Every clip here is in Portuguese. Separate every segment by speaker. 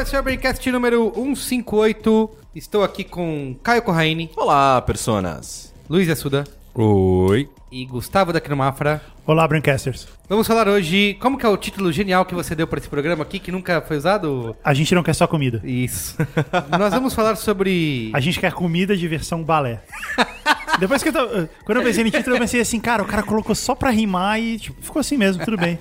Speaker 1: esse é o Braincast número 158. Estou aqui com Caio Corraine.
Speaker 2: Olá, personas.
Speaker 1: Luiz Assuda.
Speaker 3: Oi.
Speaker 1: E Gustavo da Cromafra.
Speaker 4: Olá, Braincasters.
Speaker 1: Vamos falar hoje, como que é o título genial que você deu para esse programa aqui, que nunca foi usado?
Speaker 4: A gente não quer só comida.
Speaker 1: Isso. Nós vamos falar sobre...
Speaker 4: A gente quer comida, diversão, balé. Depois que eu tô, eh, Quando eu pensei no título, eu pensei assim, cara, o cara colocou só pra rimar e tipo, ficou assim mesmo, tudo bem.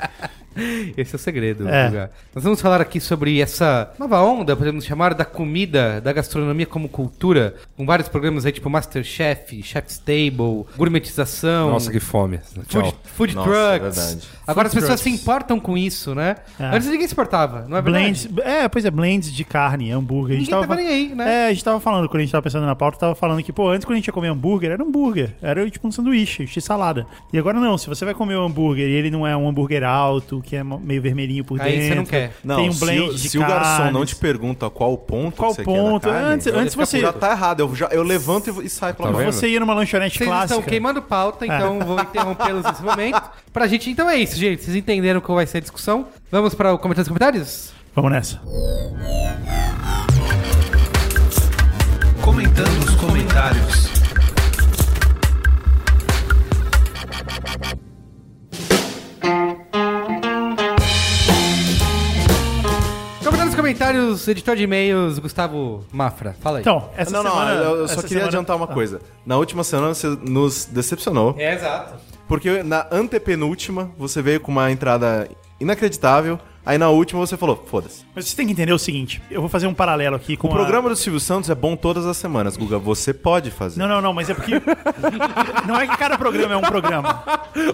Speaker 1: Esse é o segredo. É. Nós vamos falar aqui sobre essa nova onda, podemos chamar, da comida, da gastronomia como cultura, com vários programas aí, tipo Masterchef, Chef's Table, gourmetização.
Speaker 3: Nossa, que fome.
Speaker 1: Food, food Nossa, trucks. É Agora food as pessoas trucks. se importam com isso, né? É. Antes ninguém se importava, não é
Speaker 4: blends, verdade? É, pois é, blends de carne, hambúrguer.
Speaker 1: Ninguém tava, tava nem aí,
Speaker 4: né? É, a gente tava falando, quando a gente tava pensando na pauta, tava falando que, pô, antes quando a gente ia comer hambúrguer, era hambúrguer. Era tipo um sanduíche, de salada. E agora não, se você vai comer um hambúrguer e ele não é um hambúrguer alto, que é meio vermelhinho por
Speaker 1: Aí
Speaker 4: dentro.
Speaker 1: você não quer.
Speaker 2: Não,
Speaker 4: tem um blend
Speaker 2: se,
Speaker 4: de
Speaker 2: se o garçom
Speaker 4: carnes.
Speaker 2: não te pergunta qual o ponto
Speaker 4: Qual
Speaker 2: que você
Speaker 4: ponto?
Speaker 2: quer da carne,
Speaker 4: Antes- antes
Speaker 2: fica-
Speaker 4: você-
Speaker 2: Já tá errado, eu, já, eu levanto e, e saio pela
Speaker 3: Tá
Speaker 2: mão.
Speaker 3: vendo?
Speaker 4: Você ia numa lanchonete
Speaker 1: Vocês
Speaker 4: clássica.
Speaker 1: estão queimando pauta, então vou interrompê-los nesse momento. Pra gente, então é isso, gente. Vocês entenderam qual vai ser a discussão? Vamos para o comentário dos comentários?
Speaker 4: Vamos nessa.
Speaker 5: Comentando os comentários.
Speaker 1: Comentários, comentários, editor de e-mails, Gustavo Mafra. Fala aí.
Speaker 4: Então, essa
Speaker 2: não, não,
Speaker 4: semana...
Speaker 2: eu- eu só
Speaker 4: essa
Speaker 2: queria
Speaker 4: semana-
Speaker 2: adiantar uma
Speaker 4: Ah.
Speaker 2: coisa. Na última semana você nos decepcionou.
Speaker 1: É, exato.
Speaker 2: Porque na antepenúltima você veio com uma entrada inacreditável. Aí na última você falou, foda-se.
Speaker 4: Mas você tem que entender o seguinte, eu vou fazer um paralelo aqui com
Speaker 2: O
Speaker 4: a-
Speaker 2: programa do Silvio Santos é bom todas as semanas, Guga. Você pode fazer.
Speaker 4: Não, não, não, mas é porque... não é que cada programa é um programa.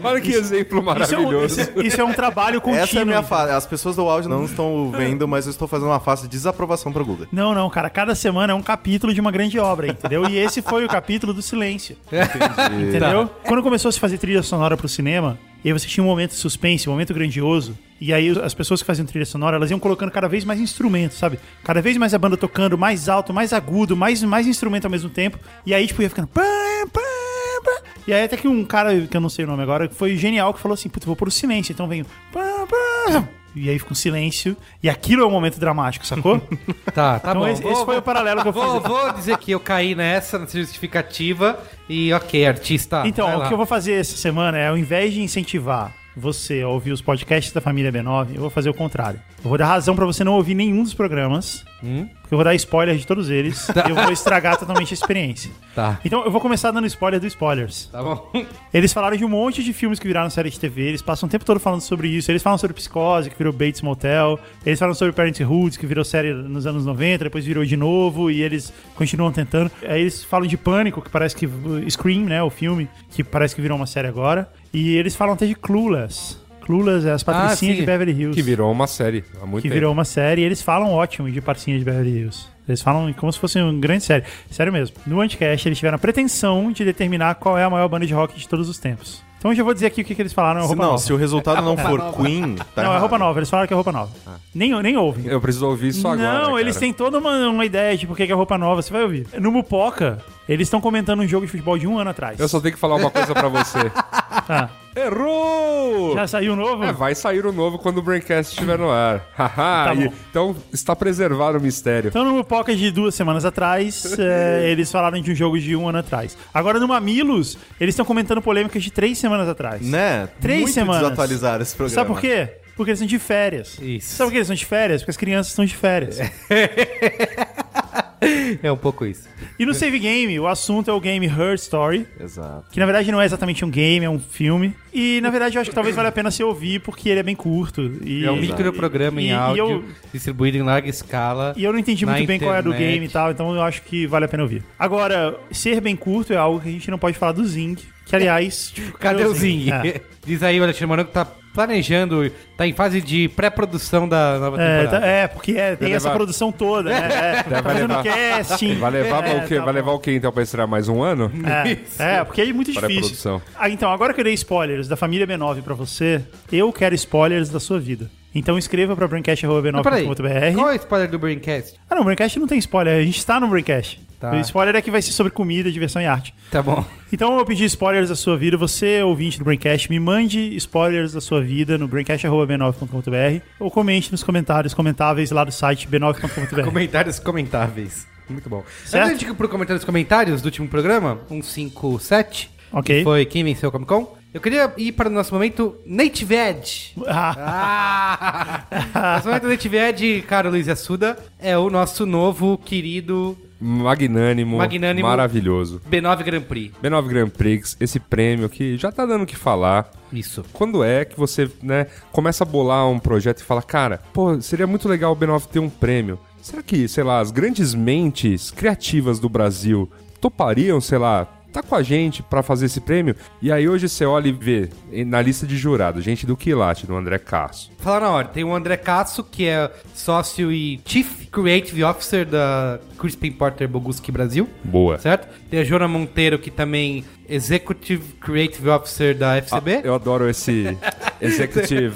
Speaker 3: Olha que exemplo
Speaker 4: Isso é um,
Speaker 3: maravilhoso.
Speaker 4: isso é- isso é um trabalho contínuo.
Speaker 2: Essa é a minha face. As pessoas do áudio não estão vendo, mas eu estou fazendo uma face de desaprovação pro Guga.
Speaker 4: Não, não, cara. Cada semana é um capítulo de uma grande obra, entendeu? E esse foi o capítulo do silêncio. Entendeu? Quando começou a se fazer trilha sonora pro cinema, e aí você tinha um momento de suspense, um momento grandioso, e aí as pessoas que faziam trilha sonora, elas iam colocando cada vez mais instrumentos, sabe? Cada vez mais a banda tocando, mais alto, mais agudo, mais, mais instrumento ao mesmo tempo. E aí, tipo, ia ficando. pá, pá, pá. E aí até que um cara, que eu não sei o nome agora, que foi genial, que falou assim, putz, vou pôr o silêncio, então vem. o pá, pá. E aí fica um silêncio. E aquilo é um momento dramático, sacou?
Speaker 1: Tá, tá
Speaker 4: Então
Speaker 1: bom.
Speaker 4: esse-
Speaker 1: Vou-
Speaker 4: esse foi o paralelo que eu
Speaker 1: vou,
Speaker 4: fiz.
Speaker 1: vou dizer que eu caí nessa, nessa justificativa. E ok, artista. Tá, vai
Speaker 4: Então,
Speaker 1: lá.
Speaker 4: o que eu vou fazer essa semana é, ao invés de incentivar você a ouvir os podcasts da família B9, eu vou fazer o contrário. Eu vou dar razão pra você não ouvir nenhum dos programas,
Speaker 1: Hum?
Speaker 4: porque eu vou dar spoiler de todos eles e eu vou estragar totalmente a experiência.
Speaker 1: Tá.
Speaker 4: Então, eu vou começar dando spoiler dos spoilers.
Speaker 1: Tá bom.
Speaker 4: Eles falaram de um monte de filmes que viraram série de TV, eles passam o tempo todo falando sobre isso. Eles falam sobre Psicose, que virou Bates Motel. Eles falam sobre Parenthood, que virou série nos anos 90, depois virou de novo e eles continuam tentando. Aí eles falam de Pânico, que parece que. Scream, né? O filme, que parece que virou uma série agora. E eles falam até de Clueless. Clueless é as patricinhas
Speaker 1: sim.
Speaker 4: de Beverly Hills.
Speaker 3: Que virou uma série há muito
Speaker 4: que
Speaker 3: tempo.
Speaker 4: virou uma série. E eles falam ótimo de Patricinha de Beverly Hills. Eles falam como se fosse uma grande série. Sério mesmo. No Anticast, eles tiveram a pretensão de determinar qual é a maior banda de rock de todos os tempos. Então eu já vou dizer aqui o que, que eles falaram. É
Speaker 2: Se,
Speaker 4: roupa
Speaker 2: não,
Speaker 4: nova.
Speaker 2: se o resultado não for Queen, tá
Speaker 4: não, é
Speaker 2: errado.
Speaker 4: roupa nova. Eles falaram que é roupa nova. Nem, nem ouvem.
Speaker 3: Ah. Eu preciso ouvir isso agora.
Speaker 4: não,
Speaker 3: cara.
Speaker 4: eles têm toda uma, uma ideia de por que que é roupa nova. Você vai ouvir. No Mupoca, eles estão comentando um jogo de futebol de um ano atrás.
Speaker 3: Eu só tenho que falar uma coisa pra você.
Speaker 4: Ah,
Speaker 3: Errou!
Speaker 4: já saiu um novo?
Speaker 3: É, vai sair o novo quando o Braincast estiver no ar. Haha,
Speaker 4: Tá
Speaker 3: e-
Speaker 4: bom.
Speaker 3: então está preservado o mistério.
Speaker 4: Então, no Mupoca de duas semanas atrás, é, eles falaram de um jogo de um ano atrás. Agora, no Mamilos, eles estão comentando polêmicas de três semanas atrás.
Speaker 2: Né?
Speaker 4: Três
Speaker 2: Muito
Speaker 4: semanas.
Speaker 2: desatualizado esse programa.
Speaker 4: Sabe por quê? Porque eles estão de férias.
Speaker 1: Isso.
Speaker 4: Sabe por que eles estão de férias? Porque as crianças estão de férias.
Speaker 1: É um pouco isso.
Speaker 4: E no Save Game, o assunto é o game Her Story,
Speaker 2: Exato.
Speaker 4: que na verdade não é exatamente um game, é um filme. E na verdade eu acho que talvez valha a pena se ouvir, porque ele é bem curto. E,
Speaker 1: É um microprograma
Speaker 4: e-
Speaker 1: em
Speaker 4: e
Speaker 1: áudio,
Speaker 4: eu-
Speaker 1: distribuído em larga escala.
Speaker 4: E eu não entendi
Speaker 1: na
Speaker 4: muito bem qual é do
Speaker 1: internet.
Speaker 4: game e tal, então eu acho que vale a pena ouvir. Agora, ser bem curto é algo que a gente não pode falar do Zing, que aliás. tipo,
Speaker 1: Cadê o Zing?
Speaker 4: É.
Speaker 1: Diz aí, olha, Alexandre Morango tá planejando, tá em fase de pré-produção da nova
Speaker 4: É,
Speaker 1: temporada.
Speaker 4: tá- é, porque é, tem
Speaker 3: Vai
Speaker 4: essa
Speaker 3: levar-
Speaker 4: produção toda, né? É, tá
Speaker 3: vai
Speaker 4: fazendo
Speaker 3: levar-
Speaker 4: casting.
Speaker 3: Vai levar
Speaker 4: é,
Speaker 3: o
Speaker 4: tá
Speaker 3: quê? vai
Speaker 4: bom.
Speaker 3: levar o quê então pra estrear mais um ano?
Speaker 4: É, é, porque é muito
Speaker 3: Para a
Speaker 4: difícil.
Speaker 3: produção.
Speaker 4: Ah, então, agora que eu dei spoilers da família B9 pra você, eu quero spoilers da sua vida. Então escreva pra
Speaker 1: Mas peraí, qual
Speaker 4: braincast.b9.br.
Speaker 1: é o spoiler do Braincast?
Speaker 4: Ah, não, o Braincast não tem spoiler, a gente está no Braincast.
Speaker 1: Tá.
Speaker 4: O spoiler é que vai ser sobre comida, diversão e arte.
Speaker 1: Tá bom.
Speaker 4: Então eu pedi spoilers da sua vida. Você, ouvinte do Braincast, me mande spoilers da sua vida no braincast.b9.br ou comente nos comentários comentáveis lá do site b9.com.br.
Speaker 1: Comentários comentáveis. Muito bom.
Speaker 4: Certo?
Speaker 1: Antes de ir pro comentário dos comentários do último programa, 157,
Speaker 4: Ok.
Speaker 1: que foi quem venceu o Comic Con, eu queria ir para o nosso momento Native Edge.
Speaker 4: Ah,
Speaker 1: Ah! nosso momento Native Edge, cara, Luiz Assuda, é o nosso novo querido
Speaker 3: Magnânimo,
Speaker 1: Magnânimo.
Speaker 3: maravilhoso.
Speaker 1: B9 Grand Prix.
Speaker 3: B9 Grand Prix, esse prêmio que já tá dando o que falar.
Speaker 1: Isso.
Speaker 3: Quando é que você, né, começa a bolar um projeto e fala, cara, pô, seria muito legal o B9 ter um prêmio. Será que, sei lá, as grandes mentes criativas do Brasil topariam, sei lá, tá com a gente pra fazer esse prêmio? E aí hoje você olha e vê eh, na lista de jurados, gente do Quilate, do André Casso.
Speaker 1: Falar na hora, tem o André Casso, que é sócio e Chief Creative Officer da Crispin Porter Boguski Brasil.
Speaker 3: Boa.
Speaker 1: Certo? Tem a Jona Monteiro, que também é Executive Creative Officer da FCB.
Speaker 3: Ah, eu adoro esse executive.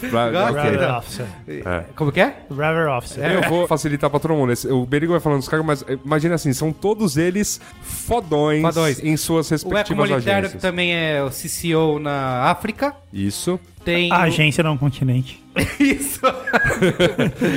Speaker 1: Gosta?
Speaker 3: Ah, Ok.
Speaker 4: Rather Officer.
Speaker 1: Como que tá. é?
Speaker 4: Rather Officer.
Speaker 3: Eu vou facilitar pra todo mundo. Esse- O Berigo vai falando dos caras, mas eh, imagina assim, são todos eles fodões,
Speaker 1: Fodões.
Speaker 3: em suas
Speaker 1: O Eco
Speaker 3: respectivas
Speaker 1: Monetário,
Speaker 3: agências.
Speaker 1: que também é o CCO na África.
Speaker 3: Isso.
Speaker 1: Tem.
Speaker 4: A
Speaker 1: o-
Speaker 4: agência não é um continente.
Speaker 1: Isso!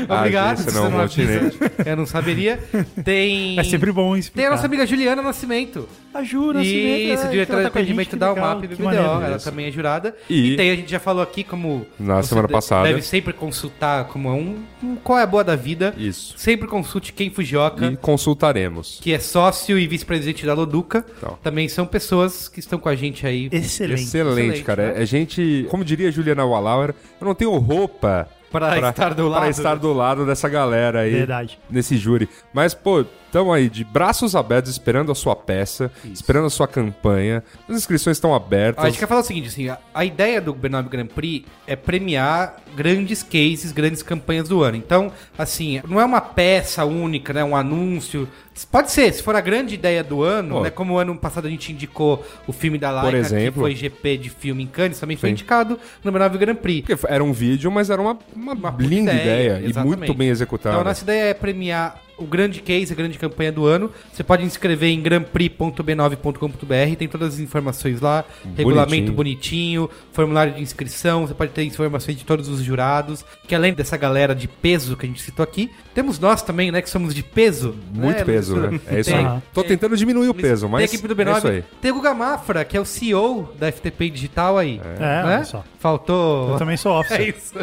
Speaker 1: Obrigado,
Speaker 3: agência
Speaker 1: você
Speaker 3: não,
Speaker 1: não avisa.
Speaker 3: continente.
Speaker 1: Eu não saberia. Tem.
Speaker 4: É sempre bom
Speaker 1: Tem a
Speaker 4: explicar. é,
Speaker 1: nossa amiga Juliana Nascimento.
Speaker 4: Ajuda, assim, né?
Speaker 1: Isso, diretora
Speaker 4: tá
Speaker 1: de atendimento da UMAP e BBDO. Ela também é jurada. E,
Speaker 3: E-
Speaker 1: tem, a gente já falou aqui como.
Speaker 3: Na
Speaker 1: você
Speaker 3: semana
Speaker 1: de-
Speaker 3: passada.
Speaker 1: Deve sempre consultar como é um, um- Qual é a boa da vida.
Speaker 3: Isso.
Speaker 1: Sempre consulte quem Fujioka.
Speaker 3: E consultaremos.
Speaker 1: Que é sócio e vice-presidente da Loduca.
Speaker 3: Então.
Speaker 1: Também são pessoas que estão com a gente aí.
Speaker 4: Excelente.
Speaker 3: Excelente,
Speaker 1: Excelente,
Speaker 3: cara.
Speaker 1: né?
Speaker 3: É gente, como diria Juliana Wallauer, eu não tenho roupa
Speaker 1: Pra estar do lado.
Speaker 3: pra estar do lado dessa galera aí.
Speaker 4: Verdade.
Speaker 3: Nesse júri. Mas, pô, tamo aí de braços abertos esperando a sua peça, esperando a sua campanha. As inscrições estão
Speaker 1: A
Speaker 3: abertas.
Speaker 1: gente quer falar o seguinte, assim, a, a ideia do Bernabé Grand Prix é premiar grandes cases, grandes campanhas do ano. Então, assim, não é uma peça única, né? Um anúncio. Pode ser, se for a grande ideia do ano,
Speaker 3: Pô.
Speaker 1: né? Como ano passado a gente indicou o filme da Laika,
Speaker 3: Por exemplo.
Speaker 1: que foi GP de filme em Cannes, também foi
Speaker 3: Sim.
Speaker 1: indicado no Bernabé Grand Prix.
Speaker 3: Porque era um vídeo, mas era uma, uma, linda ideia, e
Speaker 1: exatamente.
Speaker 3: muito bem executada.
Speaker 1: Então, a nossa ideia é premiar o grande case, a grande campanha do ano. Você pode inscrever em grandprix.b9.com.br, tem todas as informações lá, regulamento bonitinho, formulário de inscrição, você pode ter informações de todos os jurados, que além dessa galera de peso que a gente citou aqui, temos nós também, né, que somos de peso.
Speaker 3: Muito
Speaker 1: né,
Speaker 3: peso,
Speaker 1: Luciano?
Speaker 3: né? É isso
Speaker 1: Tem-
Speaker 3: aí. Tô tentando diminuir o peso, mas.
Speaker 1: tem a equipe do
Speaker 3: É isso
Speaker 1: B9,
Speaker 3: aí.
Speaker 1: tem o Guga Mafra, que é o CEO da FTP Digital aí.
Speaker 4: É,
Speaker 1: né?
Speaker 4: olha só.
Speaker 1: Faltou...
Speaker 4: Eu também sou
Speaker 1: É
Speaker 4: officer.
Speaker 1: isso.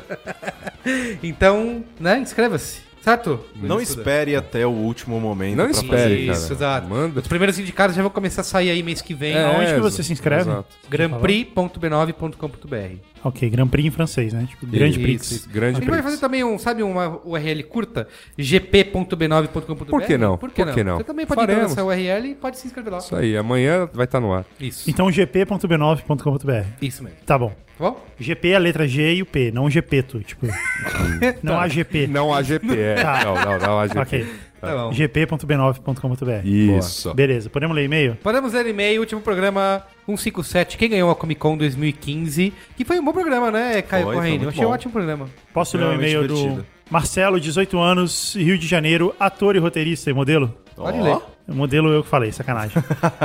Speaker 1: então, né? Inscreva-se, certo? né?
Speaker 2: Não espere até o último momento.
Speaker 3: Não
Speaker 2: pra
Speaker 3: espere. cara.
Speaker 1: Isso, exato.
Speaker 3: Manda.
Speaker 1: Os primeiros indicados já vão começar a sair aí mês que vem.
Speaker 3: É,
Speaker 4: Onde que você se inscreve?
Speaker 3: exato.
Speaker 1: Grandprix.b9.com.br.
Speaker 4: Ok, Grand Prix em francês, né? Tipo, Grande
Speaker 3: Isso,
Speaker 4: Prix.
Speaker 3: isso. Grande
Speaker 1: A gente vai
Speaker 3: Prix.
Speaker 1: fazer também um, sabe, uma URL curta? gp.b9.com.br.
Speaker 3: Por que não?
Speaker 1: Por que,
Speaker 3: Por
Speaker 1: não?
Speaker 3: que não?
Speaker 1: Você também pode
Speaker 3: Faremos.
Speaker 1: entrar nessa URL e pode se inscrever lá.
Speaker 3: Isso aí, amanhã vai estar no ar.
Speaker 1: Isso.
Speaker 4: Então gp.b9.com.br.
Speaker 1: Isso mesmo.
Speaker 4: Tá bom.
Speaker 1: Tá bom?
Speaker 4: GP é a letra G e o P, não GPto, tipo. não AGP.
Speaker 3: Tá. Não AGP, é.
Speaker 4: Tá.
Speaker 3: Não, não, não AGP.
Speaker 4: Ok.
Speaker 1: Tá bom.
Speaker 4: gp.b9.com.br.
Speaker 3: Isso.
Speaker 4: Beleza, podemos ler e-mail?
Speaker 1: Podemos ler e-mail, último programa 157. Quem ganhou a Comic Con 2015? Que foi um bom programa, né, Caio
Speaker 2: Foi, foi
Speaker 1: Correia? Eu
Speaker 2: muito
Speaker 1: achei um
Speaker 2: bom.
Speaker 1: ótimo programa.
Speaker 4: Posso ler o
Speaker 2: Realmente
Speaker 4: e-mail do
Speaker 2: divertido.
Speaker 4: Marcelo, 18 anos, Rio de Janeiro, ator e roteirista e modelo?
Speaker 1: Pode
Speaker 2: Ó.
Speaker 1: ler.
Speaker 4: Modelo eu que falei, sacanagem.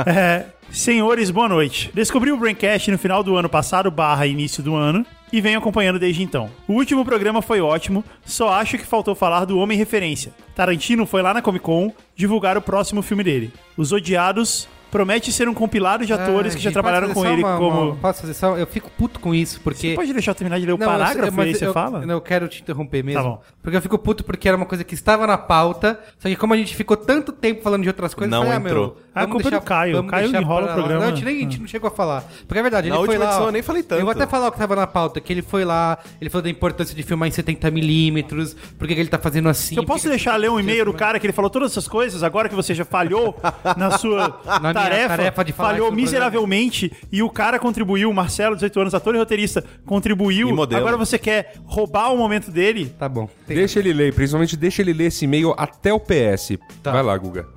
Speaker 4: É, senhores, boa noite. Descobri o Braincast no final do ano passado, barra início do ano, e venho acompanhando desde então. O último programa foi ótimo, só acho que faltou falar do Homem Referência. Tarantino foi lá na Comic Con divulgar o próximo filme dele. Os Odiados promete ser um compilado de atores
Speaker 1: Ah,
Speaker 4: que já
Speaker 1: gente,
Speaker 4: trabalharam
Speaker 1: posso
Speaker 4: com
Speaker 1: fazer só
Speaker 4: ele
Speaker 1: uma-
Speaker 4: como...
Speaker 1: uma- posso fazer só? Eu fico puto com isso, porque.
Speaker 4: Você pode deixar eu terminar de ler o
Speaker 1: Não, eu sei-
Speaker 4: parágrafo
Speaker 1: mas
Speaker 4: e aí você
Speaker 1: eu-
Speaker 4: fala? Tá
Speaker 1: Não, eu quero te interromper mesmo.
Speaker 4: bom.
Speaker 1: Porque eu fico puto porque era uma coisa que estava na pauta, só que como a gente ficou tanto tempo falando de outras coisas,
Speaker 2: Não
Speaker 1: eu
Speaker 2: entrou.
Speaker 1: ah, meu,
Speaker 4: Ah, a culpa é do Caio.
Speaker 1: vamos
Speaker 4: Caio
Speaker 1: deixar
Speaker 4: enrola
Speaker 1: pra
Speaker 4: o
Speaker 1: lá.
Speaker 4: programa. Ah.
Speaker 1: Não, a gente, nem, a gente não chegou a falar. Porque é verdade,
Speaker 2: Na
Speaker 1: ele foi
Speaker 2: última
Speaker 1: lá...
Speaker 2: edição
Speaker 1: ó,
Speaker 2: eu nem falei tanto.
Speaker 1: Eu vou até falar o que tava na pauta, que ele foi lá, ele falou da importância de filmar em 70mm, por que que ele tá fazendo assim.
Speaker 4: Eu posso
Speaker 1: por que-
Speaker 4: deixar ler um e-mail do cara que ele falou todas essas coisas, agora que você já falhou na sua
Speaker 1: minha
Speaker 4: tarefa,
Speaker 1: tarefa de falar
Speaker 4: falhou
Speaker 1: isso no
Speaker 4: miseravelmente, e o cara contribuiu, o Marcelo, 18 anos, ator e roteirista, contribuiu.
Speaker 2: E modelo.
Speaker 4: Agora você quer roubar o momento dele?
Speaker 1: Tá bom. Tem-
Speaker 3: Deixa ele ler, principalmente deixa ele ler esse e-mail até o PS.
Speaker 1: Tá.
Speaker 3: Vai lá, Guga.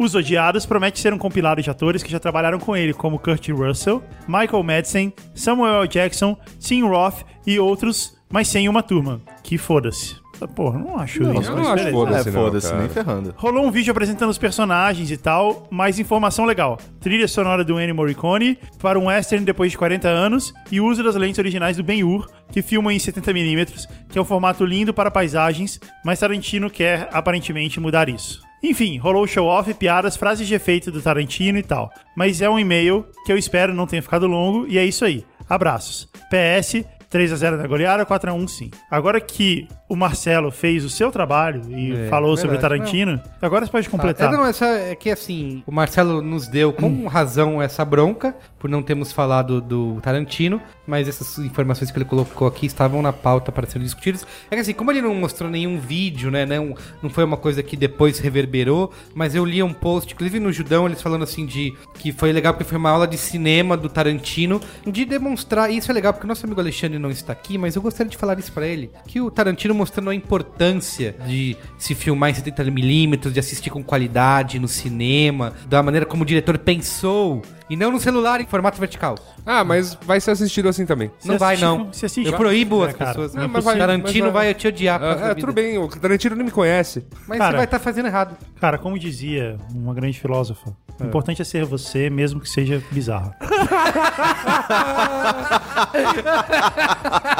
Speaker 4: Os Odiados promete ser um compilado de atores que já trabalharam com ele, como Kurt Russell, Michael Madsen, Samuel L. Jackson, Tim Roth e outros, mas sem uma turma. Que foda-se. Porra, não acho isso.
Speaker 3: eu
Speaker 4: mas
Speaker 3: não acho
Speaker 4: beleza.
Speaker 3: foda-se,
Speaker 2: é,
Speaker 3: não,
Speaker 2: foda-se,
Speaker 3: cara.
Speaker 2: nem ferrando.
Speaker 4: Rolou um vídeo apresentando os personagens e tal, mas informação legal. Trilha sonora do Ennio Morricone para um western depois de 40 anos e uso das lentes originais do Ben-Hur, que filma em 70mm, que é um formato lindo para paisagens, mas Tarantino quer aparentemente mudar isso. Enfim, rolou show-off, piadas, frases de efeito do Tarantino e tal. Mas é um e-mail que eu espero não tenha ficado longo e é isso aí. Abraços. PS, 3x0 na goleada, 4x1 sim. Agora que o Marcelo fez o seu trabalho e
Speaker 1: É,
Speaker 4: falou
Speaker 1: verdade,
Speaker 4: sobre o Tarantino, agora você pode completar.
Speaker 1: É, não, essa, é que assim, o Marcelo nos deu com razão essa bronca, por não termos falado do Tarantino, mas essas informações que ele colocou aqui estavam na pauta para serem discutidas. É que assim, como ele não mostrou nenhum vídeo, né, não, não foi uma coisa que depois reverberou, mas eu li um post, inclusive no Judão, eles falando assim de que foi legal porque foi uma aula de cinema do Tarantino, de demonstrar, e isso é legal porque o nosso amigo Alexandre não está aqui, mas eu gostaria de falar isso para ele, que o Tarantino mostrando a importância de se filmar em 70mm, de assistir com qualidade no cinema, da maneira como o diretor pensou, e não no celular em formato vertical.
Speaker 3: Ah, mas vai ser assistido assim também.
Speaker 1: não
Speaker 4: assiste
Speaker 1: vai, não.
Speaker 4: com- você assiste
Speaker 1: eu
Speaker 4: com-
Speaker 1: proibo
Speaker 4: É,
Speaker 1: as
Speaker 4: cara,
Speaker 1: pessoas.
Speaker 3: não é
Speaker 1: Não, mas
Speaker 3: possível.
Speaker 1: Tarantino
Speaker 3: Mas,
Speaker 1: vai te odiar. pro resto
Speaker 3: Ah,
Speaker 1: da
Speaker 3: é, tudo
Speaker 1: vida.
Speaker 3: bem, o Tarantino não me conhece.
Speaker 1: Mas
Speaker 4: Cara.
Speaker 1: você vai estar fazendo errado.
Speaker 4: Cara, como dizia uma grande filósofa, o importante é ser você, mesmo que seja bizarro.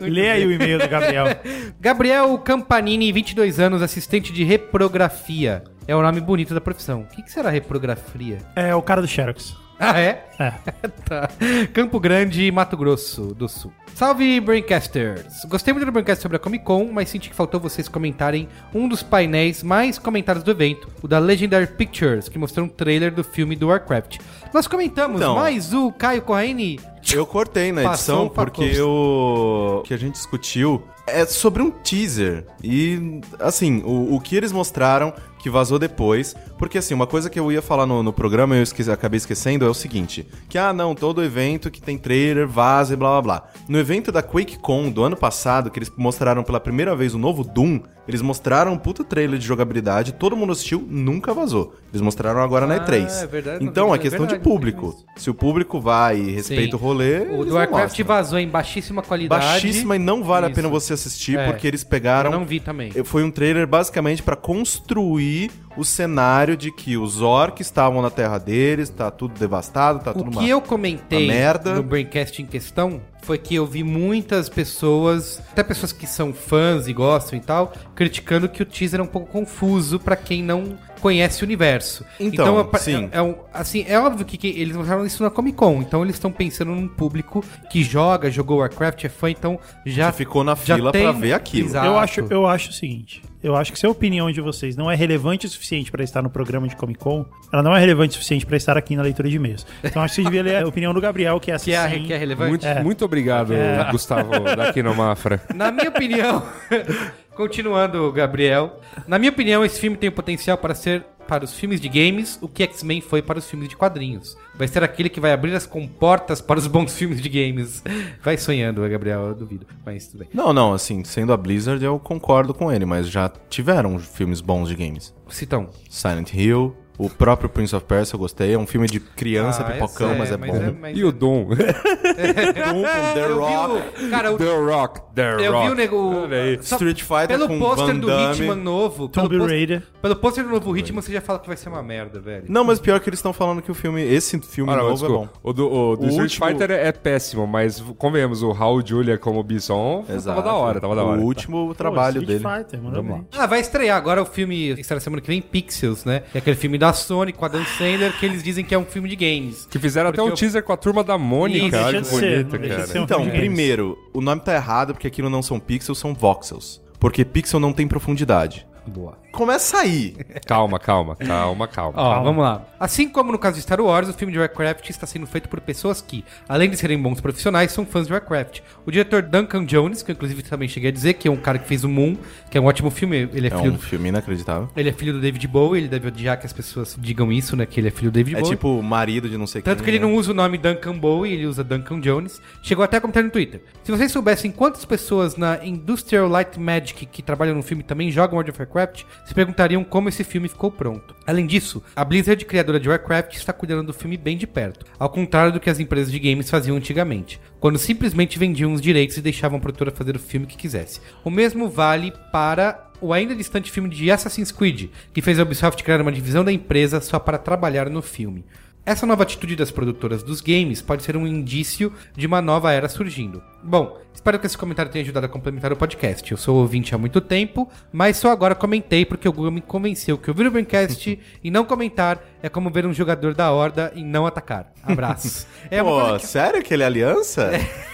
Speaker 4: Lê aí o e-mail do Gabriel.
Speaker 1: Gabriel Campanini, 22 anos, assistente de reprografia. É o nome bonito da profissão. O que, que será reprografia?
Speaker 4: É o cara do Xerox.
Speaker 1: Ah, é?
Speaker 4: É.
Speaker 1: tá. Campo Grande, Mato Grosso do Sul. Salve, Braincasters! Gostei muito do Braincast sobre a Comic Con, mas senti que faltou vocês comentarem um dos painéis mais comentados do evento, o da Legendary Pictures, que mostrou um trailer do filme do Warcraft. Nós comentamos,
Speaker 2: Então.
Speaker 1: mas o Caio Corraine...
Speaker 2: Eu cortei na
Speaker 1: Passou
Speaker 2: edição
Speaker 1: pra
Speaker 2: porque
Speaker 1: costa.
Speaker 2: o que a gente discutiu é sobre um teaser. E, assim, o, o que eles mostraram que vazou depois. Porque, assim, uma coisa que eu ia falar no, no programa e eu esqueci- acabei esquecendo é o seguinte: que, ah, não, todo evento que tem trailer, vaza e blá blá blá. No evento da QuakeCon do ano passado, que eles mostraram pela primeira vez o novo Doom, eles mostraram um puta trailer de jogabilidade, todo mundo assistiu, nunca vazou. Eles mostraram agora na
Speaker 1: Ah,
Speaker 2: E3.
Speaker 1: é verdade, não
Speaker 2: então,
Speaker 1: tem-
Speaker 2: é questão
Speaker 1: é verdade,
Speaker 2: de
Speaker 1: não tem
Speaker 2: público. Se o público vai e respeita
Speaker 1: Sim.
Speaker 2: o rolê,
Speaker 1: O
Speaker 2: eles
Speaker 1: do
Speaker 2: não
Speaker 1: Warcraft
Speaker 2: mostram.
Speaker 1: vazou em baixíssima qualidade.
Speaker 2: Baixíssima e não vale a pena
Speaker 1: Isso.
Speaker 2: você assistir,
Speaker 1: É.
Speaker 2: porque eles pegaram.
Speaker 1: Eu não vi também.
Speaker 2: Foi um trailer basicamente pra construir o cenário de que os orcs estavam na terra deles, tá tudo devastado, tá
Speaker 1: O
Speaker 2: tudo
Speaker 1: que
Speaker 2: uma-
Speaker 1: eu comentei
Speaker 2: uma merda.
Speaker 1: no Braincast em questão foi que eu vi muitas pessoas, até pessoas que são fãs e gostam e tal, criticando que o teaser é um pouco confuso pra quem não conhece o universo.
Speaker 2: Então,
Speaker 1: é pa-
Speaker 2: sim.
Speaker 1: É, é um- assim, é óbvio que, que eles mostraram isso na Comic Con, então eles estão pensando num público que joga, jogou Warcraft, é fã, então já
Speaker 2: Que ficou na fila pra ver aquilo.
Speaker 1: Exato.
Speaker 4: Eu acho, eu acho o seguinte. Eu acho que se a opinião de vocês não é relevante o suficiente para estar no programa de Comic Con, ela não é relevante o suficiente para estar aqui na leitura de e-mails. Então acho que você devia ler a opinião do Gabriel, que é essa
Speaker 1: que, é,
Speaker 4: sim.
Speaker 1: que é relevante.
Speaker 3: Muito, muito obrigado,
Speaker 4: É.
Speaker 3: Gustavo, daqui no Mafra.
Speaker 1: Na minha opinião, continuando, Gabriel, na minha opinião, esse filme tem o potencial para ser para os filmes de games o que X-Men foi para os filmes de quadrinhos. Vai ser aquele que vai abrir as comportas para os bons filmes de games. Vai sonhando, Gabriel, eu duvido, mas tudo bem.
Speaker 2: Não, não, assim, sendo a Blizzard, eu concordo com ele, mas já tiveram filmes bons de games.
Speaker 1: Citão.
Speaker 2: Silent Hill, o próprio Prince of Persia eu gostei, é um filme de criança,
Speaker 1: Ah,
Speaker 2: pipocão,
Speaker 1: essa
Speaker 2: mas é bom.
Speaker 1: mas É,
Speaker 3: E o Dom?
Speaker 2: Doom com The
Speaker 1: Eu vi o-
Speaker 2: Rock,
Speaker 1: cara, É o-
Speaker 3: The Rock, The Rock.
Speaker 1: eu vi o nego...
Speaker 3: Olha aí.
Speaker 1: só-
Speaker 2: Street Fighter
Speaker 1: Pelo
Speaker 2: com
Speaker 1: pôster
Speaker 2: Van
Speaker 1: do
Speaker 2: Damme.
Speaker 1: Hitman novo... Pelo
Speaker 4: Tomb
Speaker 1: pôster-
Speaker 4: Raider.
Speaker 1: Pelo pôster do novo Hitman, você já fala que vai ser uma merda, velho.
Speaker 2: Não, mas pior que eles estão falando que o filme, esse filme
Speaker 3: Olha,
Speaker 2: novo é
Speaker 3: desculpa,
Speaker 2: bom.
Speaker 3: O do, o do
Speaker 2: O
Speaker 3: Street
Speaker 2: último-
Speaker 3: Fighter é é péssimo, mas convenhamos, o Raul Julia como Bison tava da hora, tava da hora.
Speaker 2: O último
Speaker 4: Pô,
Speaker 2: trabalho
Speaker 4: Street
Speaker 2: dele.
Speaker 4: Fighter, maravilha.
Speaker 1: Ah, vai estrear agora o filme, estreia semana que vem, Pixels, né? Que é aquele filme da Sony com a Dan Sandler, que eles dizem que é um filme de games.
Speaker 3: Que fizeram até um
Speaker 1: Porque eu-
Speaker 3: teaser com a turma da
Speaker 1: Isso,
Speaker 3: Mônica.
Speaker 1: deixa
Speaker 3: Olha
Speaker 4: de
Speaker 3: que
Speaker 4: ser,
Speaker 3: bonito,
Speaker 4: não deixa de
Speaker 3: cara.
Speaker 4: ser um-
Speaker 2: Então,
Speaker 4: Games.
Speaker 2: primeiro, o nome tá errado porque aquilo não são pixels, são voxels. Porque pixel não tem profundidade.
Speaker 1: Boa.
Speaker 2: Começa aí.
Speaker 3: Calma, calma, calma, calma.
Speaker 1: Ó, vamos lá. Assim como no caso de Star Wars, o filme de Warcraft está sendo feito por pessoas que, além de serem bons profissionais, são fãs de Warcraft. O diretor Duncan Jones, que eu, inclusive também cheguei a dizer, que é um cara que fez o Moon, que é um ótimo filme, ele é,
Speaker 2: É
Speaker 1: filho
Speaker 2: um filme inacreditável.
Speaker 1: Ele é filho do David Bowie, ele deve odiar que as pessoas digam isso, né? Que ele é filho do David
Speaker 2: É
Speaker 1: Bowie.
Speaker 2: tipo marido de não sei
Speaker 1: Tanto
Speaker 2: quem,
Speaker 1: que ele
Speaker 2: né?
Speaker 1: não usa o nome Duncan Bowie, ele usa Duncan Jones. Chegou até a comentar no Twitter. Se vocês soubessem quantas pessoas na Industrial Light Magic que trabalham no filme também jogam World of Warcraft, se perguntariam como esse filme ficou pronto. Além disso, a Blizzard, criadora de Warcraft, está cuidando do filme bem de perto, ao contrário do que as empresas de games faziam antigamente, quando simplesmente vendiam os direitos e deixavam a produtora fazer o filme que quisesse. O mesmo vale para o ainda distante filme de Assassin's Creed, que fez a Ubisoft criar uma divisão da empresa só para trabalhar no filme. Essa nova atitude das produtoras dos games pode ser um indício de uma nova era surgindo. Bom, espero que esse comentário tenha ajudado a complementar o podcast. Eu sou ouvinte há muito tempo, mas só agora comentei porque o Google me convenceu que ouvir o Braincast e não comentar é como ver um jogador da horda e não atacar. Abraço. é uma
Speaker 2: Pô,
Speaker 1: coisa que-
Speaker 2: sério que ele é aliança?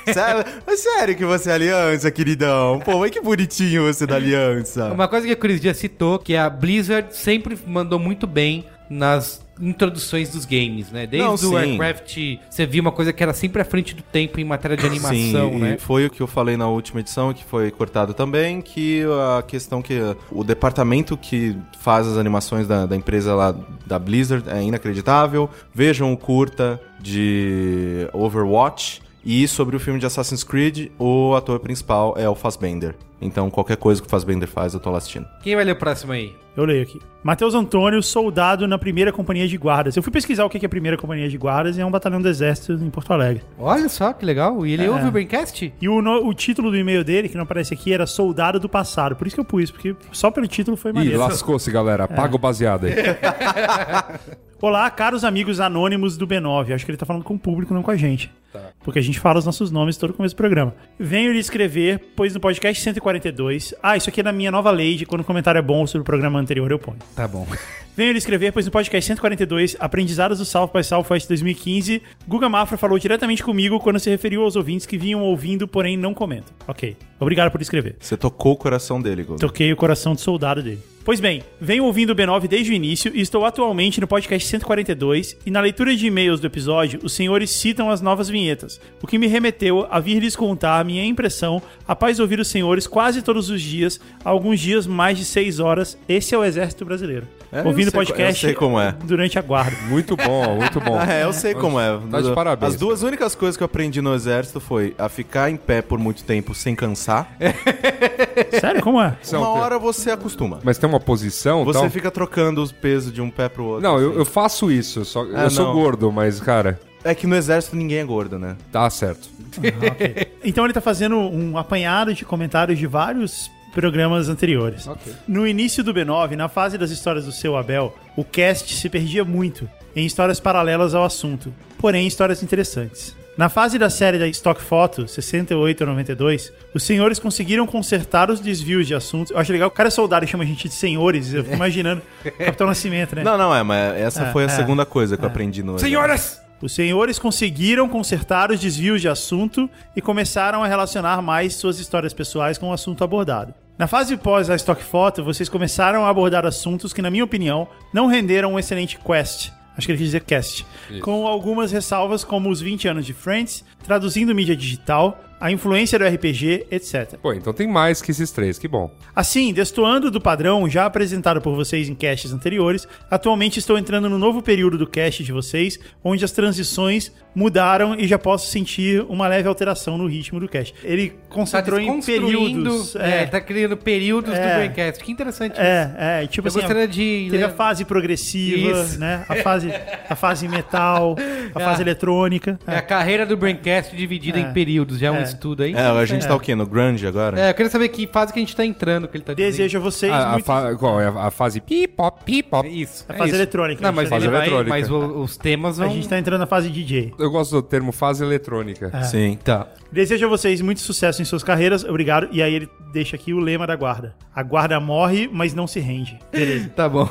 Speaker 3: É.
Speaker 2: sério, mas sério que você é aliança, queridão? Pô, mas que bonitinho você é da
Speaker 3: É
Speaker 2: aliança.
Speaker 1: Uma coisa que a Cris Dias citou, que a Blizzard sempre mandou muito bem nas introduções dos games, né? Desde
Speaker 2: Não,
Speaker 1: o
Speaker 2: sim.
Speaker 1: Warcraft, você via uma coisa que era sempre à frente do tempo em matéria de animação,
Speaker 2: Sim, e
Speaker 1: né?
Speaker 2: foi o que eu falei na última edição, que foi cortado também, que a questão que o departamento que faz as animações da, da empresa lá da Blizzard é inacreditável. Vejam o curta de Overwatch. E sobre o filme de Assassin's Creed, o ator principal é o Fassbender. Então, qualquer coisa que o Fassbender faz, eu tô lá assistindo.
Speaker 1: Quem vai ler o próximo aí?
Speaker 4: Eu leio aqui. Matheus Antônio, soldado na primeira companhia de guardas. Eu fui pesquisar o que é a primeira companhia de guardas e é um batalhão do exército em Porto Alegre.
Speaker 1: Olha só que legal. E
Speaker 4: É.
Speaker 1: ele ouve o Braincast?
Speaker 4: E o, no- o título do e-mail dele, que não aparece aqui, era Soldado do Passado. Por isso que eu pus, porque só pelo título foi
Speaker 3: Ih,
Speaker 4: maneiro.
Speaker 3: lascou-se, galera. Apaga o baseado aí.
Speaker 4: Olá, caros amigos anônimos do B9. Acho que ele tá falando com o público, não com a gente. Porque a gente fala os nossos nomes todo começo do programa. Venho lhe escrever, pois no podcast 142. Ah, isso aqui é na minha nova lei de quando o comentário é bom sobre o programa anterior, eu ponho.
Speaker 1: Tá bom.
Speaker 4: Venho lhe escrever, pois no podcast 142, Aprendizados do South by Southwest 2015, Guga Mafra falou diretamente comigo quando se referiu aos ouvintes que vinham ouvindo, porém não comentam. Ok. Obrigado por escrever.
Speaker 2: Você tocou o coração dele, Gogo.
Speaker 4: Toquei o coração de soldado dele. Pois bem, venho ouvindo o B9 desde o início e estou atualmente no podcast 142 e na leitura de e-mails do episódio, os senhores citam as novas vinhetas, o que me remeteu a vir lhes contar minha impressão após ouvir os senhores quase todos os dias, há alguns dias mais de 6 horas, esse é o Exército Brasileiro.
Speaker 2: É, eu
Speaker 4: ouvindo o
Speaker 2: sei co-
Speaker 4: podcast
Speaker 2: eu sei como é.
Speaker 4: durante a guarda.
Speaker 3: Muito bom, muito bom.
Speaker 2: Ah, é, eu sei como é.
Speaker 3: Tá de parabéns,
Speaker 2: As duas únicas coisas que eu aprendi no exército foi a ficar em pé por muito tempo sem cansar.
Speaker 4: Sério, como é?
Speaker 3: São
Speaker 2: Uma
Speaker 3: Pedro.
Speaker 2: hora você acostuma.
Speaker 3: Mas tem uma posição
Speaker 2: Você
Speaker 3: tal?
Speaker 2: fica trocando os pesos de um pé pro outro.
Speaker 3: Então- Não, eu,
Speaker 2: assim.
Speaker 3: eu faço isso. só- eu
Speaker 2: Ah,
Speaker 3: sou
Speaker 2: não.
Speaker 3: gordo, mas, cara,
Speaker 2: É que no exército ninguém é gordo, né?
Speaker 3: tá certo.
Speaker 4: Então ele tá fazendo um apanhado de comentários de vários programas anteriores. No início do B9, na fase das histórias do seu Abel, o cast se perdia muito em histórias paralelas ao assunto, porém histórias interessantes. Na fase da série da Stock Photo, 68 a 92, os senhores conseguiram consertar os desvios de assuntos. Eu acho legal, o cara é soldado e chama a gente de senhores, eu fico imaginando Capitão Nascimento, né?
Speaker 2: Não, não, é, mas essa
Speaker 4: É,
Speaker 2: foi a
Speaker 4: é.
Speaker 2: segunda coisa que eu aprendi no exército.
Speaker 1: Senhoras!
Speaker 4: Os senhores conseguiram consertar os desvios de assunto e começaram a relacionar mais suas histórias pessoais com o assunto abordado. Na fase pós a Stock Photo, vocês começaram a abordar assuntos que, na minha opinião, não renderam um excelente quest. Acho que ele quis dizer cast. Com algumas ressalvas, como os 20 anos de Friends, traduzindo mídia digital, a influência do RPG, etc.
Speaker 3: Pô, então tem mais que esses três, que bom.
Speaker 4: Assim, destoando do padrão já apresentado por vocês em casts anteriores, atualmente estou entrando no novo período do cast de vocês, onde as transições mudaram e já posso sentir uma leve alteração no ritmo do cast. Ele
Speaker 1: Tá
Speaker 4: concentrou em
Speaker 1: desconstruindo.
Speaker 4: períodos.
Speaker 1: É,
Speaker 4: É,
Speaker 1: ele tá criando períodos do
Speaker 4: É.
Speaker 1: Braincast. Que interessante
Speaker 4: é, é, tipo
Speaker 1: Eu
Speaker 4: assim,
Speaker 1: gostaria de
Speaker 4: teve a
Speaker 1: ler-
Speaker 4: fase progressiva,
Speaker 1: Isso. Ah.
Speaker 4: né? A fase, a fase metal, a fase eletrônica.
Speaker 1: É a carreira do Braincast dividida
Speaker 4: É.
Speaker 1: em períodos. Já é um
Speaker 4: É.
Speaker 1: estudo aí.
Speaker 2: É, a gente tá o quê? No grunge agora?
Speaker 1: É, eu queria saber que fase que a gente tá entrando, que ele tá
Speaker 4: Desejo a vocês
Speaker 3: A, a
Speaker 4: muito.
Speaker 3: fa- qual é a, a fase pipop, pipop.
Speaker 1: Isso.
Speaker 4: A fase
Speaker 1: É isso.
Speaker 4: eletrônica,
Speaker 1: Não,
Speaker 4: a gente
Speaker 1: mas,
Speaker 4: tá
Speaker 1: ele
Speaker 3: dizendo.
Speaker 1: vai,
Speaker 3: Eletrônica.
Speaker 1: mas o- os temas
Speaker 4: A
Speaker 1: vão.
Speaker 4: gente tá entrando na fase DJ.
Speaker 3: Eu gosto do termo fase eletrônica.
Speaker 4: É.
Speaker 2: Sim.
Speaker 1: Tá.
Speaker 4: Desejo a vocês muito sucesso em suas carreiras, obrigado. E aí ele deixa aqui o lema da guarda. A guarda morre, mas não se rende. Beleza,
Speaker 1: Tá bom.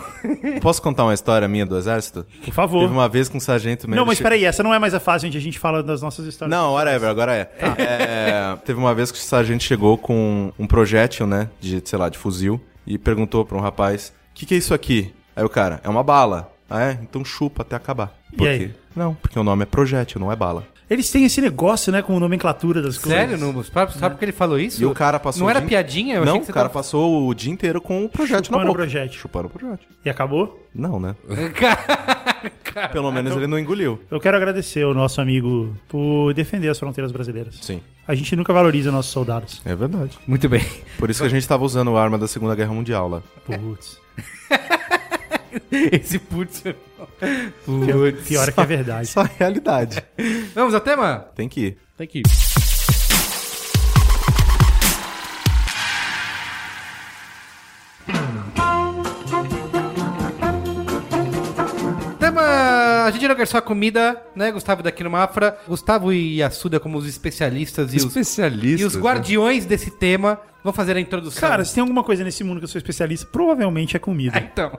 Speaker 2: Posso contar uma história minha do exército?
Speaker 4: por favor.
Speaker 2: Teve uma vez que um sargento...
Speaker 4: Não, mas
Speaker 2: peraí.
Speaker 4: peraí, essa não é mais a fase onde a gente fala das nossas histórias.
Speaker 1: Tá.
Speaker 2: Não, whatever, agora é. É, É, teve uma vez que a gente chegou com um projétil, né? De, sei lá, de fuzil. E perguntou pra um rapaz: O que, que é isso aqui? Aí o cara: É uma bala. Ah, é? Então chupa até acabar.
Speaker 4: E aí?
Speaker 2: Não, porque o nome é projétil, não é bala.
Speaker 4: Eles têm esse negócio, né, com nomenclatura das coisas.
Speaker 1: Sério, Nubus? Sabe, sabe porque ele falou isso?
Speaker 2: E o cara passou
Speaker 1: Não
Speaker 2: o
Speaker 1: era
Speaker 2: dia-
Speaker 1: piadinha? Eu
Speaker 2: não,
Speaker 1: achei que
Speaker 2: o
Speaker 1: você
Speaker 2: cara
Speaker 1: tava-
Speaker 2: passou o dia inteiro com o projétil
Speaker 4: Chupando
Speaker 2: na boca.
Speaker 4: o projétil.
Speaker 2: Chupando o projétil.
Speaker 4: E acabou?
Speaker 2: Não, né? Pelo menos ele não engoliu.
Speaker 4: Eu quero agradecer ao nosso amigo por defender as fronteiras brasileiras.
Speaker 2: Sim,
Speaker 4: A gente nunca valoriza nossos soldados.
Speaker 2: é verdade.
Speaker 1: Muito bem.
Speaker 2: Por isso que a gente tava usando a arma da Segunda Guerra Mundial lá.
Speaker 4: Putz.
Speaker 1: Esse putz. é Putz.
Speaker 4: Pior é que é verdade.
Speaker 2: Só a realidade.
Speaker 1: Vamos ao tema?
Speaker 2: Tem que ir.
Speaker 1: Tem que Tema, a gente não quer só comida, né, Gustavo daqui no Mafra. Gustavo e Assuda como os especialistas e os,
Speaker 3: Especialistas. né?
Speaker 1: e os guardiões desse tema vão fazer a introdução.
Speaker 4: Cara, se tem alguma coisa nesse mundo que eu sou especialista, provavelmente é comida.
Speaker 1: então.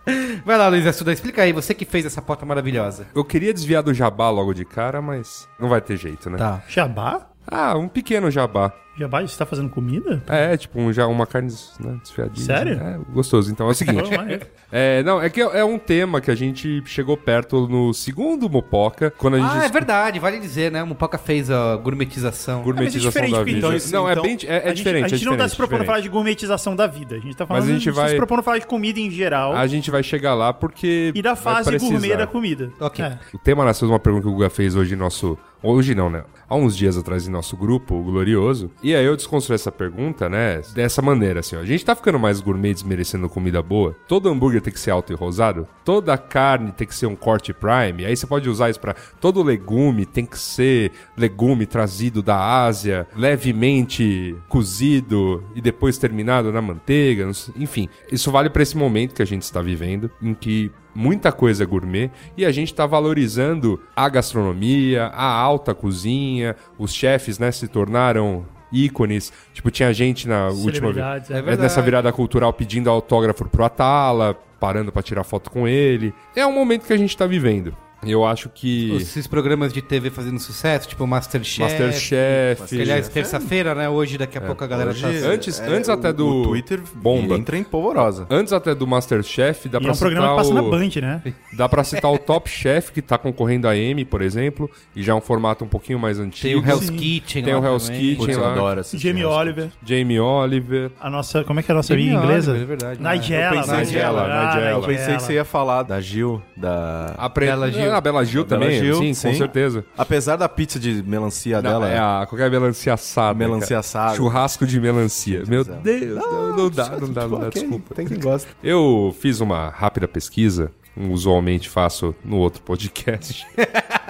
Speaker 1: Vai lá, Luiz Assuda, explica aí, você que fez essa porta maravilhosa.
Speaker 3: né? Eu queria desviar do jabá logo de cara, mas não vai ter jeito, né?
Speaker 1: Tá.
Speaker 2: É.
Speaker 4: Jabá?
Speaker 3: Ah, um pequeno jabá.
Speaker 4: Jabá, você tá fazendo comida?
Speaker 3: É, tipo, um, já uma carne né, desfiadinha.
Speaker 4: Sério?
Speaker 3: É, gostoso. Então é o seguinte.
Speaker 4: Pô, maneiro.
Speaker 3: é, não, é que é um tema que a gente chegou perto no segundo Mopoca, quando a gente
Speaker 1: Ah, é verdade, vale dizer, né? O Mupoca fez a gourmetização.
Speaker 3: gourmetização
Speaker 4: diferente,
Speaker 3: da vida.
Speaker 4: Pinto.
Speaker 3: não, é
Speaker 2: Então,
Speaker 3: bem é, é
Speaker 4: a
Speaker 3: diferente.
Speaker 4: gente, a gente
Speaker 3: é
Speaker 4: não tá se propondo a
Speaker 3: diferente, diferente.
Speaker 4: falar de gourmetização da vida. A gente tá falando
Speaker 3: Mas a gente
Speaker 4: tá se
Speaker 3: vai-
Speaker 4: propondo a falar de comida em geral
Speaker 3: A gente vai chegar lá porque
Speaker 4: e da
Speaker 3: vai
Speaker 4: fase gourmet
Speaker 3: precisar.
Speaker 4: da comida.
Speaker 1: Ok.
Speaker 4: É.
Speaker 3: O tema nasceu de uma pergunta que o Guga fez hoje em nosso. Hoje não, né? Há uns dias atrás em nosso grupo, o Glorioso. E aí eu desconstruí essa pergunta, né? Dessa maneira, assim, ó. A gente tá ficando mais gourmet desmerecendo comida boa? Todo hambúrguer tem que ser alto e rosado? Toda carne tem que ser um corte prime? Aí você pode usar isso pra. Todo legume tem que ser legume trazido da Ásia, levemente cozido e depois terminado na manteiga. não sei- Enfim, isso vale pra esse momento que a gente está vivendo, em que muita coisa é gourmet e a gente está valorizando a gastronomia, a alta cozinha, os chefes né, se tornaram ícones. Tipo, tinha gente na última
Speaker 4: Celebridades, é
Speaker 3: é
Speaker 1: verdade.
Speaker 3: nessa virada cultural pedindo autógrafo pro Atala, parando para tirar foto com ele. É um momento que a gente está vivendo. Eu acho que
Speaker 1: Esses programas de TV fazendo sucesso, tipo Masterchef.
Speaker 3: Masterchef, É.
Speaker 1: Que, aliás, terça-feira, né? Hoje, daqui a pouco a galera tá.
Speaker 2: Hoje, é,
Speaker 3: antes- antes até
Speaker 2: o-
Speaker 3: do
Speaker 2: o Twitter
Speaker 3: bomba.
Speaker 2: entra em polvorosa.
Speaker 3: antes até do Masterchef, dá
Speaker 4: E
Speaker 3: pra
Speaker 4: é um programa que passa
Speaker 3: citar
Speaker 4: na
Speaker 3: o-
Speaker 4: Band, né?
Speaker 3: Dá pra citar o Top Chef, que tá concorrendo a M, por exemplo, e já é um formato um pouquinho mais
Speaker 1: Tem
Speaker 3: antigo.
Speaker 1: o Hell's Kitchen.
Speaker 3: Tem
Speaker 1: lá
Speaker 3: o Hell's
Speaker 1: também.
Speaker 3: Kitchen.
Speaker 2: Putz, eu
Speaker 3: lá.
Speaker 2: adoro assistir
Speaker 4: Jamie
Speaker 2: essas
Speaker 4: Oliver.
Speaker 3: Jamie Oliver.
Speaker 4: A nossa. Como é que é a nossa
Speaker 1: Jamie
Speaker 4: amiga inglesa?
Speaker 1: Oliver, é verdade.
Speaker 3: né?
Speaker 4: Nigella.
Speaker 2: Eu pensei
Speaker 4: Nigella,
Speaker 3: nela,
Speaker 4: ah,
Speaker 3: Nigella.
Speaker 2: Eu pensei que você ia falar da Gil, da...
Speaker 3: A pre...
Speaker 1: Bela Gil.
Speaker 3: Ah, A Bela Gil
Speaker 2: da Bela
Speaker 3: também,
Speaker 2: Gil,
Speaker 3: sim, com certeza.
Speaker 2: Apesar da pizza de melancia
Speaker 3: Não,
Speaker 2: dela,
Speaker 3: é a, qualquer melancia assada.
Speaker 2: Melancia
Speaker 3: cara.
Speaker 2: assada.
Speaker 3: Churrasco de melancia. Meu
Speaker 2: céu.
Speaker 3: Deus,
Speaker 1: Ah,
Speaker 3: não, não dá, não dá, não dá,
Speaker 2: Ok,
Speaker 3: desculpa.
Speaker 2: Tem quem gosta.
Speaker 3: Eu fiz uma rápida pesquisa, usualmente faço no outro podcast.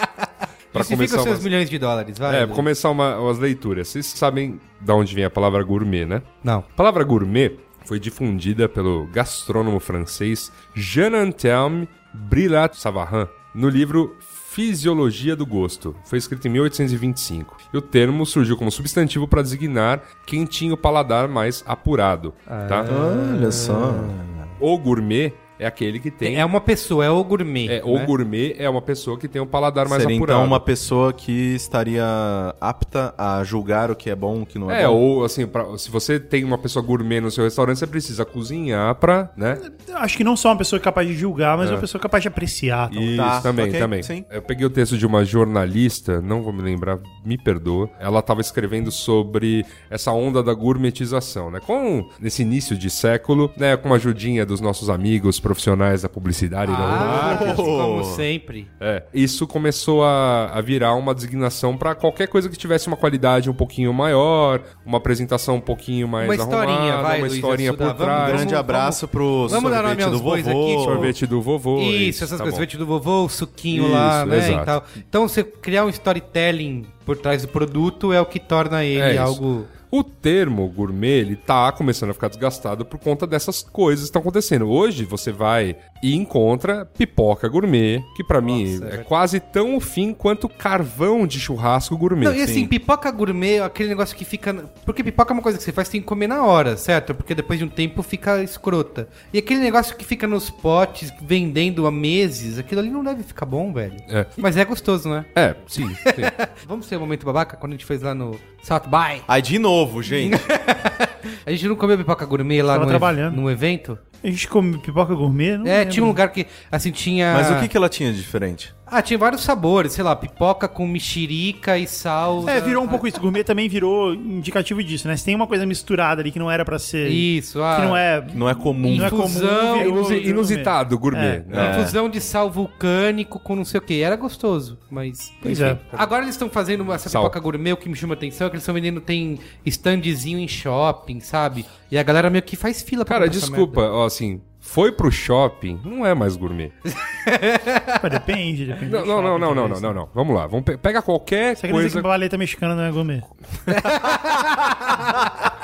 Speaker 3: Pra
Speaker 1: Justifica os seus
Speaker 3: umas-
Speaker 1: milhões de dólares, vai.
Speaker 3: É,
Speaker 1: Lu.
Speaker 3: pra começar uma, umas leituras. Vocês sabem de onde vem a palavra gourmet, né?
Speaker 1: Não.
Speaker 3: A palavra gourmet foi difundida pelo gastrônomo francês Jean-Anselme Brillat Savarin no livro Fisiologia do Gosto. Foi escrito em 1825. E o termo surgiu como substantivo para designar quem tinha o paladar mais apurado, tá?
Speaker 2: Olha só.
Speaker 3: O gourmet é aquele que tem...
Speaker 2: um
Speaker 1: É uma pessoa, é o gourmet.
Speaker 3: é, o
Speaker 1: né?
Speaker 3: gourmet é uma pessoa que tem o paladar mais
Speaker 2: Seria
Speaker 3: apurado.
Speaker 2: então uma pessoa que estaria apta a julgar o que é bom e o que não é,
Speaker 3: É,
Speaker 2: bom.
Speaker 3: ou assim, pra- se você tem uma pessoa gourmet no seu restaurante, você precisa cozinhar pra,
Speaker 1: É,
Speaker 3: né?
Speaker 4: Acho que não só uma pessoa capaz de julgar,
Speaker 3: É.
Speaker 4: mas uma pessoa capaz de apreciar. talvez.
Speaker 3: Isso,
Speaker 2: tá,
Speaker 3: também,
Speaker 2: ok,
Speaker 3: também.
Speaker 2: sim.
Speaker 3: Eu peguei o texto de uma jornalista, não vou me lembrar, me perdoa. Ela estava escrevendo sobre essa onda da gourmetização, né? Com nesse início de século, né? Com a ajudinha dos nossos amigos profissionais da publicidade e da
Speaker 1: Ah,
Speaker 3: marketing.
Speaker 1: como sempre.
Speaker 3: É, isso começou a, a virar uma designação pra qualquer coisa que tivesse uma qualidade um pouquinho maior, uma apresentação um pouquinho mais
Speaker 1: Uma historinha,
Speaker 3: arrumada,
Speaker 1: vai,
Speaker 3: uma
Speaker 1: Luiz,
Speaker 3: historinha
Speaker 1: ajuda,
Speaker 3: por
Speaker 1: vamos-
Speaker 3: trás.
Speaker 2: Um grande
Speaker 1: vamos-
Speaker 2: abraço pro
Speaker 1: vamos dar nome
Speaker 2: sorvete do
Speaker 1: aos bois
Speaker 2: vovô.
Speaker 1: aqui, tipo-
Speaker 3: Sorvete do vovô.
Speaker 1: Isso, essas coisas,
Speaker 3: tá bom.
Speaker 1: sorvete do vovô, o suquinho
Speaker 3: Isso,
Speaker 1: lá, né?
Speaker 3: exato.
Speaker 1: E tal. Então, você criar um storytelling por trás do produto é o que torna ele
Speaker 3: É isso.
Speaker 1: algo.
Speaker 3: O termo gourmet, ele tá começando a ficar desgastado por conta dessas coisas que estão acontecendo. Hoje você vai e encontra pipoca gourmet, que pra mim é quase tão o fim quanto carvão de churrasco gourmet.
Speaker 1: Não, e assim, pipoca gourmet, aquele negócio que fica. Porque pipoca é uma coisa que você faz, tem que comer na hora, certo? Porque depois de um tempo fica escrota. E aquele negócio que fica nos potes, vendendo há meses, aquilo ali não deve ficar bom, velho.
Speaker 3: É.
Speaker 1: Mas é gostoso, né?
Speaker 3: É, sim, sim.
Speaker 1: Vamos ter um momento babaca quando a gente fez lá no South By.
Speaker 2: Aí de novo, gente.
Speaker 1: A gente não comeu pipoca gourmet lá
Speaker 4: Tava
Speaker 1: no,
Speaker 4: trabalhando.
Speaker 1: num evento?
Speaker 4: A gente come pipoca gourmet, não
Speaker 1: É,
Speaker 4: lembro.
Speaker 1: tinha um lugar que, assim, tinha.
Speaker 2: Mas o que, que ela tinha de diferente?
Speaker 1: Ah, tinha vários sabores, sei lá, pipoca com mexerica e sal.
Speaker 4: É, virou um pouco isso. Gourmet também virou indicativo disso, né? Se tem uma coisa misturada ali que não era pra ser...
Speaker 1: Isso, ah.
Speaker 4: Que não é...
Speaker 2: Não é comum.
Speaker 4: Não é comum.
Speaker 1: Infusão,
Speaker 4: virou-
Speaker 3: Inusi-
Speaker 4: virou
Speaker 3: Inusitado gourmet.
Speaker 4: É.
Speaker 3: né?
Speaker 1: Uma Infusão de sal vulcânico com não sei o que. Era gostoso, mas.
Speaker 4: Pois é.
Speaker 1: Agora eles estão fazendo uma- essa
Speaker 3: Sal.
Speaker 1: pipoca gourmet, o que me chama atenção é que eles estão vendendo, tem standzinho em shopping, sabe? E a galera meio que faz fila pra
Speaker 3: Cara,
Speaker 1: comprar essa
Speaker 3: desculpa, ó, assim, foi pro shopping, não é mais gourmet.
Speaker 4: Mas depende, depende.
Speaker 3: Não,
Speaker 4: do
Speaker 3: não, não,
Speaker 4: é shopping,
Speaker 3: não, não, não,
Speaker 4: talvez.
Speaker 3: não, não. Vamos lá, vamos pe- pega qualquer
Speaker 4: Você quer dizer
Speaker 3: coisa.
Speaker 4: que paleta mexicana não é gourmet?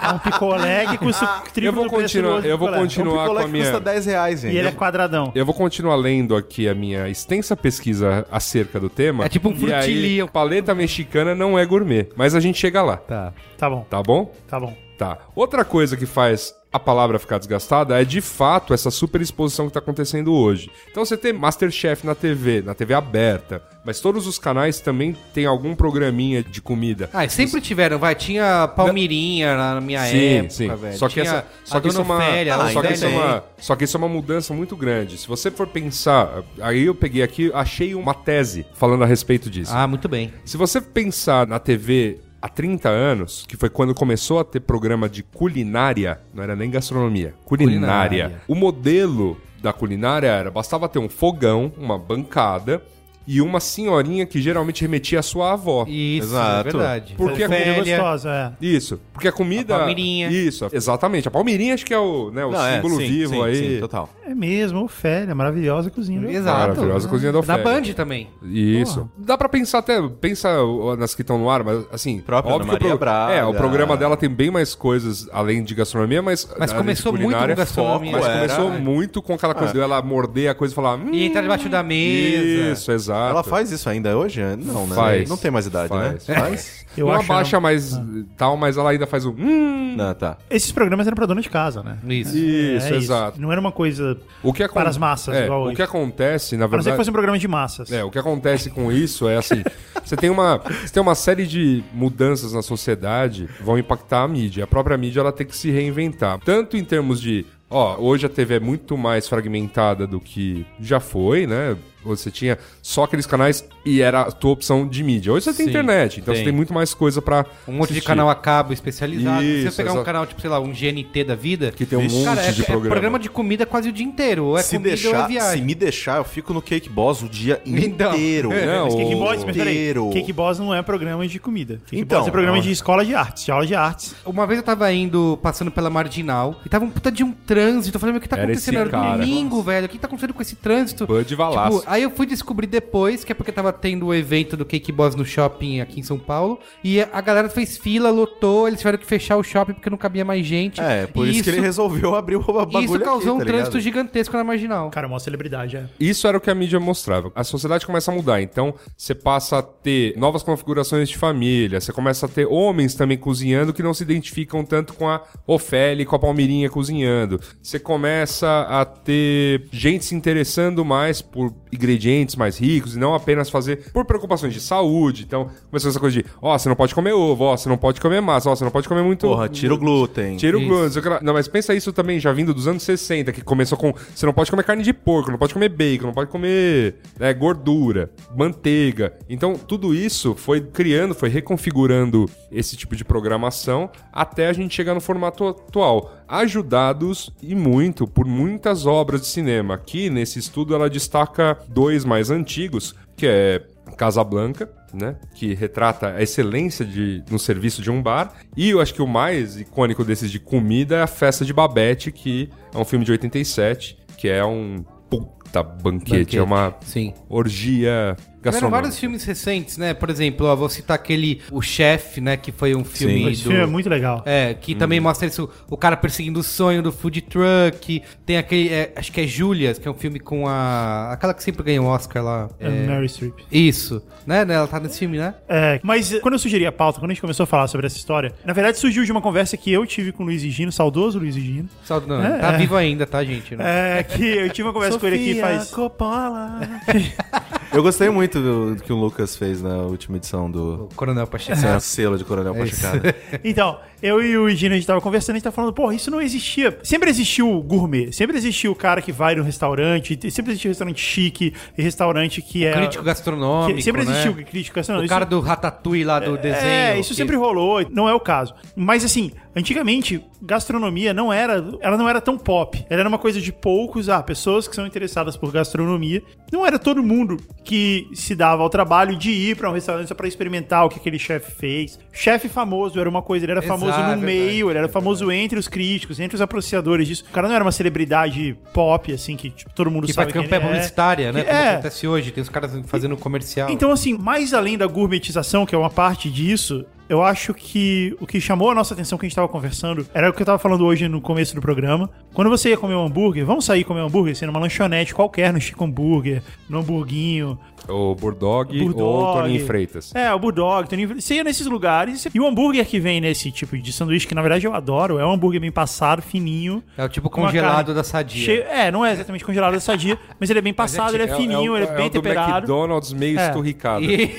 Speaker 4: é um picolé que custa
Speaker 3: Eu vou
Speaker 4: do preço do
Speaker 3: continuar-
Speaker 4: outro
Speaker 3: eu vou
Speaker 4: picolé.
Speaker 3: continuar.
Speaker 2: um picolé
Speaker 3: com a
Speaker 2: que
Speaker 3: minha-
Speaker 2: custa 10 reais, gente.
Speaker 4: E ele é quadradão.
Speaker 3: Eu vou continuar lendo aqui a minha extensa pesquisa acerca do tema.
Speaker 1: É tipo um
Speaker 3: E aí,
Speaker 1: frutilião.
Speaker 3: paleta mexicana não é gourmet, mas a gente chega lá,
Speaker 1: merda. Tá.
Speaker 4: Tá bom,
Speaker 3: tá bom?
Speaker 4: tá bom.
Speaker 3: Tá. Outra coisa que faz a palavra ficar desgastada é de fato essa superexposição que tá acontecendo hoje. Então você tem Masterchef na TV, na TV aberta, mas todos os canais também tem algum programinha de comida.
Speaker 1: Ah, e sempre tiveram, vai. Tinha Palmirinha na minha época, velho.
Speaker 3: Só que,
Speaker 1: Tinha
Speaker 3: essa, só
Speaker 1: a
Speaker 3: que isso é
Speaker 1: Dona
Speaker 3: uma,
Speaker 1: Ofélia,
Speaker 2: Ah,
Speaker 1: a
Speaker 3: só, que
Speaker 2: ainda
Speaker 3: isso é
Speaker 2: tem.
Speaker 3: uma, só que isso é uma mudança muito grande. Se você for pensar, aí eu peguei aqui, achei uma tese falando a respeito disso.
Speaker 1: Ah, muito bem.
Speaker 3: Se você pensar na TV há 30 anos, que foi quando começou a ter programa de culinária, não era nem gastronomia, culinária.
Speaker 1: Culinária.
Speaker 3: O modelo da culinária era bastava ter um fogão, uma bancada e uma senhorinha que geralmente remetia à sua avó.
Speaker 1: Isso,
Speaker 2: Exato.
Speaker 1: é verdade.
Speaker 3: Porque a
Speaker 4: Comida
Speaker 3: comida
Speaker 4: gostosa, é.
Speaker 3: Isso, porque a comida.
Speaker 1: A palmeirinha.
Speaker 3: Isso, exatamente. A palmeirinha acho que é o, né, o
Speaker 2: Não, é,
Speaker 3: símbolo
Speaker 2: sim,
Speaker 3: vivo
Speaker 2: sim,
Speaker 3: aí.
Speaker 2: sim, total.
Speaker 4: É mesmo, Ofélia, maravilhosa cozinha. do-
Speaker 1: Exato.
Speaker 3: Maravilhosa cozinha da
Speaker 1: Na
Speaker 3: Ofélia.
Speaker 1: Band também.
Speaker 3: Isso. Dá pra pensar até, pensa ó, nas que estão no ar, mas assim,
Speaker 2: Própria Ana
Speaker 3: que o
Speaker 2: Maria Braga.
Speaker 3: É, o programa dela tem bem mais coisas além de gastronomia, mas
Speaker 1: Mas
Speaker 3: além
Speaker 1: começou
Speaker 3: de
Speaker 1: muito com
Speaker 3: culinária, é
Speaker 1: gastronomia.
Speaker 3: Mas
Speaker 2: Era- né? É.
Speaker 3: começou muito com aquela coisa dela morder a coisa e falar, hum,
Speaker 1: E entrar debaixo da mesa.
Speaker 3: Isso, exato.
Speaker 2: Ela faz isso ainda hoje? Não, né? Não tem mais idade,
Speaker 3: faz,
Speaker 2: né?
Speaker 3: Faz.
Speaker 4: Eu
Speaker 3: não
Speaker 4: acho
Speaker 3: abaixa mais
Speaker 4: Ah.
Speaker 3: tal, mas ela ainda faz um hum.
Speaker 2: Não, tá.
Speaker 4: Esses programas eram pra dona de casa, né?
Speaker 1: Isso.
Speaker 3: Isso,
Speaker 4: É
Speaker 3: exato.
Speaker 4: Não era uma coisa
Speaker 3: O que acon-
Speaker 4: para as massas,
Speaker 3: é,
Speaker 4: igual
Speaker 3: o
Speaker 4: hoje.
Speaker 3: que acontece, na
Speaker 4: A não ser que
Speaker 3: verdade,
Speaker 4: fosse um programa de massas.
Speaker 3: É, o que acontece com isso é assim: você tem uma, você tem uma série de mudanças na sociedade que vão impactar a mídia. A própria mídia ela tem que se reinventar. Tanto em termos de. Ó, hoje a TV é muito mais fragmentada do que já foi, né? Você tinha só aqueles canais e era a tua opção de mídia. Hoje você tem
Speaker 1: Sim,
Speaker 3: internet, então
Speaker 1: tem.
Speaker 3: você tem muito mais coisa pra.
Speaker 1: Um monte de
Speaker 3: assistir.
Speaker 1: canal a cabo especializado. Se
Speaker 3: Isso,
Speaker 1: você pegar um
Speaker 3: exato.
Speaker 1: canal, tipo, sei lá, um GNT da vida.
Speaker 3: Que tem um
Speaker 2: Vixe.
Speaker 3: monte
Speaker 1: Cara, é,
Speaker 3: de
Speaker 1: é
Speaker 3: programa.
Speaker 1: programa de comida quase o dia inteiro. Ou é
Speaker 2: se
Speaker 1: comida ou é
Speaker 2: deixar, se
Speaker 1: viagem.
Speaker 2: me deixar, eu fico no Cake Boss o dia
Speaker 1: Então.
Speaker 2: inteiro.
Speaker 3: Não,
Speaker 4: Mas
Speaker 3: o-
Speaker 4: Cake Boss, mas peraí,
Speaker 2: Inteiro.
Speaker 4: Cake Boss não é programa de comida. Cake
Speaker 2: Então,
Speaker 4: Boss é programa
Speaker 2: não.
Speaker 4: de escola de artes, de aula de artes.
Speaker 1: Uma vez eu tava indo, passando pela Marginal, e tava um puta de um trânsito. Eu falei, meu, o que tá
Speaker 3: Era
Speaker 1: acontecendo?
Speaker 3: esse
Speaker 1: Era
Speaker 3: cara.
Speaker 1: domingo, velho. O que tá acontecendo com esse trânsito?
Speaker 2: um
Speaker 1: Tipo,
Speaker 3: Bud Valaço.
Speaker 1: aí eu fui descobrir depois que é porque tava tendo o evento do Cake Boss no shopping aqui em São Paulo. E a galera fez fila, lotou, eles tiveram que fechar o shopping porque não cabia mais gente.
Speaker 2: É, por
Speaker 1: E
Speaker 2: isso, que ele resolveu abrir o bagulho
Speaker 1: Isso causou
Speaker 2: aqui,
Speaker 1: um
Speaker 2: tá ligado?
Speaker 1: trânsito gigantesco na marginal.
Speaker 4: Cara, uma celebridade, é.
Speaker 3: Isso era o que a mídia mostrava. A sociedade começa a mudar, então você passa a ter novas configurações de família, você começa a ter homens também cozinhando que não se identificam tanto com a Ofélia e com a Palmirinha cozinhando. Você começa a ter gente se interessando mais por ingredientes mais ricos e não apenas fazer por preocupações de saúde. Então começou essa coisa de, ó, você não pode comer ovo, ó, você não pode comer massa, ó, você não pode comer muito.
Speaker 2: Porra, tira o glúten.
Speaker 3: Tira o glúten. sei o que lá. Não, mas pensa isso também, já vindo dos anos 60, que começou com. Você não pode comer carne de porco, não pode comer bacon, não pode comer né, gordura, manteiga. Então, tudo isso foi criando, foi reconfigurando esse tipo de programação até a gente chegar no formato atual. Ajudados e muito por muitas obras de cinema. Aqui, nesse estudo, ela destaca dois mais antigos, que é Casablanca, né? Que retrata a excelência de, no serviço de um bar. E eu acho que o mais icônico desses de comida é a Festa de Babette, que é um filme de 87, que é um puta banquete,
Speaker 1: Banquete,
Speaker 3: é uma
Speaker 1: sim.
Speaker 4: é
Speaker 3: orgia
Speaker 1: Tiveram
Speaker 3: gastronômica.
Speaker 1: vários filmes recentes, né? Por exemplo, ó, vou citar aquele O Chefe, né? Que foi um filme.
Speaker 2: Sim.
Speaker 1: do-
Speaker 4: Esse filme é muito legal.
Speaker 1: É, que também mostra isso, o cara perseguindo o sonho do food truck. Tem aquele, é, acho que é Julias, que é um filme com a. aquela que sempre ganha o Oscar lá.
Speaker 4: É.
Speaker 1: É,
Speaker 4: Mary Streep.
Speaker 1: Isso, né? né, Ela tá nesse filme, né?
Speaker 4: É, mas eh, quando eu sugeri a pauta, quando a gente começou a falar sobre essa história, na verdade surgiu de uma conversa que eu tive com o Luiz e Gino, saudoso Luiz e Gino,
Speaker 1: Saldo, não,
Speaker 4: É,
Speaker 1: tá
Speaker 4: é.
Speaker 1: vivo ainda, tá, gente? Né?
Speaker 4: é, que eu tive uma conversa com ele aqui faz...
Speaker 2: Coppola. Eu gostei muito do, do que o Lucas fez na última edição do
Speaker 1: O Coronel Pacheco.
Speaker 2: Sem a Selo de Coronel
Speaker 1: É isso.
Speaker 2: Pachecada.
Speaker 4: Então, eu e o Gino, a gente tava conversando, a gente tava falando, porra, isso não existia. Sempre existiu o gourmet, sempre existiu o cara que vai no restaurante, e sempre existiu restaurante chique, e restaurante que é...
Speaker 1: Crítico gastronômico.
Speaker 4: que sempre existiu
Speaker 1: né?
Speaker 4: crítico gastronômico.
Speaker 1: O
Speaker 4: Isso-
Speaker 1: cara do Ratatouille lá do desenho.
Speaker 4: É, isso
Speaker 1: que-
Speaker 4: sempre rolou, não é o caso. Mas assim, antigamente, gastronomia não era, ela não era tão pop. Ela era uma coisa de poucos, ah, pessoas que são interessadas por gastronomia. Não era todo mundo que se dava ao trabalho de ir pra um restaurante só pra experimentar o que aquele chefe fez. Chefe famoso era uma coisa, ele era
Speaker 1: Exato, é
Speaker 4: famoso no
Speaker 1: verdade,
Speaker 4: meio, ele era famoso entre os críticos, entre os apreciadores disso. O cara não era uma celebridade pop assim que tipo, todo mundo
Speaker 1: Que faz
Speaker 4: sabe quem
Speaker 1: campanha
Speaker 4: ele é.
Speaker 1: publicitária, né?
Speaker 4: Que-
Speaker 1: Como
Speaker 4: é.
Speaker 1: acontece hoje, tem os caras fazendo comercial.
Speaker 4: Então, assim, mais além da gourmetização, que é uma parte disso, eu acho que o que chamou a nossa atenção que a gente tava conversando era o que eu tava falando hoje no começo do programa. Quando você ia comer um hambúrguer, vamos sair comer um hambúrguer, sendo numa lanchonete qualquer, no Chico Hambúrguer, no Hamburguinho,
Speaker 3: O Burdog ou o
Speaker 4: Bulldog.
Speaker 3: Toninho Freitas.
Speaker 4: É, o Bulldog, Toninho Freitas. Você ia nesses lugares e o hambúrguer que vem nesse tipo de sanduíche, que na verdade eu adoro, é um hambúrguer bem passado, fininho.
Speaker 1: É o tipo
Speaker 4: com uma
Speaker 1: congelado
Speaker 4: carne
Speaker 1: da Sadia.
Speaker 4: cheia- É, não é exatamente congelado da sadia, mas ele é bem passado, ele é fininho, ele é bem
Speaker 3: o do
Speaker 4: temperado.
Speaker 3: McDonald's meio
Speaker 4: É.
Speaker 3: esturricado.
Speaker 1: E-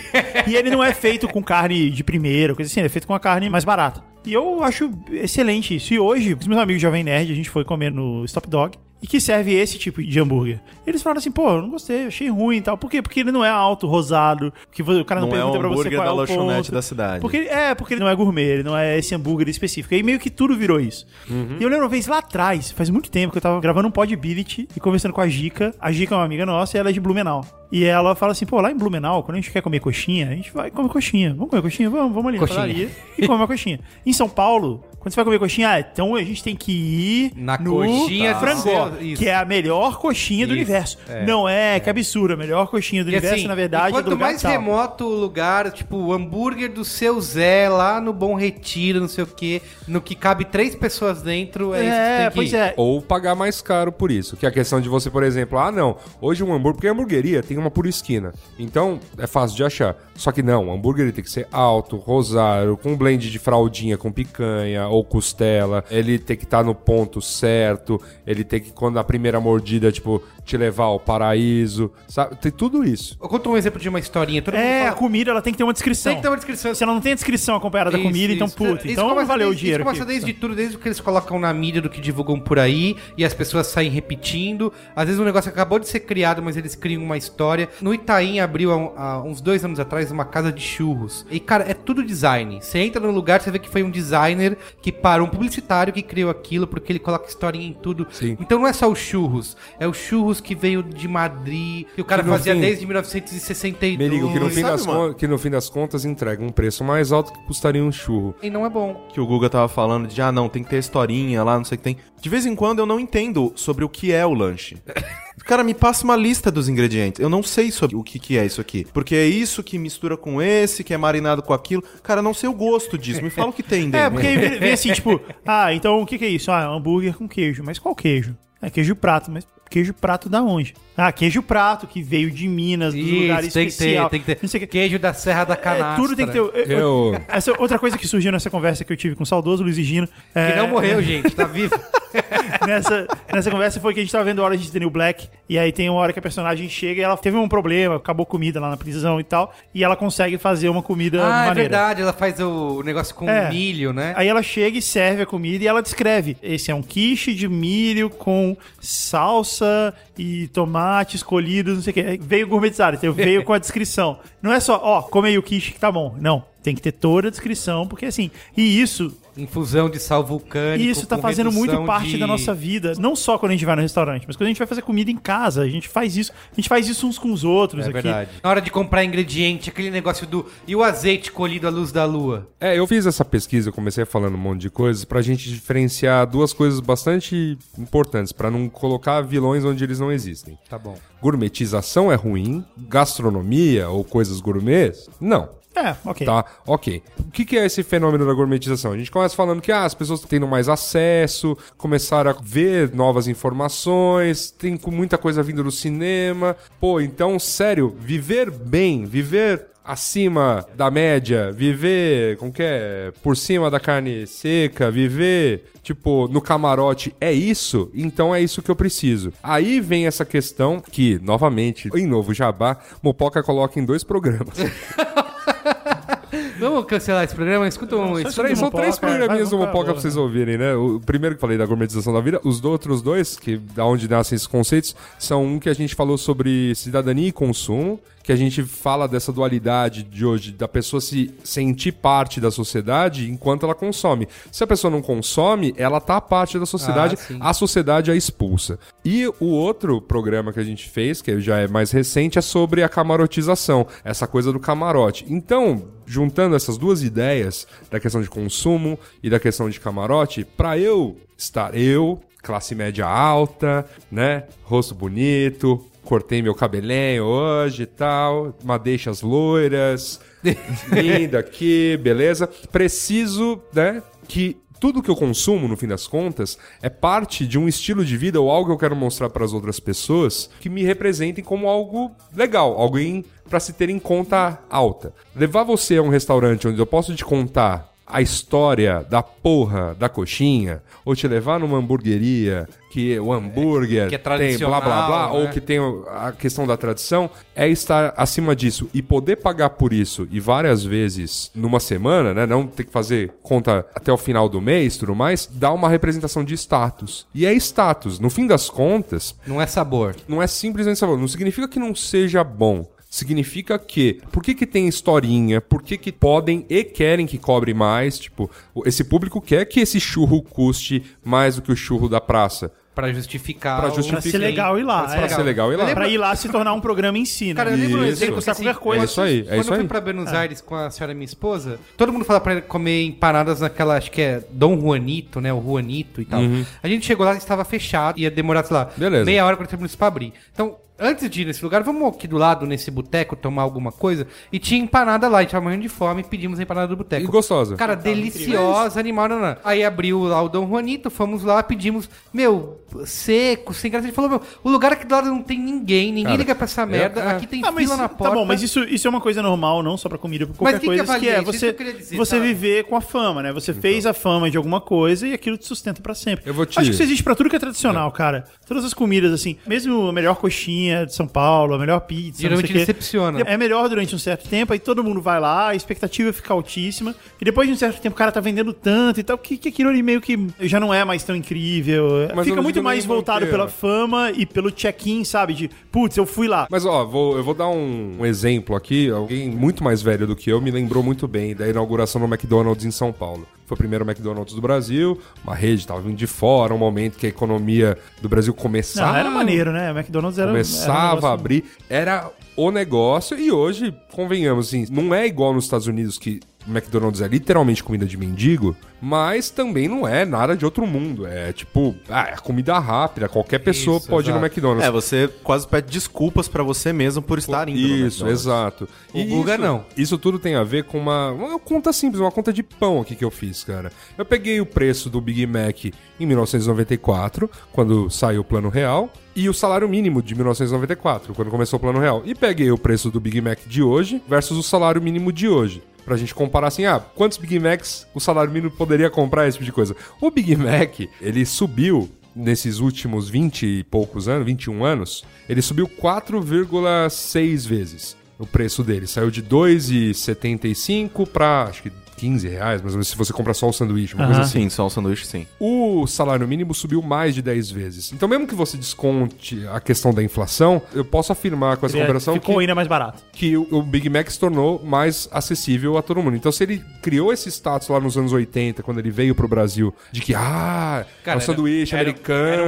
Speaker 4: E ele não é feito com carne de primeira, coisa assim, ele é feito com uma carne mais barata. E eu acho excelente isso. E hoje, os meus amigos Jovem Nerd, a gente foi comer no Stop Dog. E que serve esse tipo de hambúrguer. Eles falaram assim, pô, eu não gostei, eu achei ruim e tal. Por quê? Porque ele não é alto, rosado, que vo- o cara não,
Speaker 2: Não é
Speaker 4: pergunta
Speaker 2: um
Speaker 4: pra você
Speaker 2: hambúrguer
Speaker 4: qual
Speaker 2: da
Speaker 4: é o
Speaker 2: lanchonete
Speaker 4: ponto.
Speaker 2: da cidade.
Speaker 4: Porque ele- é, porque ele não é gourmet, ele não é esse hambúrguer específico. E meio que tudo virou isso.
Speaker 1: Uhum.
Speaker 4: E eu lembro uma vez lá atrás, faz muito tempo que eu tava gravando um podbility e conversando com a Gica. A Gica é uma amiga nossa e ela é de Blumenau. E ela fala assim, pô, lá em Blumenau, quando a gente quer comer coxinha, a gente vai comer coxinha. Vamos comer coxinha? Vamos, vamos ali na
Speaker 1: Coxinha.
Speaker 4: padaria e comer uma coxinha. Em São Paulo, quando você vai comer coxinha, ah, então a gente tem que ir
Speaker 1: Na
Speaker 4: no
Speaker 1: coxinha do
Speaker 4: Frangó,
Speaker 1: seu- isso.
Speaker 4: que é a melhor coxinha do
Speaker 1: Isso,
Speaker 4: universo.
Speaker 1: é.
Speaker 4: Não é, que absurdo, a melhor coxinha do
Speaker 1: E
Speaker 4: universo,
Speaker 1: assim,
Speaker 4: na verdade, é do
Speaker 1: quanto
Speaker 4: lugar
Speaker 1: mais
Speaker 4: tal.
Speaker 1: remoto o lugar, tipo, o hambúrguer do seu Zé lá no Bom Retiro, não sei o quê, no que cabe três pessoas dentro, é, isso que
Speaker 4: É,
Speaker 1: tem que
Speaker 4: pois
Speaker 1: ir.
Speaker 4: é.
Speaker 3: Ou pagar mais caro por isso. Que é a questão de você, por exemplo, ah, não, hoje um hambúrguer, porque a hamburgueria tem uma por esquina. Então, é fácil de achar. Só que não, o hambúrguer ele tem que ser alto, rosário, com um blend de fraldinha com picanha ou costela. Ele tem que estar no ponto certo. Ele tem que, quando a primeira mordida, tipo, te levar ao paraíso. Sabe? Tem tudo isso.
Speaker 1: Eu conto um exemplo de uma historinha. Todo mundo
Speaker 4: É, a
Speaker 1: fala,
Speaker 4: comida ela tem que ter uma descrição.
Speaker 1: tem que ter uma descrição.
Speaker 4: Se ela não tem a descrição acompanhada da
Speaker 1: Isso,
Speaker 4: comida, então
Speaker 1: isso.
Speaker 4: puta.
Speaker 1: Isso
Speaker 4: então não
Speaker 1: começa
Speaker 4: valeu
Speaker 1: desde-
Speaker 4: o dinheiro.
Speaker 1: Isso começa
Speaker 4: aqui.
Speaker 1: desde tudo, desde o que eles colocam na mídia, do que divulgam por aí, e as pessoas saem repetindo. Às vezes um negócio acabou de ser criado, mas eles criam uma história. No Itaim abriu há, um- há uns dois anos atrás uma casa de churros. E, cara, é tudo design. Você entra no lugar, você vê que foi um designer que parou, um publicitário que criou aquilo, porque ele coloca historinha em tudo.
Speaker 3: Sim.
Speaker 1: Então não é só o churros, é o churros que veio de Madrid, que o cara
Speaker 3: Que no
Speaker 1: fazia
Speaker 3: fim-
Speaker 1: desde 1962.
Speaker 3: Merigo, que no, fim
Speaker 2: Sabe,
Speaker 3: das
Speaker 2: mano?
Speaker 3: con- que no fim das contas entrega um preço mais alto que custaria um churro.
Speaker 1: E não é bom.
Speaker 2: que o Guga tava falando de, ah, não, tem que ter historinha lá, não sei o que tem. De vez em quando eu não entendo sobre o que é o lanche. Cara, me passa uma lista dos ingredientes. Eu não sei sobre o que, que é isso aqui. Porque é isso que mistura com esse, que é marinado com aquilo. Cara, eu não sei o gosto disso. Me fala o que tem dentro.
Speaker 4: É, porque aí vem- vem assim, tipo, ah, então o que, que é isso? Ah, é um hambúrguer com queijo. Mas qual queijo? É queijo prato, mas queijo prato da onde? Ah, queijo prato que veio de Minas, do lugar
Speaker 1: Isso, tem que ter,
Speaker 4: especial.
Speaker 1: tem que
Speaker 4: Não sei o
Speaker 1: ter.
Speaker 4: quê.
Speaker 1: Queijo da Serra da
Speaker 4: É,
Speaker 1: Canastra.
Speaker 4: tudo tem que ter. eu- eu-
Speaker 3: Eu.
Speaker 4: essa outra coisa que surgiu nessa conversa que eu tive com o saudoso Luiz e Gino.
Speaker 1: Que
Speaker 4: é-
Speaker 1: não morreu, gente, tá vivo.
Speaker 4: nessa, nessa conversa foi que a gente tava vendo Orange is the New Black, e aí tem uma hora que a personagem chega e ela teve um problema, acabou comida lá na prisão e tal, e ela consegue fazer uma comida
Speaker 1: ah, é
Speaker 4: maneira.
Speaker 1: verdade, ela faz o negócio com
Speaker 4: É.
Speaker 1: milho, né?
Speaker 4: Aí ela chega e serve a comida e ela descreve. Esse é um quiche de milho com salsa e tomates colhidos, não sei o que. Aí Veio gourmetizado, então veio com a descrição. Não é só, ó, come aí o quiche que tá bom. Não, tem que ter toda a descrição, porque assim, e isso
Speaker 1: infusão de sal vulcânico.
Speaker 4: E isso tá
Speaker 1: com
Speaker 4: fazendo muito
Speaker 1: redução
Speaker 4: parte
Speaker 1: de-
Speaker 4: da nossa vida. Não só quando a gente vai no restaurante, mas quando a gente vai fazer comida em casa. A gente faz isso. A gente faz isso uns com os outros
Speaker 1: É
Speaker 4: aqui.
Speaker 1: verdade. Na hora de comprar ingrediente, aquele negócio do. E o azeite colhido à luz da lua?
Speaker 3: É, eu fiz essa pesquisa, eu comecei falando um monte de coisas pra gente diferenciar duas coisas bastante importantes, pra não colocar vilões onde eles não existem.
Speaker 1: Tá bom.
Speaker 3: Gourmetização é ruim, gastronomia ou coisas gourmets? Não.
Speaker 4: É, ok.
Speaker 3: Tá, ok. O que, que é esse fenômeno da gourmetização? A gente começa falando que ah, as pessoas tendo mais acesso, começaram a ver novas informações, tem com muita coisa vindo do cinema. Pô, então, sério, viver bem, viver acima da média, viver, como que é, por cima da carne seca, viver, tipo, no camarote, é isso? Então é isso que eu preciso. Aí vem essa questão que, novamente, em novo jabá, Mopoca coloca em dois programas.
Speaker 1: Vamos cancelar esse programa? Escuta um.
Speaker 4: só
Speaker 1: Isso
Speaker 4: isso
Speaker 3: Três,
Speaker 4: do
Speaker 3: são três
Speaker 4: Mopoca,
Speaker 3: programinhas
Speaker 4: vai,
Speaker 3: do
Speaker 4: Mopoca,
Speaker 3: Mopoca pra
Speaker 4: boa.
Speaker 3: vocês ouvirem, né? O primeiro que eu falei da gourmetização da vida, os outros dois, que da onde nascem esses conceitos, são um que a gente falou sobre cidadania e consumo, que a gente fala dessa dualidade de hoje, da pessoa se sentir parte da sociedade enquanto ela consome. Se a pessoa não consome, ela tá parte da sociedade,
Speaker 1: Ah, sim.
Speaker 3: a sociedade a expulsa. E o outro programa que a gente fez, que já é mais recente, é sobre a camarotização, essa coisa do camarote. Então, juntando essas duas ideias da questão de consumo e da questão de camarote, pra eu estar eu, classe média alta, né, rosto bonito, cortei meu cabelinho hoje e tal, madeixas loiras, linda aqui, beleza? Preciso, né, que tudo que eu consumo, no fim das contas, é parte de um estilo de vida ou algo que eu quero mostrar para as outras pessoas que me representem como algo legal, alguém para se ter em conta alta. Levar você a um restaurante onde eu posso te contar a história da porra da coxinha, ou te levar numa hamburgueria que o hambúrguer
Speaker 1: que é
Speaker 3: tem blá blá blá,
Speaker 1: tradicional,
Speaker 3: ou
Speaker 1: né?
Speaker 3: que tem a questão da tradição, é estar acima disso e poder pagar por isso e várias vezes numa semana, né? Não ter que fazer conta até o final do mês e tudo mais, dá uma representação de status. E é status. No fim das contas,
Speaker 1: Não é sabor.
Speaker 3: não é simplesmente sabor. Não significa que não seja bom. Significa que, por que, que tem historinha? Por que, que podem e querem que cobre mais? Tipo, o- esse público quer que esse churro custe mais do que o churro da praça.
Speaker 1: Pra justificar.
Speaker 3: Pra
Speaker 1: o-
Speaker 4: Pra
Speaker 3: justificar.
Speaker 4: ser legal ir lá.
Speaker 1: Tipo, Pra
Speaker 4: é.
Speaker 3: Pra ser legal e lá.
Speaker 4: Pra ir lá se tornar um programa em si, né?
Speaker 1: Cara, eu lembro um
Speaker 3: Isso.
Speaker 1: exemplo
Speaker 4: Custar
Speaker 1: que,
Speaker 4: qualquer coisa.
Speaker 3: É isso aí, é
Speaker 1: Quando
Speaker 3: isso
Speaker 1: eu fui
Speaker 3: aí.
Speaker 1: pra Buenos Aires com a senhora minha esposa, todo mundo fala pra ela comer empanadas naquela, acho que é Dom Juanito, né? O Juanito e tal. A gente chegou lá e estava fechado, ia demorar, sei lá,
Speaker 3: Uhum. Beleza.
Speaker 1: meia hora, 40 minutos pra abrir. Então, antes de ir nesse lugar, vamos aqui do lado, nesse boteco, tomar alguma coisa. E tinha empanada lá, a gente tava morrendo de fome, pedimos a empanada do boteco.
Speaker 3: E É gostosa.
Speaker 1: Cara, deliciosa, animal, não, não. Aí abriu lá o Dom Juanito, fomos lá, pedimos, meu, seco, sem graça. Ele falou, meu, o lugar aqui do lado não tem ninguém, ninguém
Speaker 3: Cara,
Speaker 1: liga pra essa merda.
Speaker 3: é.
Speaker 1: Aqui tem
Speaker 4: Ah, mas,
Speaker 1: fila na porta.
Speaker 4: Tá bom, mas isso, isso é uma coisa normal, não só pra comida, pra qualquer
Speaker 1: que que
Speaker 4: coisa que,
Speaker 1: avalia
Speaker 4: é
Speaker 1: isso? Isso
Speaker 4: você,
Speaker 1: que eu queria dizer,
Speaker 4: você
Speaker 1: sabe?
Speaker 4: viver com a fama, né? Você fez a fama de alguma coisa e aquilo te sustenta pra sempre.
Speaker 3: Então. Eu vou te-
Speaker 4: Acho que isso existe pra tudo que é tradicional, cara. Todas as comidas, assim, mesmo a melhor coxinha de São Paulo, a melhor pizza,
Speaker 1: Geralmente
Speaker 4: não sei o quê,
Speaker 1: decepciona.
Speaker 4: É melhor durante um certo tempo, aí todo mundo vai lá, a expectativa fica altíssima, e depois de um certo tempo o cara tá vendendo tanto e tal, que, que aquilo ali meio que já não é mais tão incrível.
Speaker 3: Mas eu
Speaker 4: fica
Speaker 3: não
Speaker 4: muito
Speaker 3: digo nem
Speaker 4: mais voltado
Speaker 3: roteiro.
Speaker 4: pela fama e pelo check-in, sabe? De, putz, eu fui lá.
Speaker 3: Mas ó, vou- eu vou dar um, um exemplo aqui. Alguém muito mais velho do que eu me lembrou muito bem da inauguração do McDonald's em São Paulo. Foi o primeiro McDonald's do Brasil, uma rede estava vindo de fora, um momento que a economia do Brasil começava.
Speaker 4: Não, era maneiro, né? O McDonald's era.
Speaker 3: começava
Speaker 4: era um negócio-
Speaker 3: a abrir. Era o negócio e hoje, convenhamos, assim, não é igual nos Estados Unidos que o McDonald's é literalmente comida de mendigo, mas também não é nada de outro mundo. É tipo, ah, é comida rápida, qualquer pessoa
Speaker 1: Isso,
Speaker 3: pode ir no
Speaker 1: exato.
Speaker 3: McDonald's.
Speaker 2: É, você quase pede desculpas pra você mesmo por estar indo. né? no
Speaker 3: Isso,
Speaker 2: McDonald's.
Speaker 3: exato.
Speaker 1: O Guga
Speaker 3: isso,
Speaker 1: não.
Speaker 3: Isso tudo tem a ver com uma, uma conta simples, uma conta de pão aqui que eu fiz, cara. Eu peguei o preço do Big Mac em 1994, quando saiu o Plano Real, e o salário mínimo de 1994, quando começou o Plano Real. E peguei o preço do Big Mac de hoje versus o salário mínimo de hoje. Pra gente comparar assim, ah, quantos Big Macs o salário mínimo poderia comprar, esse tipo de coisa. O Big Mac, ele subiu nesses últimos 20 e poucos anos, 21 anos, ele subiu 4,6 vezes o preço dele. Saiu de 2,75 para acho que 15 reais, mais ou menos, se você comprar só o sanduíche, uma
Speaker 4: Aham.
Speaker 3: coisa assim.
Speaker 2: Sim, só um sanduíche, sim.
Speaker 3: O salário mínimo subiu mais de 10 vezes. Então, mesmo que você desconte a questão da inflação, eu posso afirmar com essa comparação que,
Speaker 4: Ficou ainda mais barato.
Speaker 3: que o o Big Mac se tornou mais acessível a todo mundo. Então, se ele criou esse status lá nos anos 80, quando ele veio pro Brasil, de que, ah, é
Speaker 1: Cara,
Speaker 3: um sanduíche
Speaker 1: era-
Speaker 3: americano.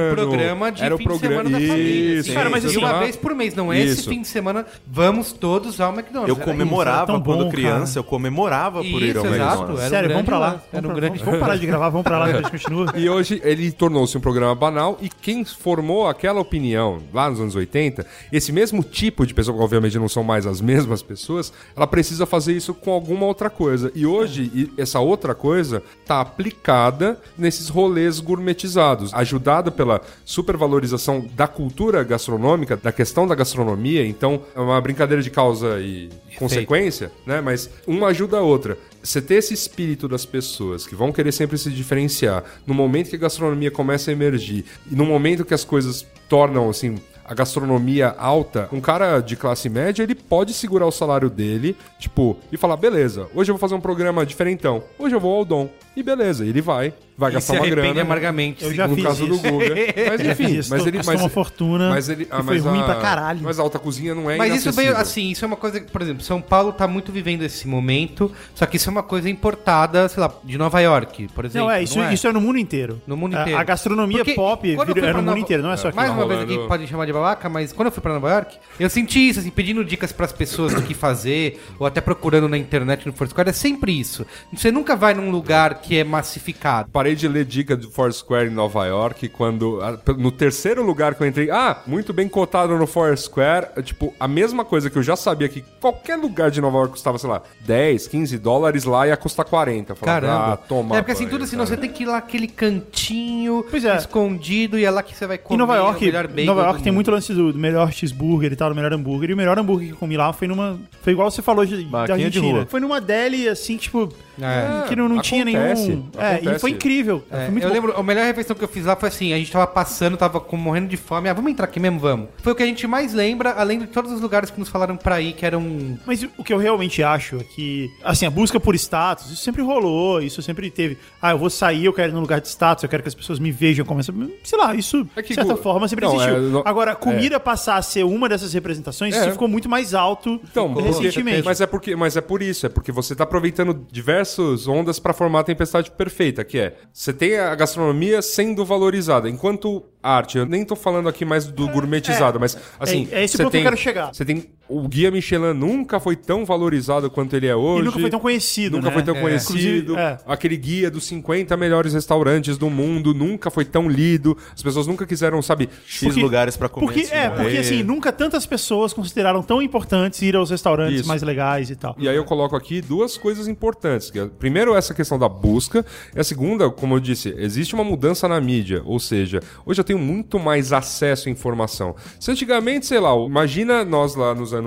Speaker 1: Era um programa de fim de semana da família.
Speaker 3: Isso,
Speaker 1: assim.
Speaker 4: Cara, mas
Speaker 1: E
Speaker 4: assim,
Speaker 1: uma
Speaker 3: lá-
Speaker 1: vez por mês, não é esse
Speaker 3: Isso.
Speaker 1: fim de semana, vamos todos ao McDonald's.
Speaker 2: Eu
Speaker 1: Era
Speaker 2: comemorava
Speaker 4: era é tão
Speaker 2: quando
Speaker 4: bom,
Speaker 2: criança, eu comemorava por ir
Speaker 1: Isso,
Speaker 2: ao
Speaker 1: exato,
Speaker 2: McDonald's.
Speaker 1: Era um
Speaker 4: Sério,
Speaker 1: grande
Speaker 4: vamos pra lá.
Speaker 1: lance, era
Speaker 4: Vamos
Speaker 1: um
Speaker 4: pra-
Speaker 1: grande-
Speaker 4: vamos, vamos parar de gravar, vamos pra lá, depois continua.
Speaker 3: E hoje ele tornou-se um programa banal e quem formou aquela opinião lá nos anos 80, esse mesmo tipo de pessoa, que obviamente não são mais as mesmas pessoas, ela precisa fazer isso com alguma outra coisa. E hoje e- essa outra coisa tá aplicada nesses rolês gourmetizados, ajudada pela supervalorização da cultura gastronômica, da questão da gastronomia, então é uma brincadeira de causa e consequência, né? Mas uma ajuda a outra. Você ter esse espírito das pessoas que vão querer sempre se diferenciar, no momento que a gastronomia começa a emergir e no momento que as coisas tornam assim a gastronomia alta, um cara de classe média, ele pode segurar o salário dele, tipo, e falar, beleza, hoje eu vou fazer um programa diferentão, hoje eu vou ao Dom, e beleza, ele vai,
Speaker 1: E
Speaker 3: vai
Speaker 1: se
Speaker 3: gastar uma
Speaker 1: arrepende é
Speaker 3: grana.
Speaker 1: amargamente.
Speaker 4: Eu
Speaker 1: se-
Speaker 4: já
Speaker 3: no
Speaker 4: fiz
Speaker 3: caso
Speaker 4: isso.
Speaker 3: do Guga. Mas
Speaker 4: Já
Speaker 3: enfim,
Speaker 4: fiz isso,
Speaker 3: mas ele.
Speaker 4: gastou
Speaker 3: mas-
Speaker 4: uma fortuna
Speaker 3: Mas ele. ah,
Speaker 4: e foi
Speaker 3: mas
Speaker 4: ruim pra caralho.
Speaker 3: Mas a alta cozinha não é
Speaker 1: Mas isso veio,
Speaker 3: inacessível.
Speaker 1: assim, isso é uma coisa que, por exemplo, São Paulo tá muito vivendo esse momento, só que isso é uma coisa importada, sei lá, de Nova York, por exemplo.
Speaker 4: Não, é isso, isso é no mundo inteiro.
Speaker 1: No mundo
Speaker 4: A-
Speaker 1: inteiro.
Speaker 4: A gastronomia
Speaker 1: Porque
Speaker 4: pop
Speaker 1: quando eu fui
Speaker 4: virou- é no
Speaker 1: pra
Speaker 4: mundo
Speaker 1: Nova-
Speaker 4: inteiro, não é só aqui.
Speaker 1: Mais
Speaker 3: tá
Speaker 1: uma vez
Speaker 3: rolando-
Speaker 1: aqui, pode me chamar de babaca, mas quando eu fui pra Nova York, eu senti isso, assim, pedindo dicas pras pessoas do que fazer, ou até procurando na internet, no Foursquare, é sempre isso. Você nunca vai num lugar que é massificado.
Speaker 3: Parei de ler dica do Foursquare em Nova York quando. a- No terceiro lugar que eu entrei. Ah, muito bem cotado no Foursquare. é, Tipo, a mesma coisa que eu já sabia que qualquer lugar de Nova York custava, sei lá, 10, 15 dólares lá ia custar 40. Eu falava,
Speaker 1: Caramba.
Speaker 3: Ah, toma.
Speaker 1: é porque assim,
Speaker 3: banho,
Speaker 1: tudo assim, não,
Speaker 3: cara.
Speaker 1: você tem que ir lá aquele cantinho
Speaker 4: Pois é.
Speaker 1: escondido e é lá que você vai comer
Speaker 4: Em Nova
Speaker 1: o
Speaker 4: York,
Speaker 1: melhor bacon
Speaker 4: Nova
Speaker 1: do
Speaker 4: York tem
Speaker 1: mundo.
Speaker 4: muito lance do, do melhor cheeseburger e tal, do melhor hambúrguer. E o melhor hambúrguer que eu comi lá foi numa. Foi igual você falou de, da
Speaker 2: Barraquinha de
Speaker 4: Argentina.
Speaker 2: rua.
Speaker 4: foi numa deli, assim, tipo.
Speaker 1: É.
Speaker 4: Que não, não
Speaker 3: Acontece,
Speaker 4: tinha nenhum. É, e
Speaker 3: acontece.
Speaker 4: foi incrível.
Speaker 1: É,
Speaker 4: foi muito
Speaker 1: eu
Speaker 4: bom.
Speaker 1: lembro, a melhor refeição que eu fiz lá foi assim, a gente tava passando, tava com- morrendo de fome, ah, vamos entrar aqui mesmo, vamos. Foi o que a gente mais lembra, além de todos os lugares que nos falaram pra ir, que eram...
Speaker 4: Mas o que eu realmente acho é que, assim, a busca por status, isso sempre rolou, isso sempre teve. Ah, eu vou sair, eu quero ir num lugar de status, eu quero que as pessoas me vejam, começa. Sei lá, isso,
Speaker 3: É que,
Speaker 4: de certa
Speaker 3: Gu-
Speaker 4: forma, sempre
Speaker 3: não,
Speaker 4: existiu.
Speaker 3: é, não-
Speaker 4: Agora, comida passar a ser uma dessas representações,
Speaker 3: É.
Speaker 4: isso ficou muito mais alto
Speaker 3: Então,
Speaker 4: recentemente.
Speaker 3: porque, mas é porque, mas é por isso, é porque você tá aproveitando diversas ondas pra formar a tempestade perfeita, que é você tem a gastronomia sendo valorizada, enquanto arte, eu nem tô falando aqui mais do gourmetizado, mas assim,
Speaker 4: é esse
Speaker 3: você
Speaker 4: ponto que eu
Speaker 3: tem-
Speaker 4: quero chegar.
Speaker 3: Você tem o guia Michelin nunca foi tão valorizado quanto ele é hoje.
Speaker 4: E nunca foi tão conhecido.
Speaker 3: Nunca
Speaker 4: né?
Speaker 3: foi tão
Speaker 4: É.
Speaker 3: conhecido.
Speaker 4: Inclusive, é.
Speaker 3: Aquele guia dos 50 melhores restaurantes do mundo nunca foi tão lido. As pessoas nunca quiseram, sabe?
Speaker 2: X lugares pra comer.
Speaker 4: é. Porque,
Speaker 2: assim,
Speaker 4: é,
Speaker 2: né?
Speaker 4: porque
Speaker 2: E-
Speaker 4: assim, nunca tantas pessoas consideraram tão importantes ir aos restaurantes
Speaker 3: Isso.
Speaker 4: mais legais e tal.
Speaker 3: E aí eu coloco aqui duas coisas importantes. que é, Primeiro, essa questão da busca. E a segunda, como eu disse, existe uma mudança na mídia. Ou seja, hoje eu tenho muito mais acesso à informação. Se antigamente, sei lá, imagina nós lá nos anos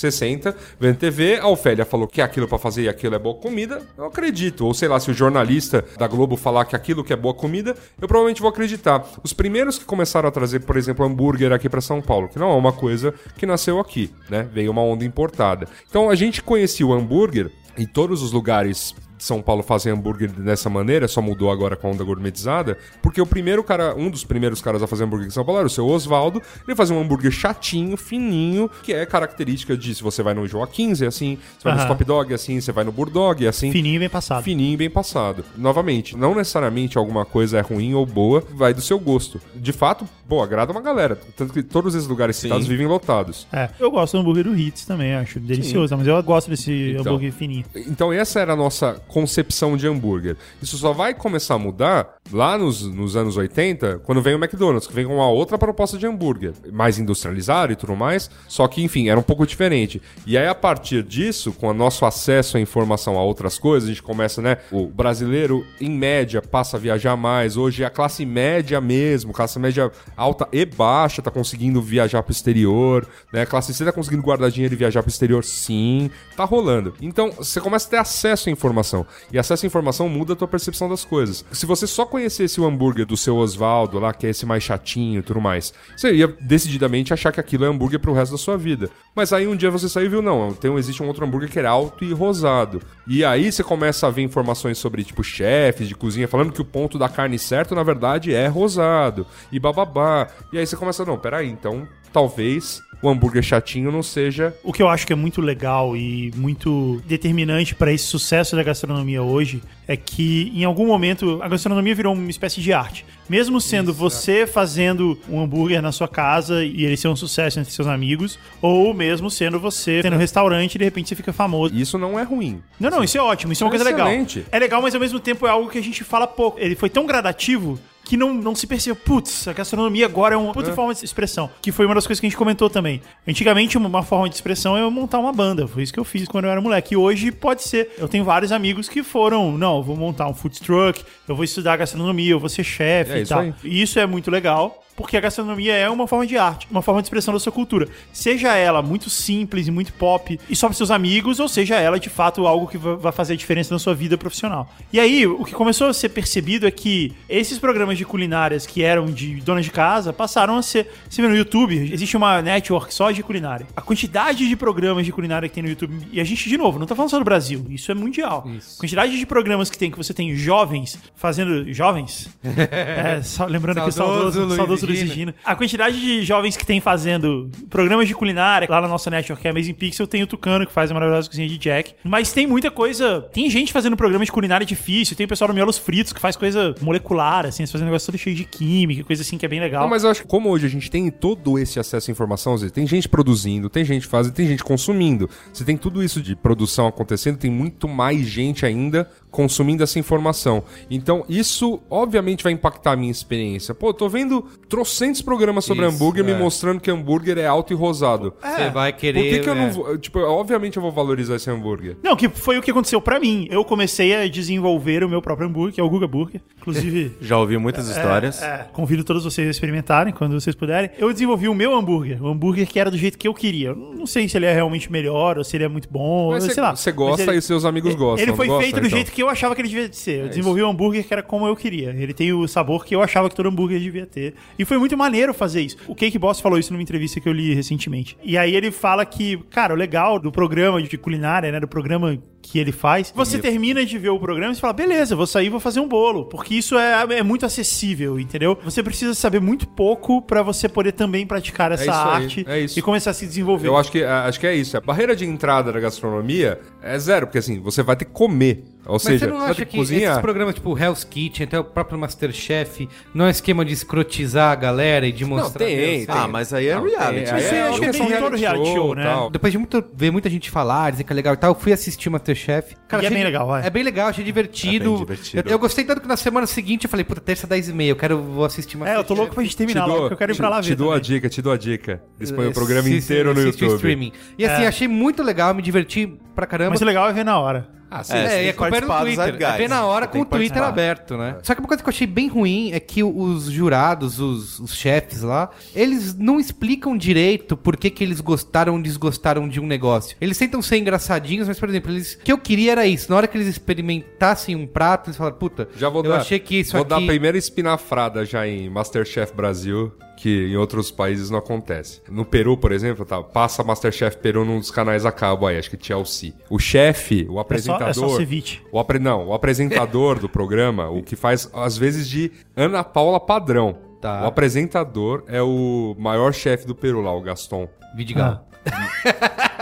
Speaker 3: 60, vendo TV, a Ofélia falou que aquilo pra fazer e aquilo é boa comida, eu acredito. Ou sei lá, se o jornalista da Globo falar que aquilo que é boa comida, eu provavelmente vou acreditar. Os primeiros que começaram a trazer, por exemplo, hambúrguer aqui pra São Paulo, que não é uma coisa que nasceu aqui, né? Veio uma onda importada. Então a gente conhecia o hambúrguer e todos os lugares de São Paulo fazem hambúrguer dessa maneira, só mudou agora com a onda gourmetizada, porque o primeiro cara, um dos primeiros caras a fazer hambúrguer em São Paulo era o seu Oswaldo, ele fazia um hambúrguer chatinho, fininho, que é característica de se você vai no Joaquim, é assim, você vai no
Speaker 4: Aham.
Speaker 3: Stop Dog, é assim, você vai no Burdog, é assim.
Speaker 4: Fininho e bem passado.
Speaker 3: Fininho e bem passado. Novamente, não necessariamente alguma coisa é ruim ou boa, vai do seu gosto. De fato, boa, agrada uma galera. Tanto que todos esses lugares citados vivem lotados.
Speaker 4: É, eu gosto do hambúrguer do Hits também, acho delicioso, mas eu gosto desse
Speaker 3: Então.
Speaker 4: hambúrguer fininho.
Speaker 3: Então essa era a nossa concepção de hambúrguer. Isso só vai começar a mudar lá nos, nos anos 80, quando vem o McDonald's, que vem com uma outra proposta de hambúrguer, mais industrializado e tudo mais, só que, enfim, era um pouco diferente. E aí, a partir disso, com o nosso acesso à informação a outras coisas, a gente começa, né, o brasileiro, em média, passa a viajar mais. Hoje, a classe média mesmo, classe média alta e baixa, tá conseguindo viajar pro exterior, né, a classe C tá conseguindo guardar dinheiro e viajar pro exterior, sim, tá rolando. Então, você começa a ter acesso à informação. E acesso à informação muda a tua percepção das coisas. Se você só conhecesse o hambúrguer do seu Oswaldo lá, que é esse mais chatinho e tudo mais, você ia decididamente achar que aquilo é hambúrguer pro resto da sua vida. Mas aí um dia você saiu e viu, não, tem, um- existe um outro hambúrguer que era alto e rosado. E aí você começa a ver informações sobre, tipo, chefes de cozinha falando que o ponto da carne certo, na verdade, é rosado. E bababá. E aí você começa, não, peraí, então talvez o hambúrguer chatinho não seja
Speaker 4: O que eu acho que é muito legal e muito determinante para esse sucesso da gastronomia hoje é que, em algum momento, a gastronomia virou uma espécie de arte. Mesmo sendo você fazendo um hambúrguer na sua casa e ele ser um sucesso entre seus amigos, ou mesmo sendo você tendo um restaurante e de repente você fica famoso.
Speaker 3: Isso não é ruim.
Speaker 4: Não, não, isso é ótimo, isso é uma coisa
Speaker 3: Excelente.
Speaker 4: legal. É legal, mas ao mesmo tempo é algo que a gente fala pouco. Ele foi tão gradativo que não, não se percebeu. Putz, a gastronomia agora é uma puta forma de expressão. Que foi uma das coisas que a gente comentou também. Antigamente, uma- uma forma de expressão é eu montar uma banda. Foi isso que eu fiz quando eu era moleque. E hoje pode ser. Eu tenho vários amigos que foram, não, eu vou montar um food truck, eu vou estudar gastronomia, eu vou ser chefe
Speaker 3: É
Speaker 4: e
Speaker 3: isso
Speaker 4: tal.
Speaker 3: aí.
Speaker 4: E isso é muito legal, porque a gastronomia é uma forma de arte, uma forma de expressão da sua cultura. Seja ela muito simples e muito pop e só para seus amigos, ou seja ela de fato algo que va- vai fazer a diferença na sua vida profissional. E aí, o que começou a ser percebido é que esses programas de culinárias que eram de donas de casa passaram a ser. Você vê no YouTube, existe uma network só de culinária. A quantidade de programas de culinária que tem no YouTube, e a gente, de novo, não tá falando só do Brasil, isso é mundial.
Speaker 1: Isso.
Speaker 4: Quantidade de programas que tem, que você tem jovens fazendo. Jovens? É, só lembrando que o
Speaker 1: Saudoso
Speaker 4: saudoso,
Speaker 1: Luiz
Speaker 4: saudoso Luiz
Speaker 1: Egino.
Speaker 4: Egino. A quantidade de jovens que tem fazendo programas de culinária lá na nossa network, que é Amazing Pixel, tem o Tucano, que faz a maravilhosa cozinha de Jack. Mas tem muita coisa. Tem gente fazendo programa de culinária difícil, tem o pessoal do Miolos Fritos que faz coisa molecular, assim, fazendo negócio todo cheio de química, coisa assim que é bem legal.
Speaker 3: Não, mas eu acho que como hoje a gente tem todo esse acesso à informação, ou seja, tem gente produzindo, tem gente fazendo, tem gente consumindo. Você tem tudo isso de produção acontecendo, tem muito mais gente ainda consumindo essa informação. Então, isso obviamente vai impactar a minha experiência. Pô, eu tô vendo trocentos programas sobre
Speaker 1: Isso,
Speaker 3: hambúrguer
Speaker 1: é.
Speaker 3: me mostrando que hambúrguer é alto e rosado.
Speaker 1: Você vai
Speaker 3: Por
Speaker 1: querer.
Speaker 3: que, que eu
Speaker 1: é.
Speaker 3: não vou. Tipo, obviamente eu vou valorizar esse hambúrguer.
Speaker 4: Não, que foi o que aconteceu pra mim. Eu comecei a desenvolver o meu próprio hambúrguer, que é o Guga Burger. Inclusive,
Speaker 2: Já ouvi muitas histórias.
Speaker 4: É, convido todos vocês a experimentarem quando vocês puderem. Eu desenvolvi o meu hambúrguer, o hambúrguer que era do jeito que eu queria. Eu Não sei se ele é realmente melhor ou se ele é muito bom,
Speaker 3: Mas
Speaker 4: ou
Speaker 3: você-
Speaker 4: sei lá.
Speaker 3: você gosta
Speaker 4: Mas ele-
Speaker 3: e seus amigos gostam,
Speaker 4: Ele foi
Speaker 3: não gosta,
Speaker 4: feito do
Speaker 3: então? É
Speaker 4: jeito que eu achava que ele devia ser. Eu desenvolvi o hambúrguer que era como eu queria. Ele tem o sabor que eu achava que todo hambúrguer devia ter. E foi muito maneiro fazer isso. O Cake Boss falou isso numa entrevista que eu li recentemente. E aí ele fala que, cara, o legal do programa de culinária, né, do programa que ele faz, você termina de ver o programa e você fala, beleza, vou sair e vou fazer um bolo, porque isso é, é muito acessível, entendeu? Você precisa saber muito pouco pra você poder também praticar essa
Speaker 3: isso aí,
Speaker 4: arte
Speaker 3: é isso.
Speaker 4: e começar a se desenvolver.
Speaker 3: Eu acho que, acho que é isso. A barreira de entrada da gastronomia é zero, porque assim, você vai ter que comer. Ou
Speaker 1: Mas
Speaker 3: seja,
Speaker 1: você não
Speaker 3: vai
Speaker 1: acha
Speaker 3: ter
Speaker 1: que esses programas tipo Hell's Kitchen, até o próprio Masterchef, não é esquema de escrotizar a galera e de mostrar...
Speaker 3: tem,
Speaker 1: Ah,
Speaker 2: Ah, mas aí é reality.
Speaker 4: aí é- acho que é
Speaker 3: questão
Speaker 4: em todo reality show,
Speaker 3: e
Speaker 4: né?
Speaker 3: tal.
Speaker 1: Depois de muito, ver muita gente falar, dizer que é legal e tal, eu fui assistir o Masterchef.
Speaker 4: E é
Speaker 1: achei-
Speaker 4: bem legal, é.
Speaker 1: É bem legal, achei divertido.
Speaker 2: É bem divertido.
Speaker 1: Eu, eu gostei tanto que na semana seguinte eu falei, puta, terça 10 e meia, eu quero vou assistir
Speaker 4: É,
Speaker 1: Masterchef.
Speaker 4: eu tô louco pra gente
Speaker 3: Te
Speaker 4: terminar
Speaker 3: dou-
Speaker 4: logo, porque eu quero ir pra lá
Speaker 3: te-
Speaker 4: ver.
Speaker 3: Te dou a
Speaker 4: também.
Speaker 3: dica, te dou a dica. Eles põem o
Speaker 1: Assi-
Speaker 3: programa Tipo, inteiro no
Speaker 1: assiste o
Speaker 3: YouTube.
Speaker 1: streaming. E assim, achei muito legal, me diverti pra caramba.
Speaker 4: Mas o legal é ver na hora.
Speaker 1: Ah,
Speaker 2: É, você
Speaker 1: é,
Speaker 2: tem
Speaker 1: e
Speaker 2: que
Speaker 1: acompanha no
Speaker 2: participar do
Speaker 1: Twitter.
Speaker 2: Zeitgeist.
Speaker 1: É bem na hora
Speaker 2: Você
Speaker 1: com
Speaker 2: tem
Speaker 1: o
Speaker 2: que
Speaker 1: Twitter
Speaker 2: participar.
Speaker 1: aberto, né? Só que uma coisa que eu achei bem ruim é que os jurados, os, os chefes lá, eles não explicam direito por que, que eles gostaram ou desgostaram de um negócio. Eles tentam ser engraçadinhos, mas, por exemplo, eles, o que eu queria era isso. Na hora que eles experimentassem um prato, eles falaram, puta,
Speaker 3: Já vou
Speaker 1: eu
Speaker 3: dar,
Speaker 1: achei que isso
Speaker 3: vou dar a
Speaker 1: aqui...
Speaker 3: primeira espinafrada já em Masterchef Brasil, que em outros países não acontece. No Peru, por exemplo, tá, passa Masterchef Peru num dos canais a cabo aí, acho que Chelsea. O chefe, o apresentador...
Speaker 4: é só ceviche.
Speaker 3: o apre- Não, o apresentador do programa, o que faz às vezes de Ana Paula Padrão.
Speaker 1: Tá.
Speaker 3: O apresentador é o maior chefe do Peru lá, o Gaston.
Speaker 1: Vidigal.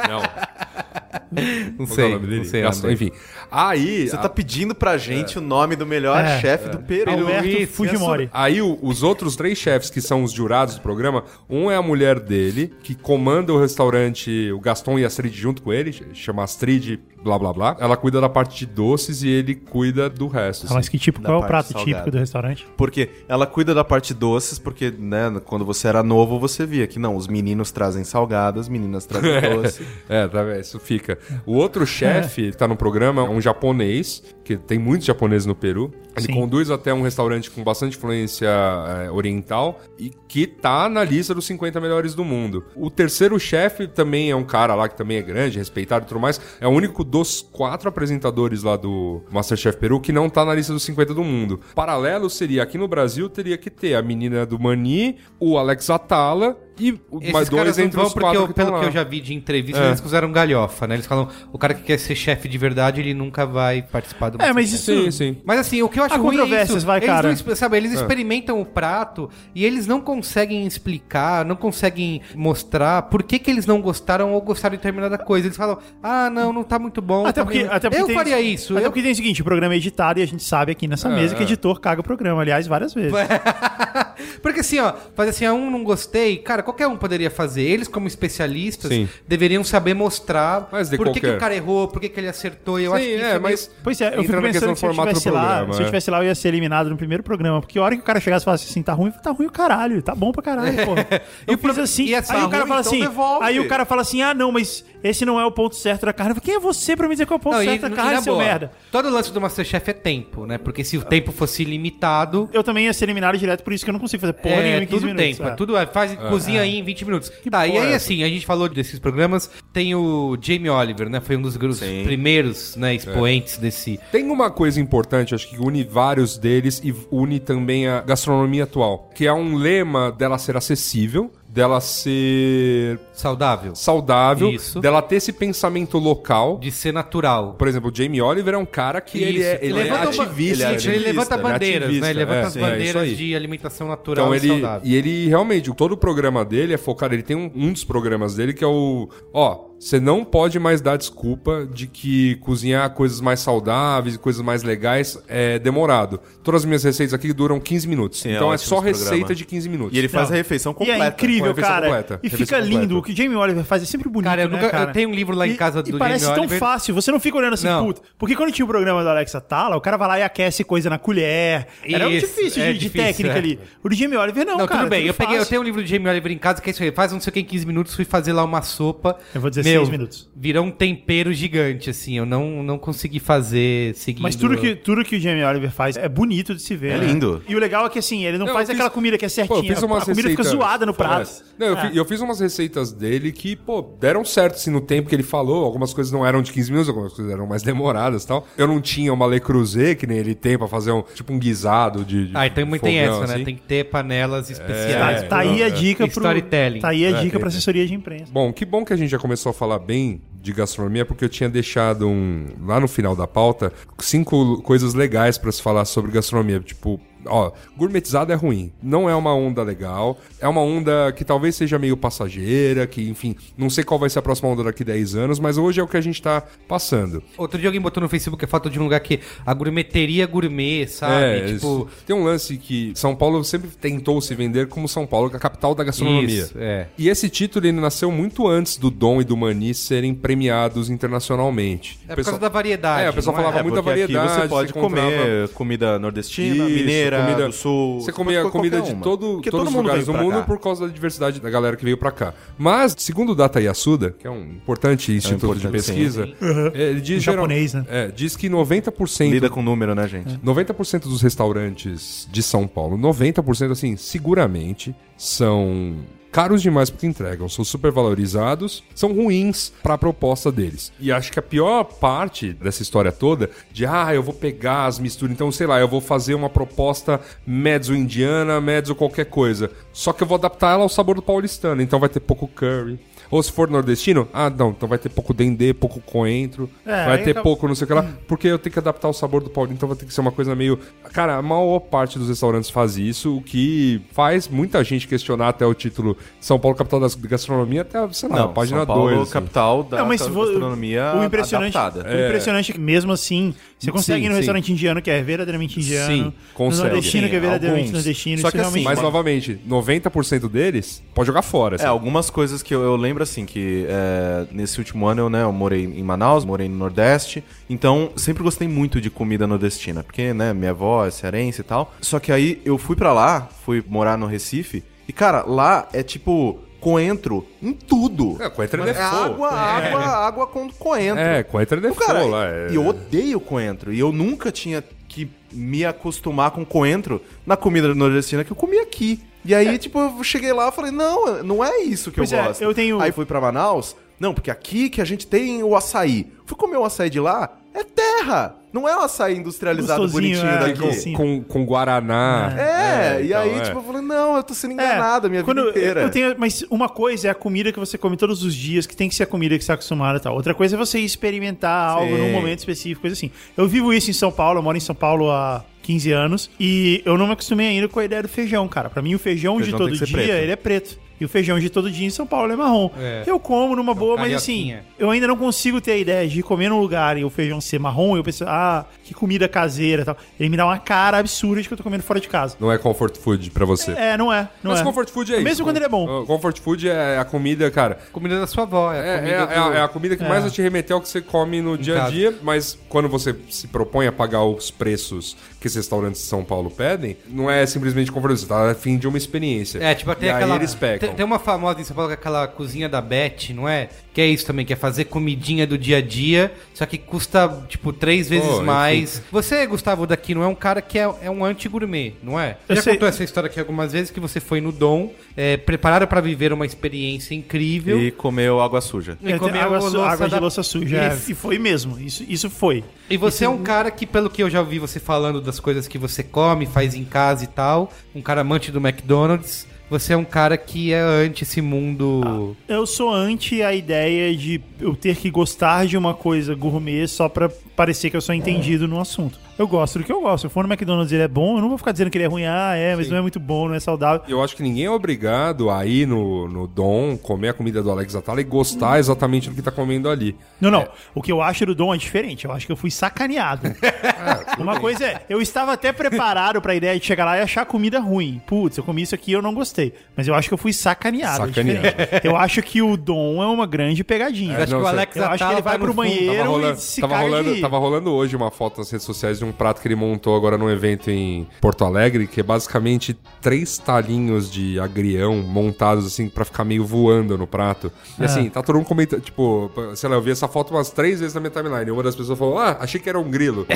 Speaker 3: Não,
Speaker 1: Não
Speaker 3: qual que é o
Speaker 1: sei,
Speaker 3: nome dele?
Speaker 1: não sei.
Speaker 3: Gaston,
Speaker 1: André.
Speaker 3: enfim. Aí...
Speaker 2: Você
Speaker 3: a-
Speaker 2: tá pedindo
Speaker 3: É.
Speaker 2: pra gente o nome do melhor
Speaker 4: É.
Speaker 2: chefe do Peru.
Speaker 4: Alberto
Speaker 1: Luiz,
Speaker 4: Fujimori.
Speaker 3: Aí o- os outros três chefes que são os jurados do programa, um é a mulher dele, que comanda o restaurante, o Gaston e a Astrid junto com ele, chama Astrid, blá blá blá. Ela cuida da parte de doces e ele cuida do resto.
Speaker 4: Ah, mas que tipo,
Speaker 2: Da
Speaker 4: qual é o
Speaker 2: parte
Speaker 4: prato
Speaker 2: salgada.
Speaker 4: típico do restaurante?
Speaker 2: Porque ela cuida da parte doces, porque, né, quando você era novo, você via que não, os meninos trazem salgadas, as meninas trazem doce.
Speaker 3: É, tá vendo? Isso fica. O outro chefe que tá no programa é um japonês, que tem muitos japoneses no Peru. Ele
Speaker 4: Sim.
Speaker 3: conduz até um restaurante com bastante influência é, oriental e que tá na lista dos 50 melhores do mundo. O terceiro chefe também é um cara lá que também é grande, respeitado e tudo mais. É o único dos quatro apresentadores lá do Masterchef Peru que não tá na lista dos 50 do mundo. Paralelo seria, aqui no Brasil, teria que ter a menina do Mani, o Alex Atala e
Speaker 1: Esses
Speaker 3: mais
Speaker 1: caras
Speaker 3: dois
Speaker 1: não
Speaker 3: entre
Speaker 1: vão
Speaker 3: os
Speaker 1: porque,
Speaker 3: quatro
Speaker 1: eu,
Speaker 3: que
Speaker 1: pelo
Speaker 3: tão lá.
Speaker 1: que eu já vi de entrevista,
Speaker 3: É.
Speaker 1: eles usaram galhofa, né? Eles falam, o cara que quer ser chefe de verdade, ele nunca vai participar do
Speaker 4: É, mas
Speaker 1: Masterchef.
Speaker 4: isso.
Speaker 3: Sim, sim.
Speaker 1: Mas assim, o que eu acho
Speaker 4: Há
Speaker 1: ruim é
Speaker 4: controvérsias,
Speaker 1: isso.
Speaker 4: vai,
Speaker 1: eles
Speaker 4: cara.
Speaker 1: não exp- sabe,
Speaker 3: É.
Speaker 1: eles experimentam o prato e eles não conseguem explicar, não conseguem mostrar por que, que eles não gostaram ou gostaram de determinada coisa. Eles falam, ah, não, não tá muito bom.
Speaker 4: Até
Speaker 1: tá
Speaker 4: porque,
Speaker 1: meio-
Speaker 4: até porque
Speaker 1: eu
Speaker 4: tem-
Speaker 1: faria isso.
Speaker 4: Até
Speaker 1: eu- Ah.
Speaker 4: porque tem o seguinte, o programa é editado e a gente sabe aqui nessa mesa que o editor caga o programa, aliás, várias vezes.
Speaker 1: É. Porque assim, ó, fazer assim, ah, um não gostei, cara, qualquer um poderia fazer. Eles, como especialistas,
Speaker 3: Sim.
Speaker 1: deveriam saber mostrar
Speaker 3: Mas de
Speaker 1: por que, que
Speaker 3: qualquer-
Speaker 1: o cara errou, por que, que ele acertou. Eu acho
Speaker 3: Sim,
Speaker 1: que isso
Speaker 3: é,
Speaker 1: meio-
Speaker 3: mas
Speaker 4: Pois é, eu
Speaker 3: entra
Speaker 4: fico
Speaker 3: na
Speaker 4: pensando
Speaker 3: questão do
Speaker 4: que se eu
Speaker 3: formato do
Speaker 4: estivesse lá,
Speaker 3: programa,
Speaker 4: se eu
Speaker 3: é.
Speaker 4: estivesse lá, eu ia ser eliminado no primeiro programa. Porque a hora que o cara chegasse e falasse assim, tá ruim, tá ruim o caralho, tá bom pra caralho, porra. Eu
Speaker 1: E o
Speaker 4: fiz
Speaker 1: pro-
Speaker 4: assim,
Speaker 1: e
Speaker 4: aí
Speaker 1: essa
Speaker 4: o cara
Speaker 1: ruim,
Speaker 4: fala
Speaker 1: então
Speaker 4: assim,
Speaker 1: devolve.
Speaker 4: aí o cara fala assim, ah não, mas esse não é o ponto certo da carne. Eu falo, Quem é você pra me dizer qual é o ponto
Speaker 1: Não, e-
Speaker 4: certo
Speaker 1: e
Speaker 4: da
Speaker 1: na
Speaker 4: carne, seu
Speaker 1: boa,
Speaker 4: merda? É.
Speaker 1: Todo lance do Masterchef é tempo, né? Porque se o tempo fosse limitado,
Speaker 4: Eu também ia ser eliminado direto, por isso que eu não consigo fazer porra
Speaker 1: É,
Speaker 4: nenhuma em 15
Speaker 1: tudo
Speaker 4: minutos.
Speaker 1: tempo,
Speaker 4: é.
Speaker 1: é. tudo é, faz, cozinha aí em 20 minutos. tá, e
Speaker 4: porra
Speaker 1: aí
Speaker 4: é
Speaker 1: assim, a gente falou desses programas, tem o Jamie Oliver, né, foi um dos grandes primeiros,
Speaker 3: É.
Speaker 1: né, expoentes desse...
Speaker 3: Tem uma coisa importante, acho que une vários deles e une também a gastronomia atual, que é um lema dela ser acessível, dela ser
Speaker 1: saudável,
Speaker 3: saudável,
Speaker 1: Isso.
Speaker 3: dela ter esse pensamento local.
Speaker 1: de ser natural.
Speaker 3: Por exemplo, o Jamie Oliver é um cara que ele é,
Speaker 1: Isso.
Speaker 3: ele é
Speaker 1: Levanta ba-
Speaker 3: ativista.
Speaker 1: Ele, ele levanta
Speaker 3: né?
Speaker 1: bandeiras, né?
Speaker 3: Ativista,
Speaker 1: Ele levanta
Speaker 3: é,
Speaker 1: as
Speaker 3: sim, é isso
Speaker 1: bandeiras
Speaker 3: aí.
Speaker 1: de alimentação natural
Speaker 3: Então
Speaker 1: e
Speaker 3: ele
Speaker 1: saudável.
Speaker 3: e ele realmente todo o programa dele é focado. Ele tem um, um dos programas dele que é o ó. Você não pode mais dar desculpa de que cozinhar coisas mais saudáveis e coisas mais legais é demorado. Todas as minhas receitas aqui duram 15 minutos.
Speaker 2: Sim, é
Speaker 3: então é,
Speaker 2: ótimo
Speaker 3: só
Speaker 2: esse
Speaker 3: receita
Speaker 2: programa.
Speaker 3: de 15 minutos.
Speaker 2: E ele faz
Speaker 4: Não.
Speaker 2: a refeição completa.
Speaker 4: E é incrível,
Speaker 3: com a refeição
Speaker 4: cara.
Speaker 3: completa.
Speaker 4: E
Speaker 3: Refeição
Speaker 4: fica lindo.
Speaker 3: completa.
Speaker 4: O que o Jamie Oliver faz é sempre bonito.
Speaker 1: Cara, eu
Speaker 4: né,
Speaker 1: nunca- eu
Speaker 4: cara?
Speaker 1: tenho um livro lá em
Speaker 4: E-
Speaker 1: casa
Speaker 4: e
Speaker 1: do
Speaker 4: parece
Speaker 1: Jamie
Speaker 4: tão
Speaker 1: Oliver.
Speaker 4: fácil. Você não fica olhando assim,
Speaker 1: Não.
Speaker 4: puto. Porque quando tinha o programa do Alexa Tala, o cara vai lá e aquece coisa na colher. Era um
Speaker 1: Isso,
Speaker 4: difícil
Speaker 1: é
Speaker 4: de, de
Speaker 1: difícil,
Speaker 4: técnica
Speaker 1: é.
Speaker 4: ali. O do Jamie Oliver, não,
Speaker 1: Não,
Speaker 4: cara.
Speaker 1: tudo bem. eu, peguei, eu
Speaker 4: fácil.
Speaker 1: tenho um livro de Jamie Oliver em casa, que é isso aí. Faz não sei o que em 15 minutos, fui fazer lá uma sopa.
Speaker 4: Eu vou 16 minutos.
Speaker 1: Virou um tempero gigante, assim. Eu não, não consegui fazer seguindo...
Speaker 4: Mas tudo que, tudo que o Jamie Oliver faz é bonito de se ver.
Speaker 2: É
Speaker 4: né?
Speaker 2: lindo.
Speaker 4: E o legal é que assim, ele não
Speaker 3: Não,
Speaker 4: faz
Speaker 3: eu fiz-
Speaker 4: aquela comida que é
Speaker 3: Pô,
Speaker 4: certinha.
Speaker 3: eu fiz umas
Speaker 4: a comida fica
Speaker 3: receitas-
Speaker 4: zoada no prato.
Speaker 3: É. Não, eu, fi- eu fiz umas receitas dele que, pô, deram certo, assim, no tempo que ele falou. Algumas coisas não eram de 15 minutos, algumas coisas eram mais demoradas e tal. Eu não tinha uma Le Creuset, que nem ele tem, pra fazer um, tipo, um guisado de. de
Speaker 1: Ah, então muito tem
Speaker 3: fogão,
Speaker 1: essa, né?
Speaker 3: assim. É.
Speaker 1: Tem que ter panelas especiais.
Speaker 4: Tá, tá aí a dica pro.
Speaker 1: É. Storytelling. É,
Speaker 4: Tá aí a dica pra assessoria de imprensa.
Speaker 3: Bom, que bom que a gente já começou a falar bem de gastronomia, porque eu tinha deixado um lá no final da pauta cinco coisas legais pra se falar sobre gastronomia, tipo, ó, gourmetizada é ruim, não é uma onda legal, é uma onda que talvez seja meio passageira, que enfim, não sei qual vai ser a próxima onda daqui 10 anos, mas hoje é o que a gente tá passando.
Speaker 1: Outro dia alguém botou no Facebook a foto de um lugar que a gourmeteria gourmet, sabe?
Speaker 3: É,
Speaker 1: tipo,
Speaker 3: isso. tem um lance que São Paulo sempre tentou se vender como São Paulo, é a capital da gastronomia.
Speaker 1: Isso, é.
Speaker 3: E esse título ele nasceu muito antes do Dom e do Mani serem premiados internacionalmente.
Speaker 1: é por causa da variedade.
Speaker 3: É, o pessoal
Speaker 1: não
Speaker 3: falava
Speaker 2: É,
Speaker 3: muita
Speaker 2: porque aqui
Speaker 3: variedade,
Speaker 2: você pode
Speaker 3: você encontrava-
Speaker 2: comer comida nordestina,
Speaker 3: Isso,
Speaker 2: mineira,
Speaker 3: comida-
Speaker 2: do sul.
Speaker 3: Você comia
Speaker 2: pode
Speaker 3: comida
Speaker 2: qualquer
Speaker 3: de
Speaker 2: uma.
Speaker 3: todo,
Speaker 2: Porque
Speaker 3: todos os lugares do
Speaker 2: veio pra
Speaker 3: mundo
Speaker 2: cá.
Speaker 3: por causa da diversidade da galera que veio pra cá. Mas, segundo o Data Yasuda, que é um importante instituto de
Speaker 2: importante, sim.
Speaker 3: pesquisa,
Speaker 2: Uhum.
Speaker 3: ele
Speaker 2: Um
Speaker 3: diz,
Speaker 4: japonês, né?
Speaker 3: é, diz que 90%
Speaker 2: Lida com número, né,
Speaker 3: É.
Speaker 2: gente?
Speaker 3: 90% dos restaurantes de São Paulo, 90% assim, seguramente, são caros demais porque entregam, são supervalorizados, são ruins pra proposta deles. E acho que a pior parte dessa história toda de ah, eu vou pegar as misturas, então sei lá, eu vou fazer uma proposta mezzo indiana, mezzo qualquer coisa. Só que eu vou adaptar ela ao sabor do paulistano, então vai ter pouco curry. Ou se for nordestino, ah, não, então vai ter pouco dendê, pouco coentro,
Speaker 4: É,
Speaker 3: vai
Speaker 4: aí
Speaker 3: ter
Speaker 4: acaba-
Speaker 3: pouco pouco, não sei o que lá, porque eu tenho que adaptar o sabor do Paulinho, então vai ter que ser uma coisa meio. Cara, a maior parte dos restaurantes faz isso, o que faz muita gente questionar até o título São Paulo, capital da gastronomia, até, sei lá,
Speaker 2: Não,
Speaker 3: Ah, página assim.
Speaker 2: São Paulo,
Speaker 3: 2.
Speaker 2: capital da
Speaker 4: Não, mas vo-
Speaker 2: gastronomia
Speaker 4: o impressionante,
Speaker 2: adaptada.
Speaker 4: O impressionante é que mesmo assim, você consegue
Speaker 3: Sim,
Speaker 4: ir no
Speaker 3: sim.
Speaker 4: restaurante indiano que é verdadeiramente indiano.
Speaker 3: Sim, consegue.
Speaker 4: No nordestino que é
Speaker 2: Sim,
Speaker 4: verdadeiramente
Speaker 2: alguns.
Speaker 4: nordestino.
Speaker 2: Só
Speaker 4: isso
Speaker 2: que assim,
Speaker 4: realmente-
Speaker 3: Mas
Speaker 2: Sim.
Speaker 3: novamente, 90% deles pode jogar fora. assim.
Speaker 2: É, algumas coisas que eu, eu lembro, assim, que é, nesse último ano eu, né, eu morei em Manaus, morei no Nordeste, então sempre gostei muito de comida nordestina, porque, né, minha avó é cearense e tal. Só que aí eu fui pra lá, fui morar no Recife, e, cara, lá é tipo coentro em tudo.
Speaker 3: É, coentro é
Speaker 2: Mas
Speaker 3: default.
Speaker 2: água, água, água com coentro.
Speaker 3: É, coentro é
Speaker 2: Então, cara,
Speaker 3: default lá. É...
Speaker 2: E eu odeio coentro. E eu nunca tinha que me acostumar com coentro na comida nordestina que eu comi aqui. E aí, tipo, eu cheguei lá e falei, não, não é isso que
Speaker 4: É. Pois
Speaker 2: eu
Speaker 4: é,
Speaker 2: gosto.
Speaker 4: eu tenho-
Speaker 2: Aí fui pra Manaus, não, porque aqui que a gente tem o açaí. Fui comer um açaí de lá, é terra. Não é um açaí industrializado
Speaker 4: Gostosinho,
Speaker 2: bonitinho
Speaker 4: é,
Speaker 2: daqui.
Speaker 4: gostosinho.
Speaker 3: Com, com Guaraná.
Speaker 2: É,
Speaker 3: É,
Speaker 2: e
Speaker 3: então,
Speaker 2: aí,
Speaker 3: é.
Speaker 2: tipo, eu falei, não, eu tô sendo enganado a minha
Speaker 4: É, quando
Speaker 2: vida
Speaker 4: eu-
Speaker 2: inteira.
Speaker 4: eu tenho- mas uma coisa é a comida que você come todos os dias, que tem que ser a comida que você está acostumado e tal. Outra coisa é você experimentar algo
Speaker 2: Sim.
Speaker 4: num momento específico, coisa assim. Eu vivo isso em São Paulo, eu moro em São Paulo há 15 anos e eu não me acostumei ainda com a ideia do feijão, cara. Pra mim, o feijão,
Speaker 2: Feijão tem
Speaker 4: de todo
Speaker 2: que ser
Speaker 4: dia,
Speaker 2: preto.
Speaker 4: ele é preto. E o feijão de todo dia em São Paulo é marrom.
Speaker 1: É.
Speaker 4: Eu como numa boa, mas assim,
Speaker 1: carioquinha.
Speaker 4: eu ainda não consigo ter a ideia de comer num lugar e o feijão ser marrom, eu penso, ah, que comida caseira e tal. Ele me dá uma cara absurda de que eu tô comendo fora de casa.
Speaker 3: Não é comfort food pra você.
Speaker 4: É, não é. Não
Speaker 3: Mas
Speaker 4: é.
Speaker 3: comfort food é isso.
Speaker 4: Mesmo quando ele é bom.
Speaker 3: O Comfort food é a comida, cara.
Speaker 1: Comida da sua avó. É, a
Speaker 3: É,
Speaker 1: comida
Speaker 3: é a-
Speaker 1: do-
Speaker 3: é a, é a comida que mais vai te remeter ao que você come no dia a
Speaker 1: casa.
Speaker 3: dia, mas quando você se propõe a pagar os preços que os restaurantes de São Paulo pedem, não é simplesmente conforto, você tá a fim de uma experiência.
Speaker 1: É, tipo,
Speaker 3: e
Speaker 1: tem
Speaker 3: aí
Speaker 1: aquela.
Speaker 3: eles pecam.
Speaker 1: Tem, um- tem uma famosa em São Paulo que é aquela cozinha da Beth, não é? Que é isso também, que é fazer comidinha do dia a dia, só que custa, tipo, três vezes
Speaker 3: enfim.
Speaker 1: mais. Você, Gustavo, daqui não é um cara que é, é um anti-gourmet, não é?
Speaker 4: Eu
Speaker 1: Já
Speaker 4: sei.
Speaker 1: contou essa história aqui algumas vezes que você foi no Dom, é, preparado pra viver uma experiência incrível.
Speaker 2: E comeu água suja.
Speaker 1: E
Speaker 4: Eu
Speaker 1: comer
Speaker 4: tenho É, água,
Speaker 1: água
Speaker 4: su-
Speaker 1: louça
Speaker 4: água de
Speaker 1: da-
Speaker 4: louça suja. é.
Speaker 1: Isso.
Speaker 4: E foi mesmo. Isso, isso foi.
Speaker 1: E você é um cara que, pelo que eu já ouvi você falando das coisas que você come, faz em casa e tal, um cara amante do McDonald's, você é um cara que é anti esse mundo.
Speaker 4: Eu sou anti a ideia de eu ter que gostar de uma coisa gourmet só pra parecer que eu sou entendido no assunto. Eu gosto do que eu gosto. Se eu for no McDonald's e ele é bom, eu não vou ficar dizendo que ele é ruim. Ah, é, mas não é muito bom, não é saudável.
Speaker 3: Eu acho que ninguém é obrigado a ir no, no Dom, comer a comida do Alex Atala e gostar exatamente do que tá comendo ali.
Speaker 4: Não, não. O que eu acho do Dom é diferente. Eu acho que eu fui sacaneado. Uma coisa é, eu estava até preparado pra ideia de chegar lá e achar a comida ruim. Putz, eu comi isso aqui e eu não gostei. Mas eu acho que eu fui sacaneado. É, é
Speaker 3: Sacaneado.
Speaker 4: diferente. Eu acho que o Dom é uma grande pegadinha.
Speaker 1: Acho
Speaker 3: não,
Speaker 1: que o
Speaker 3: sei.
Speaker 1: Alex
Speaker 4: Eu acho que
Speaker 1: Atala tá
Speaker 4: ele vai
Speaker 1: no
Speaker 4: pro
Speaker 1: fundo.
Speaker 4: banheiro.
Speaker 3: Tava
Speaker 4: Eram
Speaker 3: rolando,
Speaker 4: e se
Speaker 3: tava,
Speaker 4: caga
Speaker 3: rolando,
Speaker 4: de-
Speaker 3: tava rolando hoje uma foto nas redes sociais de um prato que ele montou agora num evento em Porto Alegre, que é basicamente três talinhos de agrião montados assim pra ficar meio voando no prato. E assim, tá todo mundo comentando, tipo, sei lá, eu vi essa foto umas três vezes na minha timeline. E uma das pessoas falou: Ah, achei que era um grilo.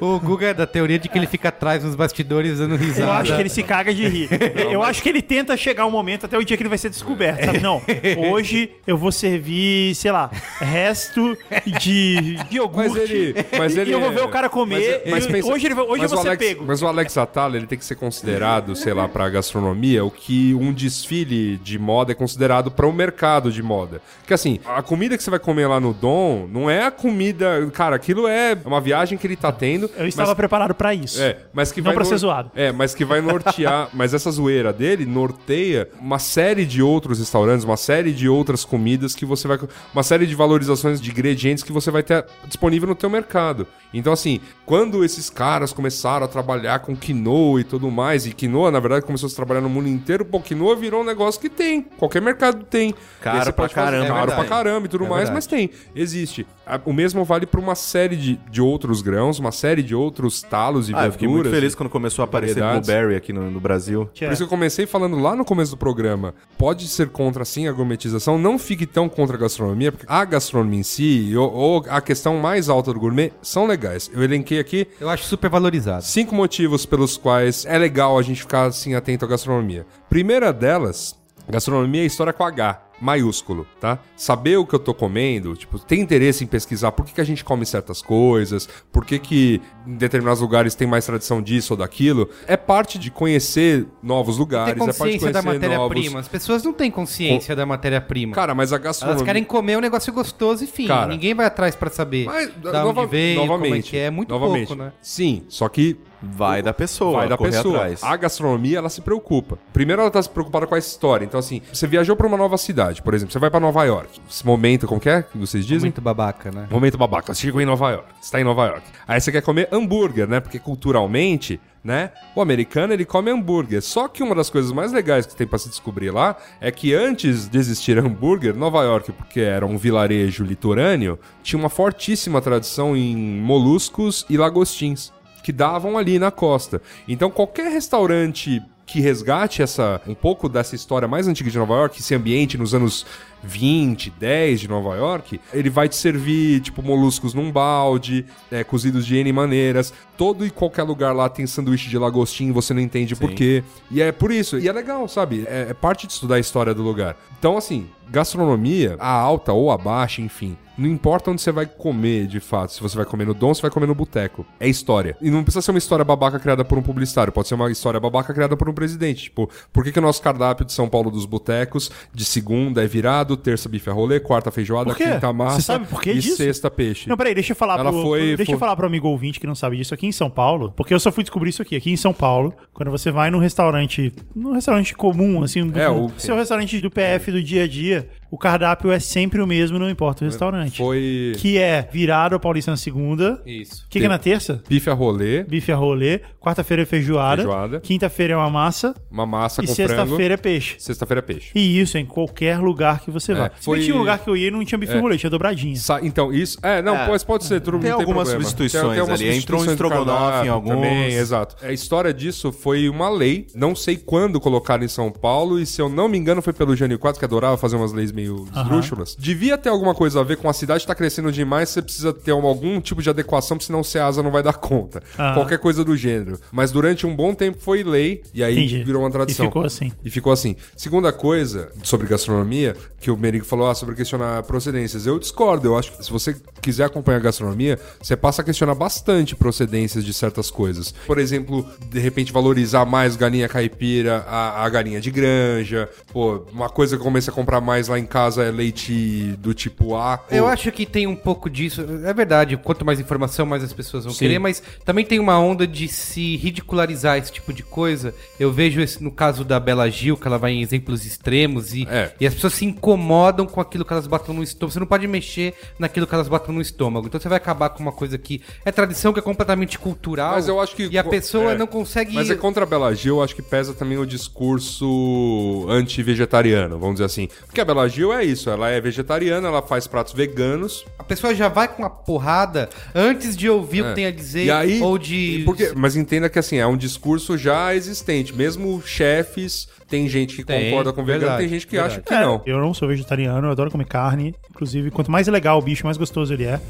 Speaker 1: O Guga é da teoria de que ele fica atrás nos bastidores dando risada.
Speaker 4: Eu acho que ele se caga de rir. eu acho que ele tenta chegar um momento até o dia que ele vai ser descoberto. Sabe? Não, hoje eu vou servir, sei lá, resto de, de iogurte.
Speaker 3: Mas ele. Mas ele
Speaker 4: e eu vou ver
Speaker 3: é-
Speaker 4: o cara comer.
Speaker 3: mas- mas
Speaker 4: e
Speaker 3: pensa-
Speaker 4: hoje ele vai- hoje eu
Speaker 3: mas o
Speaker 4: vou ser
Speaker 3: Alex-
Speaker 4: pego.
Speaker 3: Mas o Alex Atala, ele tem que ser considerado, sei lá, pra gastronomia, o que um desfile de moda é considerado para o mercado de moda. Porque assim, a comida que você vai comer lá no Dom não é a comida. Cara, aquilo é uma viagem que ele tá tendo.
Speaker 4: Eu estava preparado pra isso.
Speaker 3: É, mas que
Speaker 4: Não
Speaker 3: vai
Speaker 4: pra ser
Speaker 3: nor-
Speaker 4: zoado.
Speaker 3: É, mas que vai nortear. mas essa zoeira dele norteia uma série de outros restaurantes, uma série de outras comidas que você vai. co- Uma série de valorizações de ingredientes que você vai ter disponível no teu mercado. Então, assim, quando esses caras começaram a trabalhar com quinoa e tudo mais, e quinoa, na verdade, começou a se trabalhar no mundo inteiro, pô, quinoa virou um negócio que tem. Qualquer mercado tem.
Speaker 2: Caro
Speaker 3: E aí você
Speaker 2: pra
Speaker 3: pode fazer-
Speaker 2: caramba,
Speaker 3: Caro
Speaker 2: é
Speaker 3: pra
Speaker 2: verdade.
Speaker 3: caramba e tudo
Speaker 2: É
Speaker 3: mais,
Speaker 2: verdade.
Speaker 3: mas tem, existe. A- O mesmo vale para uma série de, de outros grãos, uma série de outros talos
Speaker 2: Ah,
Speaker 3: e
Speaker 2: eu
Speaker 3: verduras.
Speaker 2: fiquei muito feliz quando começou a aparecer
Speaker 3: variedades.
Speaker 2: Blueberry aqui no, no Brasil.
Speaker 3: Por isso que eu comecei falando lá no começo do programa. Pode ser contra, sim, a gourmetização. Não fique tão contra a gastronomia, porque a gastronomia em si, ou, ou a questão mais alta do gourmet, são legais. Eu elenquei aqui
Speaker 1: Eu acho super valorizado.
Speaker 3: cinco motivos pelos quais é legal a gente ficar, assim, atento à gastronomia. Primeira delas, gastronomia é história com H. Maiúsculo, tá? Saber o que eu tô comendo, tipo, ter interesse em pesquisar por que, que a gente come certas coisas, por que, que em determinados lugares tem mais tradição disso ou daquilo, é parte de conhecer novos
Speaker 1: Ter
Speaker 3: lugares, é parte de
Speaker 1: consciência
Speaker 3: conhecer
Speaker 1: da
Speaker 3: novos.
Speaker 1: matéria-prima. As pessoas não têm consciência da matéria-prima.
Speaker 3: Cara, mas a
Speaker 1: Elas
Speaker 3: gastronomia.
Speaker 1: querem comer um negócio gostoso e fim.
Speaker 3: Cara.
Speaker 1: Ninguém vai atrás pra saber
Speaker 3: Mas,
Speaker 1: da
Speaker 3: nova-
Speaker 1: onde veio,
Speaker 3: novamente,
Speaker 1: como é que é. Muito
Speaker 3: novamente.
Speaker 1: pouco, né?
Speaker 3: Sim, só que
Speaker 2: Vai da pessoa,
Speaker 3: Vai da
Speaker 2: correr
Speaker 3: pessoa.
Speaker 2: atrás.
Speaker 3: A gastronomia, ela se preocupa. Primeiro, ela tá se preocupada com a história. Então, assim, você viajou pra uma nova cidade, por exemplo, você vai pra Nova York. Esse momento, como que é que vocês dizem?
Speaker 1: Muito babaca, né?
Speaker 3: Momento babaca. Você chegou em Nova York. Você tá em Nova York. Aí você quer comer hambúrguer, né? Porque culturalmente, né? O americano, ele come hambúrguer. Só que uma das coisas mais legais que tem pra se descobrir lá é que antes de existir hambúrguer, Nova York, porque era um vilarejo litorâneo, tinha uma fortíssima tradição em moluscos e lagostins que davam ali na costa. Então qualquer restaurante que resgate essa um pouco dessa história mais antiga de Nova York, esse ambiente nos anos 20, 10 de Nova York, ele vai te servir tipo moluscos num balde, é, cozidos de N maneiras. Todo e qualquer lugar lá tem sanduíche de lagostim, você não entende por quê. E é por isso, e é legal, sabe? É, é parte de estudar a história do lugar. Então assim, gastronomia, a alta ou a baixa, enfim, não importa onde você vai comer, de fato. Se você vai comer no dom, se vai comer no boteco. É história. E não precisa ser uma história babaca criada por um publicitário. Pode ser uma história babaca criada por um presidente. Tipo, por que, que o nosso cardápio de São Paulo dos botecos, de segunda é virado, terça bife é rolê, quarta feijoada,
Speaker 4: Por quê?
Speaker 3: quinta massa
Speaker 4: Você sabe por que
Speaker 3: e
Speaker 4: disso?
Speaker 3: sexta peixe.
Speaker 4: Não, peraí, deixa eu falar
Speaker 3: Ela
Speaker 4: pro,
Speaker 3: foi-
Speaker 4: deixa eu
Speaker 3: foi-
Speaker 4: falar pro amigo ouvinte que não sabe disso aqui em São Paulo, porque eu só fui descobrir isso aqui, aqui em São Paulo, quando você vai num restaurante, num restaurante comum, assim, do-
Speaker 3: É, o-
Speaker 4: seu restaurante do PF do dia a dia, o cardápio é sempre o mesmo, não importa o restaurante.
Speaker 3: Foi
Speaker 4: Que é virado a paulista na segunda. O
Speaker 1: Isso.
Speaker 4: que, que é na terça?
Speaker 3: bife a rolê,
Speaker 4: Bife a rolê, quarta-feira é feijoada,
Speaker 3: Feijoada.
Speaker 4: quinta-feira é uma massa
Speaker 3: uma massa
Speaker 4: e
Speaker 3: com frango.
Speaker 4: sexta-feira é peixe.
Speaker 3: Sexta-feira é peixe.
Speaker 4: E isso em qualquer lugar que você
Speaker 3: É,
Speaker 4: vai. Foi...
Speaker 3: foi-
Speaker 4: Se bem que tinha um lugar que eu ia e não tinha bife é. rolê, tinha dobradinha.
Speaker 3: Sa- então, isso. É, não,
Speaker 2: É.
Speaker 3: pode, pode ser. Tudo, não
Speaker 2: Tem algumas
Speaker 3: problema.
Speaker 2: substituições ali, entrou um
Speaker 3: substituições de
Speaker 2: estrogonofe
Speaker 3: cardápio
Speaker 2: em alguns.
Speaker 3: Também, exato. A história disso foi uma lei, não sei quando colocaram em São Paulo, e se eu não me engano foi pelo Jânio Quadros, que adorava fazer umas leis meio esdrúxulas. Devia ter alguma coisa a ver com a cidade tá crescendo demais, você precisa ter um- algum tipo de adequação, porque senão o Ceasa não vai dar conta.
Speaker 4: Aham.
Speaker 3: Qualquer coisa do gênero. Mas durante um bom tempo foi lei, e aí
Speaker 4: Entendi.
Speaker 3: virou uma tradição.
Speaker 4: E ficou assim.
Speaker 3: E ficou assim. Segunda coisa, sobre gastronomia, que o Merigo falou ah, sobre questionar procedências. Eu discordo. Eu acho que se você quiser acompanhar a gastronomia, você passa a questionar bastante procedências de certas coisas. Por exemplo, de repente valorizar mais galinha caipira, a, a galinha de granja. Pô, uma coisa que eu comecei a comprar mais lá em casa é leite do tipo A.
Speaker 1: Eu
Speaker 3: Pô,
Speaker 1: acho que tem um pouco disso. É verdade, quanto mais informação, mais as pessoas vão
Speaker 3: Sim.
Speaker 1: querer, mas também tem uma onda de se ridicularizar esse tipo de coisa. Eu vejo esse, no caso da Bela Gil, que ela vai em exemplos extremos e,
Speaker 3: É.
Speaker 1: e as pessoas se incomodam com aquilo que elas batam no estômago. Você não pode mexer naquilo que elas batam no estômago. Então você vai acabar com uma coisa que é tradição, que é completamente cultural.
Speaker 3: Mas eu acho que-
Speaker 1: E a pessoa
Speaker 3: é.
Speaker 1: não consegue.
Speaker 3: Mas é contra a Bela Gil, eu acho que pesa também o discurso anti-vegetariano, vamos dizer assim. Porque a Bela Gil é isso, ela é vegetariana, ela faz pratos veganos,
Speaker 1: A pessoa já vai com a porrada antes de ouvir o que tem a dizer
Speaker 3: É. E aí-
Speaker 1: ou de.
Speaker 3: e porque- mas entenda que assim, é um discurso já existente. Mesmo chefes, tem gente que
Speaker 1: Tem,
Speaker 3: concorda com vegano,
Speaker 1: verdade,
Speaker 3: tem gente que
Speaker 1: verdade.
Speaker 3: acha que
Speaker 4: É,
Speaker 3: não.
Speaker 4: Eu não sou vegetariano, eu adoro comer carne. Inclusive, quanto mais legal o bicho, mais gostoso ele é.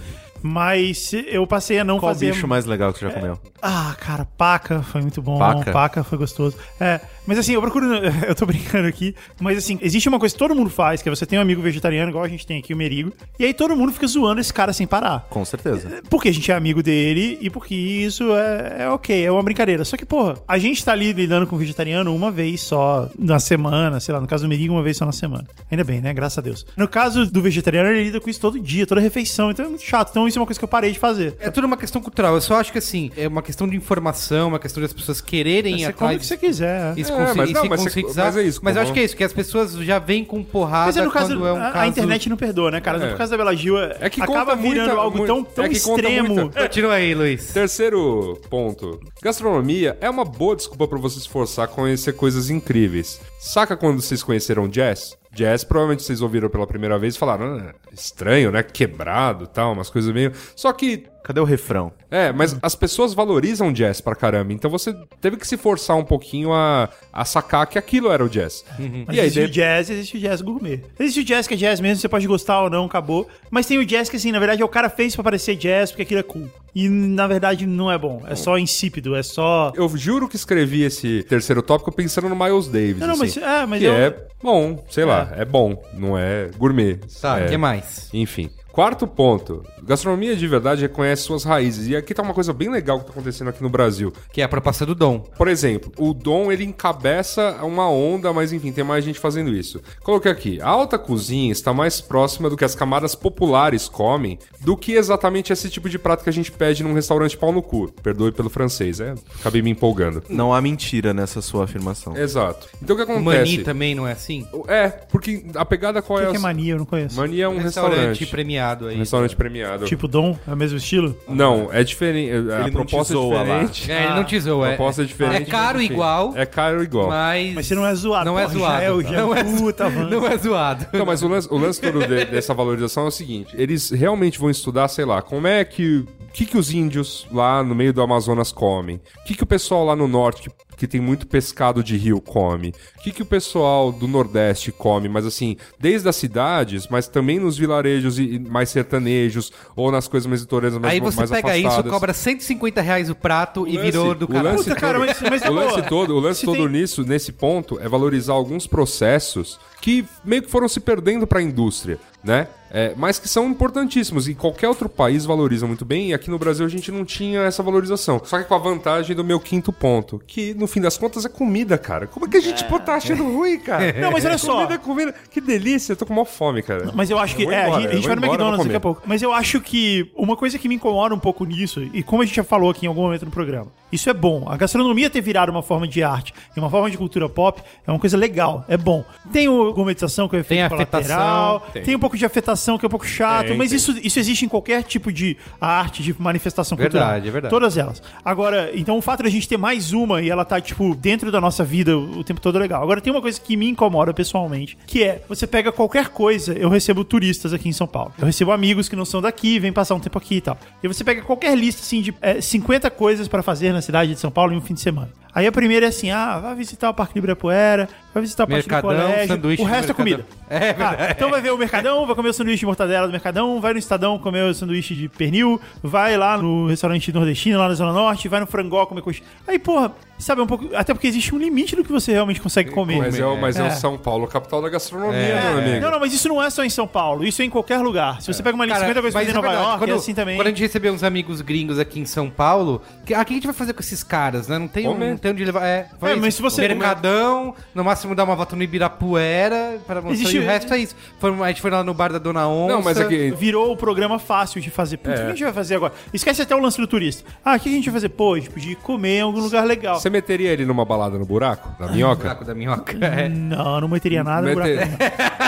Speaker 4: Mas eu passei a não
Speaker 2: Qual
Speaker 4: fazer.
Speaker 2: bicho mais legal que você já comeu?
Speaker 4: Ah, cara, paca foi muito bom.
Speaker 2: Paca?
Speaker 4: foi gostoso. É, mas assim, eu procuro. Eu tô brincando aqui. Mas assim, existe uma coisa que todo mundo faz, que é você tem um amigo vegetariano, igual a gente tem aqui, o Merigo. E aí todo mundo fica zoando esse cara sem parar.
Speaker 2: Com certeza.
Speaker 4: Porque a gente é amigo dele e porque isso é, é ok, é uma brincadeira. Só que, porra, a gente tá ali lidando com vegetariano uma vez só na semana, sei lá, no caso do Merigo, uma vez só na semana. Ainda bem, né? Graças a Deus. No caso do vegetariano, ele lida com isso todo dia, toda refeição, então é muito chato. Então isso é uma coisa que eu parei de fazer.
Speaker 1: É tudo uma questão cultural. Eu só acho que assim, é uma questão de informação, uma questão das pessoas quererem ir
Speaker 4: Você come o
Speaker 1: atrás.
Speaker 4: que você quiser.
Speaker 1: E se,
Speaker 3: É,
Speaker 1: consci-
Speaker 3: mas
Speaker 1: e
Speaker 3: não,
Speaker 1: se
Speaker 3: mas você-
Speaker 1: conscientizar.
Speaker 3: mas é isso,
Speaker 1: Mas eu
Speaker 3: como-
Speaker 1: acho que é isso, que as pessoas já vêm com porrada
Speaker 4: Mas é no caso,
Speaker 1: quando é um
Speaker 4: a- a,
Speaker 1: caso...
Speaker 4: internet não perdoa, né, cara? Mas
Speaker 3: É.
Speaker 4: por causa da Bela Gil,
Speaker 3: É que
Speaker 4: acaba
Speaker 3: conta muita-
Speaker 4: virando algo
Speaker 3: muito-
Speaker 4: tão, tão
Speaker 3: é que conta
Speaker 4: extremo.
Speaker 3: muita-
Speaker 1: Continua aí, Luiz.
Speaker 3: Terceiro ponto. Gastronomia é uma boa desculpa pra você se forçar a conhecer coisas incríveis. Saca quando vocês conheceram jazz? Jazz, provavelmente vocês ouviram pela primeira vez e falaram, "Ah, estranho, né? Quebrado tal, umas coisas meio. Só que
Speaker 2: Cadê o refrão?
Speaker 3: É, mas as pessoas valorizam jazz pra caramba, então você teve que se forçar um pouquinho a, a sacar que aquilo era o jazz.
Speaker 4: Uhum. Mas
Speaker 3: E aí,
Speaker 4: existe
Speaker 3: de...
Speaker 4: o jazz e existe o jazz gourmet. Existe o jazz que é jazz mesmo, você pode gostar ou não, acabou. Mas tem o jazz que, assim, na verdade, é o cara fez pra parecer jazz porque aquilo é cool. E, na verdade, não é bom. É só insípido, é só...
Speaker 3: eu juro que escrevi esse terceiro tópico pensando no Miles Davis.
Speaker 4: Não, não, mas-
Speaker 3: assim,
Speaker 4: é, mas
Speaker 3: que
Speaker 4: eu-
Speaker 3: é bom, sei lá, é bom, não é gourmet.
Speaker 1: Tá, o
Speaker 3: é,
Speaker 1: que mais?
Speaker 3: Enfim. Quarto ponto. Gastronomia de verdade reconhece suas raízes. E aqui tá uma coisa bem legal que tá acontecendo aqui no Brasil.
Speaker 1: Que é a proposta do Dom.
Speaker 3: Por exemplo, o Dom ele encabeça uma onda, mas enfim, tem mais gente fazendo isso. Coloquei aqui: a alta cozinha está mais próxima do que as camadas populares comem do que exatamente esse tipo de prato que a gente pede num restaurante pau no cu. Perdoe pelo francês, é? Acabei me empolgando.
Speaker 2: Não há mentira nessa sua afirmação.
Speaker 3: Exato. Então o que
Speaker 1: O
Speaker 3: acontece?
Speaker 1: Mani também não é assim?
Speaker 3: É, porque a pegada qual
Speaker 4: O que,
Speaker 3: é?
Speaker 4: que é
Speaker 3: a-
Speaker 4: mania? Eu não conheço.
Speaker 3: Mania é um restaurante.
Speaker 1: premiado aí.
Speaker 3: Um restaurante premiado.
Speaker 4: Tipo Dom, é o mesmo estilo?
Speaker 3: Não, é diferente. A
Speaker 2: não
Speaker 3: proposta é
Speaker 2: te zoa lá.
Speaker 3: diferente.
Speaker 1: É, ele não te zoa.
Speaker 3: A proposta é diferente.
Speaker 1: É caro
Speaker 3: mas, enfim,
Speaker 1: igual,
Speaker 3: É caro igual.
Speaker 1: mas...
Speaker 4: Mas você não é zoado.
Speaker 1: Não é
Speaker 4: porra,
Speaker 1: zoado.
Speaker 4: Já é o já
Speaker 1: Não é
Speaker 4: é puta, mano.
Speaker 1: Não é zoado.
Speaker 3: Não, mas o lance, o lance todo de- dessa valorização é o seguinte: eles realmente vão estudar, sei lá, como é que que, que os índios lá no meio do Amazonas comem? O que, que o pessoal lá no norte, que, que tem muito pescado de rio, come? O que, que o pessoal do Nordeste come? Mas assim, desde as cidades, mas também nos vilarejos e, e mais sertanejos, ou nas coisas mais litorâneas mais
Speaker 1: Aí você
Speaker 3: mais
Speaker 1: pega isso,
Speaker 3: afastadas.
Speaker 1: cobra 150 reais o prato e
Speaker 3: lance-
Speaker 1: virou do
Speaker 3: o
Speaker 1: cara.
Speaker 3: lance-
Speaker 4: Puta, cara, mas, mas na
Speaker 3: o lance
Speaker 4: boa,
Speaker 3: todo, o lance
Speaker 4: se
Speaker 3: todo
Speaker 4: tem-
Speaker 3: nisso, nesse ponto, é valorizar alguns processos que meio que foram se perdendo para a indústria, né? É, mas que são importantíssimos e qualquer outro país valoriza muito bem. E aqui no Brasil a gente não tinha essa valorização. Só que com a vantagem do meu quinto ponto, que no fim das contas é comida, cara. Como é que a gente pô, tá achando ruim, cara? É
Speaker 4: Não, mas olha só.
Speaker 3: Comida, comida. Que delícia. Eu tô com maior fome, cara.
Speaker 4: Mas eu acho que.
Speaker 3: vou
Speaker 4: é, a
Speaker 3: embora,
Speaker 4: gente- a
Speaker 3: eu
Speaker 4: gente
Speaker 3: vou
Speaker 4: vai no
Speaker 3: embora, eu
Speaker 4: McDonald's
Speaker 3: vou
Speaker 4: daqui a
Speaker 3: comer.
Speaker 4: pouco. Mas eu acho que uma coisa que me incomoda um pouco nisso, e como a gente já falou aqui em algum momento no programa, isso é bom. A gastronomia ter virado uma forma de arte e uma forma de cultura pop é uma coisa legal, é bom. Tem o gourmetização que é
Speaker 1: Tem
Speaker 4: feito colateral,
Speaker 1: afetação,
Speaker 4: tem.
Speaker 1: tem.
Speaker 4: um pouco de afetação que é um pouco chato,
Speaker 3: Tem,
Speaker 4: mas
Speaker 3: tem.
Speaker 4: Isso, isso existe em qualquer tipo de arte, de manifestação cultural.
Speaker 1: Verdade, é verdade.
Speaker 4: Toda Todas elas. Agora, então o fato de a gente ter mais uma e ela tá, tipo, dentro da nossa vida o o tempo todo é legal. Agora, tem uma coisa que me incomoda pessoalmente, que é, você pega qualquer coisa, eu recebo turistas aqui em São Paulo. Eu recebo amigos que não são daqui, vêm passar um tempo aqui e tal. E você pega qualquer lista, assim, de eh, 50 coisas pra fazer na cidade de São Paulo em um fim de semana. Aí a primeira é assim, ah, vai visitar o Parque Ibirapuera, vai visitar o Parque do
Speaker 1: Mercadão,
Speaker 4: Colégio,
Speaker 1: sanduíche
Speaker 4: o
Speaker 1: no
Speaker 4: resto é comida.
Speaker 1: Mercadão. É
Speaker 4: Ah, então vai ver o Mercadão, vai comer o sanduíche de mortadela do Mercadão, vai no Estadão comer o sanduíche de pernil, vai lá no restaurante nordestino, lá na Zona Norte, vai no Frangó comer coxinha. Aí, porra, sabe, é um pouco... Até porque existe um limite do que você realmente consegue comer.
Speaker 3: Mas é, o- mas é
Speaker 4: É.
Speaker 3: o São Paulo, capital da gastronomia, meu
Speaker 4: É.
Speaker 3: amigo.
Speaker 4: Não, não, mas isso não é só em São Paulo, isso é em qualquer lugar. Se você pega uma lista de
Speaker 1: Cara,
Speaker 4: 50 coisas pra
Speaker 1: mas
Speaker 4: fazer em
Speaker 1: é
Speaker 4: Nova
Speaker 1: verdade,
Speaker 4: York,
Speaker 1: quando,
Speaker 4: é assim também.
Speaker 1: Quando a gente recebeu uns amigos gringos aqui em São Paulo, que, ah, o que a gente vai fazer com esses caras, né? Não tem, um,
Speaker 3: Comer.
Speaker 1: não tem onde levar. É, foi
Speaker 4: É, mas
Speaker 1: isso.
Speaker 4: se você-
Speaker 1: Mercadão, no máximo dar uma volta no Ibirapuera, para mostrar,
Speaker 4: Existe-
Speaker 1: e o resto é isso. Foi, a gente foi lá no bar da Dona Onça.
Speaker 3: Não, mas é que
Speaker 4: Virou o programa fácil de fazer.
Speaker 1: É.
Speaker 4: Putz, o que a gente vai fazer agora? Esquece até o lance do turista. Ah, o que a gente vai fazer? Pô, a gente podia ir comer em algum lugar legal.
Speaker 3: Você meteria ele numa balada no buraco? Na minhoca?
Speaker 1: Buraco da
Speaker 4: Hum,
Speaker 1: minhoca. É.
Speaker 4: Não, não meteria nada no buraco.
Speaker 3: Meter-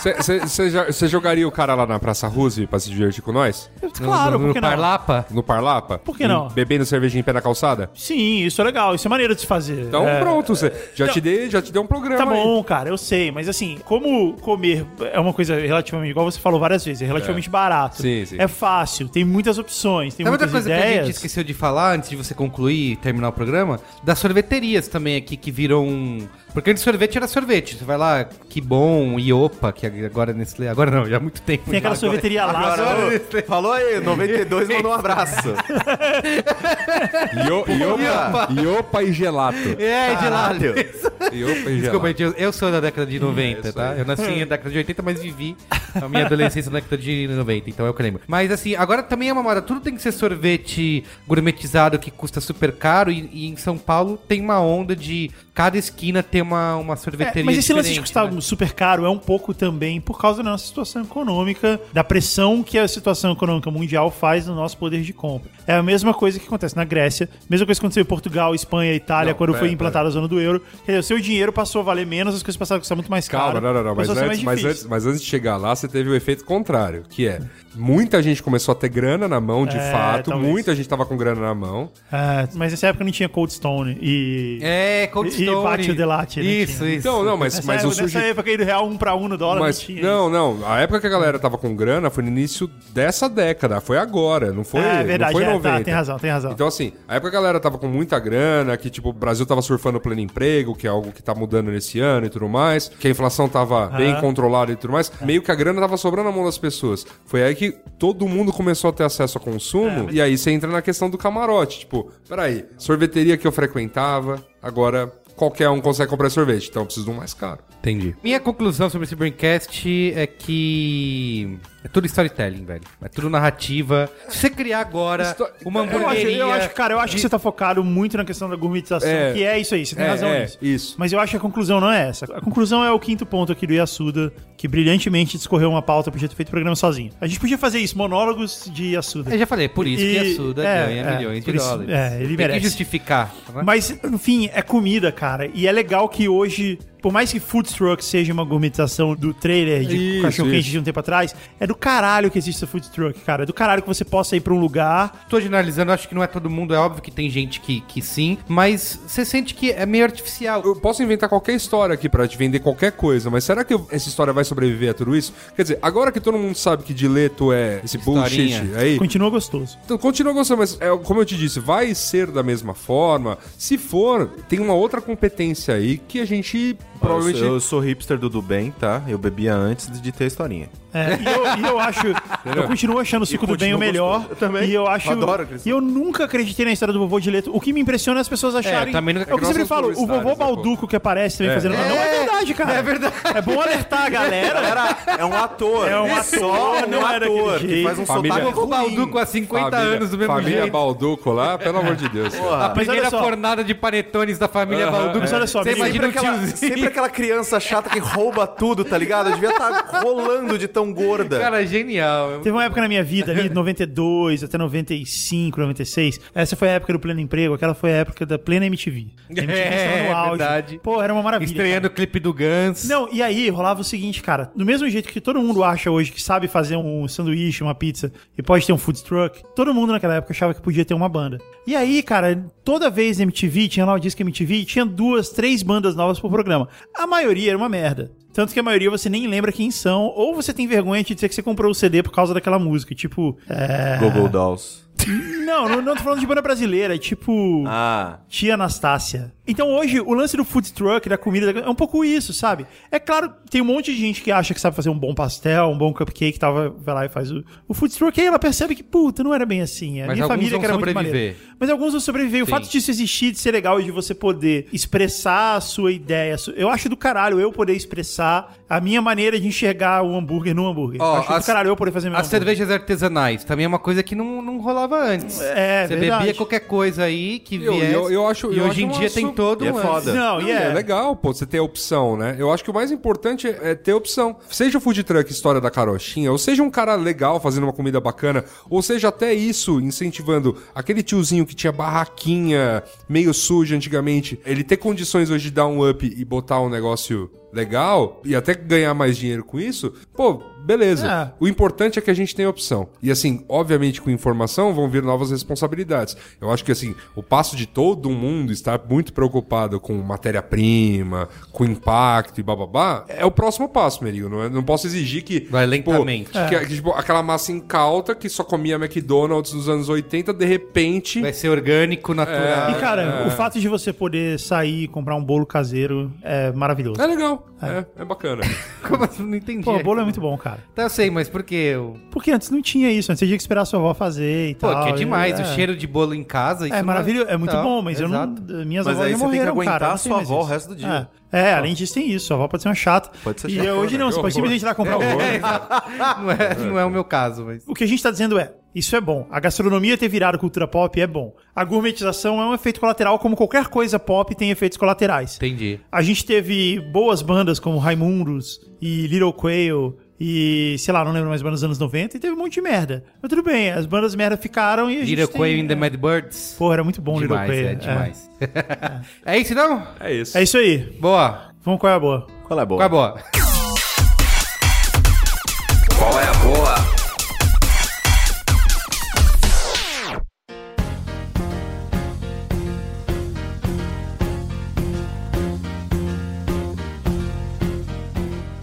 Speaker 3: Você- você- Você jo- você jogaria o cara lá na Praça Ruse pra se divertir com nós?
Speaker 4: Claro,
Speaker 1: no, no,
Speaker 4: por que não?
Speaker 1: Parlapa.
Speaker 3: No Parlapa?
Speaker 4: Por que não?
Speaker 3: Bebendo cerveja em pé na calçada?
Speaker 4: Sim, isso é legal, isso é maneiro de se fazer.
Speaker 3: Então
Speaker 4: É.
Speaker 3: pronto, você- já, te dei, já te dei um programa
Speaker 4: Tá
Speaker 3: aí.
Speaker 4: bom, cara, eu sei, mas assim, como comer é uma coisa relativamente, igual você falou várias vezes, é relativamente barato.
Speaker 3: Sim, sim.
Speaker 4: É fácil, tem muitas opções, tem
Speaker 1: Tem outra
Speaker 4: muitas
Speaker 1: coisa que a
Speaker 4: ideias.
Speaker 1: gente esqueceu de falar antes de você concluir e terminar o programa, das sorveterias também aqui que viram um. Porque antes sorvete era sorvete. Você vai lá, que bom, Iopa, que agora nesse. Agora não, já há muito tempo.
Speaker 4: Tem aquela
Speaker 1: já, agora- é
Speaker 4: sorveteria lá.
Speaker 2: Agora,
Speaker 4: sabe?
Speaker 2: falou aí, 92 mandou um abraço.
Speaker 3: Io- Iopa, Iopa e gelato.
Speaker 1: É, de lá.
Speaker 2: Caralho.
Speaker 3: Iopa e
Speaker 1: Desculpa,
Speaker 3: gelato.
Speaker 1: gente, eu, eu sou da década de 90,
Speaker 3: isso
Speaker 1: tá?
Speaker 3: aí.
Speaker 1: Eu nasci na década de 80, mas vivi a minha adolescência na década de 90, então é o que eu lembro. Mas assim, agora também é uma moda, tudo tem que ser sorvete gourmetizado que custa super caro e, e em São Paulo tem uma onda de cada esquina ter uma, uma sorveteria
Speaker 4: É, mas esse lance de
Speaker 1: diferente,
Speaker 4: custar
Speaker 1: né?
Speaker 4: super caro é um pouco também por causa da nossa situação econômica, da pressão que a situação econômica mundial faz no nosso poder de compra. É a mesma coisa que acontece na Grécia, mesma coisa que aconteceu em Portugal, Espanha, Itália,
Speaker 3: Não,
Speaker 4: quando
Speaker 3: pera,
Speaker 4: foi implantada a zona do euro. Quer dizer, o seu dinheiro passou a valer menos, as coisas passaram a custar muito mais caro.
Speaker 3: Calma, não, não, não. Mas
Speaker 4: passou a ser
Speaker 3: antes,
Speaker 4: mais
Speaker 3: mas,
Speaker 4: difícil.
Speaker 3: antes, mas antes de chegar lá, você teve o efeito contrário, que é muita gente começou a ter grana na mão, de
Speaker 4: É,
Speaker 3: fato.
Speaker 4: talvez.
Speaker 3: Muita gente tava com grana na mão.
Speaker 4: Ah, mas nessa época não tinha Cold Stone e.
Speaker 1: É, Cold
Speaker 4: E- e
Speaker 1: Stone.
Speaker 4: bate o Delate, né,
Speaker 1: Isso,
Speaker 4: tinha?
Speaker 1: isso.
Speaker 3: Então, não, mas,
Speaker 4: Nessa,
Speaker 3: mas
Speaker 4: época,
Speaker 3: o
Speaker 4: é,
Speaker 3: sujeito.
Speaker 4: nessa época aí do real um pra um no dólar
Speaker 3: Mas,
Speaker 4: não tinha.
Speaker 3: não, não. A época que a galera tava com grana foi no início dessa década. Foi agora, não foi,
Speaker 4: É verdade,
Speaker 3: não foi
Speaker 4: é, tá,
Speaker 3: 90.
Speaker 4: tem razão, tem razão.
Speaker 3: Então, assim, a época que a galera tava com muita grana, que, tipo, o Brasil tava surfando o pleno emprego, que é algo que tá mudando nesse ano e tudo mais, que a inflação tava bem controlada e tudo mais, meio que a grana tava sobrando na mão das pessoas. Foi aí que todo mundo começou a ter acesso a
Speaker 4: É,
Speaker 3: consumo, e aí você entra na questão do camarote. Tipo, peraí, sorveteria que eu frequentava, agora qualquer um consegue comprar sorvete, então eu preciso de um mais caro.
Speaker 1: Entendi. Minha conclusão sobre esse Braincast é que é tudo storytelling, velho. É tudo narrativa. Se você criar agora
Speaker 3: Histo-
Speaker 1: uma
Speaker 4: Eu acho,
Speaker 1: hamburgueria...
Speaker 4: eu acho, cara, eu acho que você tá focado muito na questão da gourmetização,
Speaker 3: É.
Speaker 4: que é isso aí, você tem
Speaker 3: É,
Speaker 4: razão
Speaker 3: é,
Speaker 4: nisso.
Speaker 3: isso.
Speaker 4: Mas eu acho que a conclusão não é essa. A conclusão é o quinto ponto aqui do Yasuda, que brilhantemente discorreu uma pauta, podia ter feito o programa sozinho. A gente podia fazer isso, monólogos de Yasuda.
Speaker 1: Eu já falei, por isso que
Speaker 4: E-
Speaker 1: a Suda
Speaker 4: é,
Speaker 1: ganha
Speaker 4: é,
Speaker 1: milhões de
Speaker 4: por isso-
Speaker 1: dólares.
Speaker 4: é, ele
Speaker 1: Tem
Speaker 4: merece.
Speaker 1: que justificar. né?
Speaker 4: Mas, enfim, é comida, cara. E é legal que hoje por mais que Food Truck seja uma gourmetização do trailer de
Speaker 3: Isso,
Speaker 4: cachorro quente
Speaker 3: isso.
Speaker 4: de um tempo atrás, é do caralho que existe Food Truck, cara. É do caralho que você possa ir pra um lugar.
Speaker 1: Tô generalizando, acho que não é todo mundo, é óbvio que tem gente que, que sim, mas você sente que é meio artificial.
Speaker 3: Eu posso inventar qualquer história aqui pra te vender qualquer coisa, mas será que eu- essa história vai sobreviver a tudo isso? Quer dizer, agora que todo mundo sabe que Dileto é esse
Speaker 1: Historinha.
Speaker 3: bullshit aí,
Speaker 4: Continua gostoso.
Speaker 3: Então, continua gostando, mas é, como eu te disse, vai ser da mesma forma. Se for, tem uma outra competência aí que a gente provavelmente.
Speaker 2: Eu, sou- eu sou hipster do Dubem, tá? Eu bebia antes de ter a historinha.
Speaker 4: É, e, eu, e eu acho. Eu continuo achando o suco do bem o
Speaker 2: continuo
Speaker 4: melhor.
Speaker 2: gostoso. Eu também.
Speaker 4: E eu acho.
Speaker 2: Eu adoro aqueles-
Speaker 4: e eu nunca acreditei na história do vovô Dileto. O que me impressiona é as pessoas acharem.
Speaker 1: também nunca-
Speaker 4: é o que eu sempre
Speaker 3: nós somos
Speaker 4: falo, o vovô
Speaker 3: publicitários, né, pô?
Speaker 4: Balduco que aparece também fazendo. Não é verdade, cara. É verdade. É bom alertar a galera.
Speaker 2: É um ator.
Speaker 4: É um ator,
Speaker 2: Só
Speaker 4: não
Speaker 2: um
Speaker 4: era daquele
Speaker 2: ator que
Speaker 4: jeito.
Speaker 2: faz um
Speaker 3: Família-
Speaker 2: sotaque
Speaker 1: Vovô
Speaker 2: ruim.
Speaker 1: Balduco há 50 anos do mesmo
Speaker 3: família
Speaker 1: jeito.
Speaker 3: Balduco lá, pelo amor de Deus.
Speaker 1: A
Speaker 4: Mas olha
Speaker 1: primeira
Speaker 4: só.
Speaker 1: fornada de panetones da família Balduco.
Speaker 4: Mas olha só,
Speaker 1: você
Speaker 4: amigo,
Speaker 1: imagina
Speaker 2: Sempre
Speaker 1: o
Speaker 2: aquela,
Speaker 1: tiozinho.
Speaker 2: sempre aquela criança chata que rouba tudo, tá ligado? Eu devia estar rolando de tão gorda.
Speaker 1: Cara, genial.
Speaker 4: Teve uma época na minha vida, ali, de 92 até 95, 96. Essa foi a época do pleno emprego, aquela foi a época da plena MTV. A MTV estava
Speaker 1: É,
Speaker 4: no auge.
Speaker 1: verdade.
Speaker 4: Pô, era uma maravilha.
Speaker 1: Estreando o clipe do Guns.
Speaker 4: Não, e aí rolava o seguinte, cara. Do mesmo jeito que todo mundo acha hoje que sabe fazer um sanduíche, uma pizza e pode ter um food truck, todo mundo naquela época achava que podia ter uma banda. E aí, cara, toda vez na MTV, tinha lá o Disque MTV, tinha duas, três bandas novas pro programa. A maioria era uma merda. Tanto que a maioria você nem lembra quem são, ou você tem vergonha de dizer que você comprou o CD por causa daquela música. Tipo, é...
Speaker 2: Google Dolls.
Speaker 4: não, não, não tô falando de banda brasileira, é tipo...
Speaker 2: Ah.
Speaker 4: Tia Anastácia. Então hoje, o lance do food truck, da comida, da- é um pouco isso, sabe? É claro, tem um monte de gente que acha que sabe fazer um bom pastel, um bom cupcake, tava, vai lá e faz o, o food truck, aí ela percebe que, puta, não era bem assim. A
Speaker 1: Mas
Speaker 4: minha
Speaker 1: alguns
Speaker 4: família
Speaker 1: vão
Speaker 4: que era muito
Speaker 1: sobreviver.
Speaker 4: maneira. Mas alguns vão sobreviver. O
Speaker 1: Sim.
Speaker 4: fato disso existir, de ser legal e de você poder expressar a sua ideia. a sua- Eu acho do caralho eu poder expressar a minha maneira de enxergar o hambúrguer no hambúrguer.
Speaker 1: Ó,
Speaker 4: acho
Speaker 1: as-
Speaker 4: do caralho eu poder fazer meu
Speaker 1: As
Speaker 4: hambúrguer.
Speaker 1: cervejas artesanais também é uma coisa que não, não rolava antes.
Speaker 4: É,
Speaker 1: Você
Speaker 4: verdade.
Speaker 1: bebia qualquer coisa aí que
Speaker 3: Eu-
Speaker 1: viesse.
Speaker 3: eu- eu acho-
Speaker 1: e
Speaker 3: eu
Speaker 1: hoje
Speaker 3: acho
Speaker 1: em
Speaker 3: um
Speaker 1: dia tem
Speaker 3: assunto-
Speaker 1: todo
Speaker 2: E é
Speaker 1: um
Speaker 2: foda.
Speaker 4: Não, e
Speaker 3: É.
Speaker 4: é.
Speaker 3: legal, pô, você ter opção, né? Eu acho que o mais importante é ter opção. Seja o food truck história da carochinha, ou seja um cara legal fazendo uma comida bacana, ou seja até isso, incentivando aquele tiozinho que tinha barraquinha meio suja antigamente, ele ter condições hoje de dar um up e botar um negócio legal e até ganhar mais dinheiro com isso, pô, beleza.
Speaker 4: É.
Speaker 3: O importante é que a gente tem opção. E assim, obviamente com informação vão vir novas responsabilidades. Eu acho que assim, o passo de todo mundo estar muito preocupado com matéria-prima, com impacto e bababá, é o próximo passo, Merigo. Não, é- não posso exigir que...
Speaker 1: Vai
Speaker 3: tipo,
Speaker 1: lentamente.
Speaker 3: que- que, tipo, aquela massa incauta que só comia McDonald's nos anos 80, de repente...
Speaker 1: Vai ser orgânico, natural.
Speaker 4: E, cara,
Speaker 1: Ah.
Speaker 4: o fato de você poder sair e comprar um bolo caseiro é maravilhoso.
Speaker 1: Ah,
Speaker 3: É legal, é, é bacana.
Speaker 1: Como assim? Não entendi.
Speaker 4: Pô, bolo é muito bom, cara.
Speaker 1: Tá, eu sei, mas por que eu...
Speaker 4: Porque antes não tinha isso, antes você tinha que esperar a sua avó fazer e
Speaker 1: Pô,
Speaker 4: tal.
Speaker 1: que é demais.
Speaker 4: É,
Speaker 1: O cheiro de bolo em casa...
Speaker 4: é maravilhoso, é muito
Speaker 1: Tá,
Speaker 4: bom, mas
Speaker 1: exato.
Speaker 4: eu não. Minhas
Speaker 2: Mas
Speaker 4: avós
Speaker 2: aí você tem que
Speaker 4: já morreram,
Speaker 2: aguentar
Speaker 4: cara.
Speaker 2: a
Speaker 4: não tem
Speaker 2: sua
Speaker 4: mais
Speaker 2: avó o
Speaker 4: isso.
Speaker 2: resto do dia.
Speaker 4: É, é, além disso tem isso, sua avó pode ser uma chata.
Speaker 2: Pode ser
Speaker 4: e
Speaker 2: chata,
Speaker 4: hoje
Speaker 2: né?
Speaker 4: não,
Speaker 3: Que
Speaker 4: você pode
Speaker 3: horror.
Speaker 4: simplesmente ir lá comprar o bolo.
Speaker 1: não, é, não é o meu caso, mas...
Speaker 4: O que a gente tá dizendo é, isso é bom. A gastronomia ter virado cultura pop é bom. A gourmetização é um efeito colateral, como qualquer coisa pop tem efeitos colaterais.
Speaker 1: Entendi.
Speaker 4: A gente teve boas bandas como Raimundos e Little Quail e, sei lá, não lembro mais bandas dos anos 90 e teve um monte de merda. Mas tudo bem, as bandas merda ficaram e a gente
Speaker 1: Little
Speaker 4: tem-
Speaker 1: Quail in the Mad Birds.
Speaker 4: Porra, era muito bom Little
Speaker 1: demais,
Speaker 4: Quail.
Speaker 1: é, demais. É. isso, então?
Speaker 3: é isso.
Speaker 4: É isso aí.
Speaker 1: Boa.
Speaker 4: Vamos qual é a boa?
Speaker 2: Qual é a boa?
Speaker 1: Qual é a boa?
Speaker 5: Qual é a boa?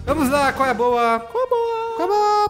Speaker 1: Vamos lá, qual é a boa? Qual é a boa? Qual é a boa?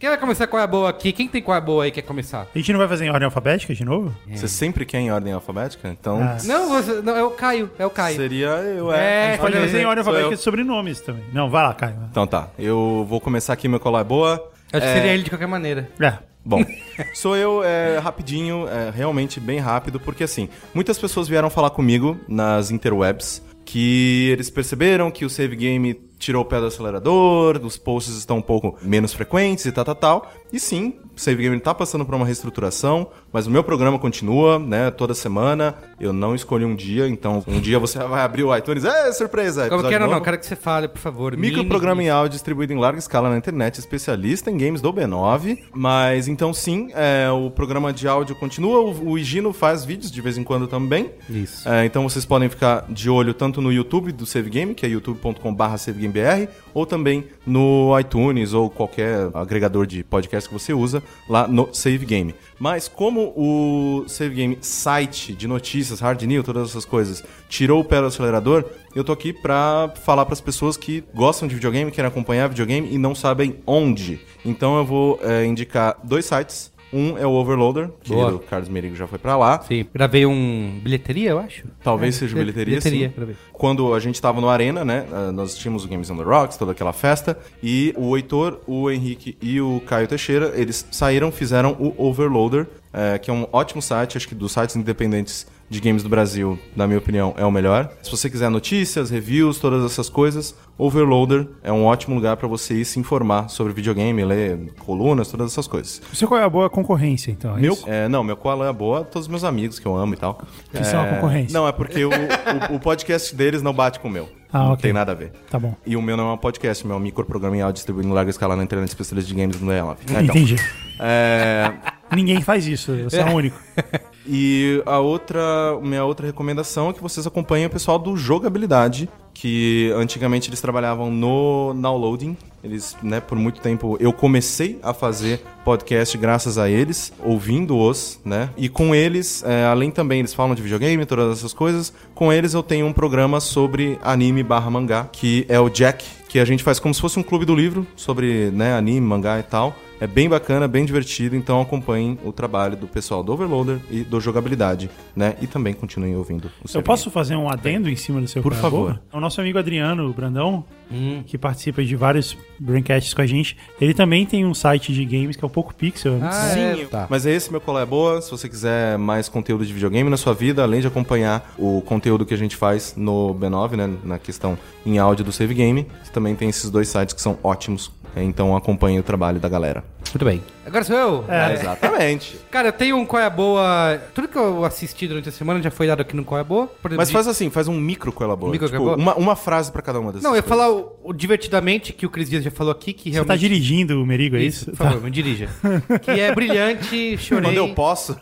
Speaker 1: Quem vai começar qual é a boa aqui? Quem tem qual é a boa aí que quer começar?
Speaker 4: A gente não vai fazer em ordem alfabética de novo?
Speaker 2: Você sempre quer em ordem alfabética? Então,
Speaker 4: Ah.
Speaker 1: É. Não, você, não, é o Caio, é o Caio.
Speaker 2: seria eu.
Speaker 1: É,
Speaker 2: a gente
Speaker 4: Pode
Speaker 1: Olha,
Speaker 4: fazer em ordem
Speaker 2: sou
Speaker 4: alfabética
Speaker 2: eu.
Speaker 4: de sobrenomes também. Não, vai lá, Caio.
Speaker 2: Então tá, eu vou começar aqui meu colar boa.
Speaker 1: Acho
Speaker 2: É,
Speaker 1: que seria ele de qualquer maneira.
Speaker 4: É.
Speaker 2: Bom, sou eu é, rapidinho, é, realmente bem rápido, porque assim, muitas pessoas vieram falar comigo nas interwebs que eles perceberam que o save game tirou o pé do acelerador, os posts estão um pouco menos frequentes e tal, tal, tal. E sim, o Save Game tá passando por uma reestruturação, mas o meu programa continua, né? Toda semana. Eu não escolhi um dia, então um dia você vai abrir o iTunes. É, surpresa!
Speaker 1: Como
Speaker 2: episódio
Speaker 1: que era,
Speaker 2: novo.
Speaker 1: não? Quero que você fale, por favor.
Speaker 2: Microprograma
Speaker 1: Mini-
Speaker 2: em áudio distribuído em larga escala na internet, especialista em games do B9. Mas então sim, é, o programa de áudio continua, o, o Higino faz vídeos de vez em quando também.
Speaker 1: Isso.
Speaker 2: É, então vocês podem ficar de olho tanto no YouTube do Save Game, que é youtube.com.br savegamebr, ou também no iTunes ou qualquer agregador de podcast que você usa lá no Save Game. Mas como o Save Game site de notícias, hard news, todas essas coisas, tirou o pé do acelerador, eu tô aqui pra falar pras pessoas que gostam de videogame, querem acompanhar videogame e não sabem onde. Então eu vou é, indicar dois sites. Um é o Overloader, que
Speaker 1: Boa.
Speaker 2: o Carlos Merigo já foi pra lá.
Speaker 1: Sim, gravei um bilheteria, eu acho.
Speaker 2: Talvez
Speaker 1: É,
Speaker 2: seja
Speaker 1: é,
Speaker 2: bilheteria,
Speaker 1: Bilheteria,
Speaker 2: sim.
Speaker 1: gravei.
Speaker 2: Quando a gente tava no Arena, né? ah, Nós tínhamos o Games on the Rocks, toda aquela festa. E o Heitor, o Henrique e o Caio Teixeira, eles saíram, fizeram o Overloader, eh, que é um ótimo site, acho que dos sites independentes de games do Brasil, na minha opinião, é o melhor. Se você quiser notícias, reviews, todas essas coisas, Overloader é um ótimo lugar pra você ir se informar sobre videogame, ler colunas, todas essas coisas.
Speaker 4: Você qual é a boa concorrência, então? é
Speaker 2: Meu,
Speaker 4: isso?
Speaker 2: é, não, meu cola é boa, todos os meus amigos que eu amo e tal.
Speaker 4: Que são a concorrência.
Speaker 2: Não, é porque o, o- o podcast deles não bate com o meu.
Speaker 4: Ah,
Speaker 2: não
Speaker 4: ok.
Speaker 2: tem nada a ver.
Speaker 4: Tá bom.
Speaker 2: E o meu não é um podcast, o meu é um microprograma em áudio distribuído em larga escala na internet especialista de games no Elab. Então,
Speaker 4: Entendi.
Speaker 2: é,
Speaker 4: Ninguém faz isso, você é o único.
Speaker 2: e a outra, minha outra recomendação é que vocês acompanhem o pessoal do Jogabilidade, que antigamente eles trabalhavam no downloading. Eles, né, por muito tempo eu comecei a fazer podcast graças a eles, ouvindo-os, né? E com eles, é, além também, eles falam de videogame, todas essas coisas. Com eles eu tenho um programa sobre anime barra mangá, que é o Jack, que a gente faz como se fosse um clube do livro sobre, né, anime, mangá e tal. É bem bacana, bem divertido, então acompanhem o trabalho do pessoal do Overloader e do Jogabilidade, né? E também continuem ouvindo o
Speaker 4: Eu posso fazer um adendo em cima do seu
Speaker 2: Por
Speaker 4: cara boa?
Speaker 2: favor.
Speaker 4: O nosso amigo Adriano Brandão,
Speaker 1: Hum.
Speaker 4: que participa de vários braincasts com a gente, ele também tem um site de games que é o Poco Pixel.
Speaker 1: Ah, sim. É, tá.
Speaker 2: Mas é esse, meu colar é boa. Se você quiser mais conteúdo de videogame na sua vida, além de acompanhar o conteúdo que a gente faz no B9, né? Na questão em áudio do Save Game, você também tem esses dois sites que são ótimos. Então acompanhe o trabalho da galera.
Speaker 1: Muito bem. Agora sou eu?
Speaker 2: É, exatamente.
Speaker 1: Cara, eu tenho um Qual é a Boa. Tudo que eu assisti durante a semana já foi dado aqui no Qual é a Boa. Por exemplo,
Speaker 2: Mas
Speaker 1: de-
Speaker 2: faz assim, faz um micro colabor.
Speaker 1: Micro
Speaker 2: tipo,
Speaker 1: colabor?
Speaker 2: uma, uma frase pra cada uma dessas
Speaker 1: Não, eu ia
Speaker 2: coisas.
Speaker 1: falar o, o divertidamente, que o Cris Dias já falou aqui, que
Speaker 4: Você tá
Speaker 1: realmente.
Speaker 4: dirigindo o Merigo, é
Speaker 1: Isso,
Speaker 4: isso?
Speaker 1: por
Speaker 4: Tá.
Speaker 1: favor, me dirija. que é brilhante, chorei.
Speaker 2: Quando eu posso.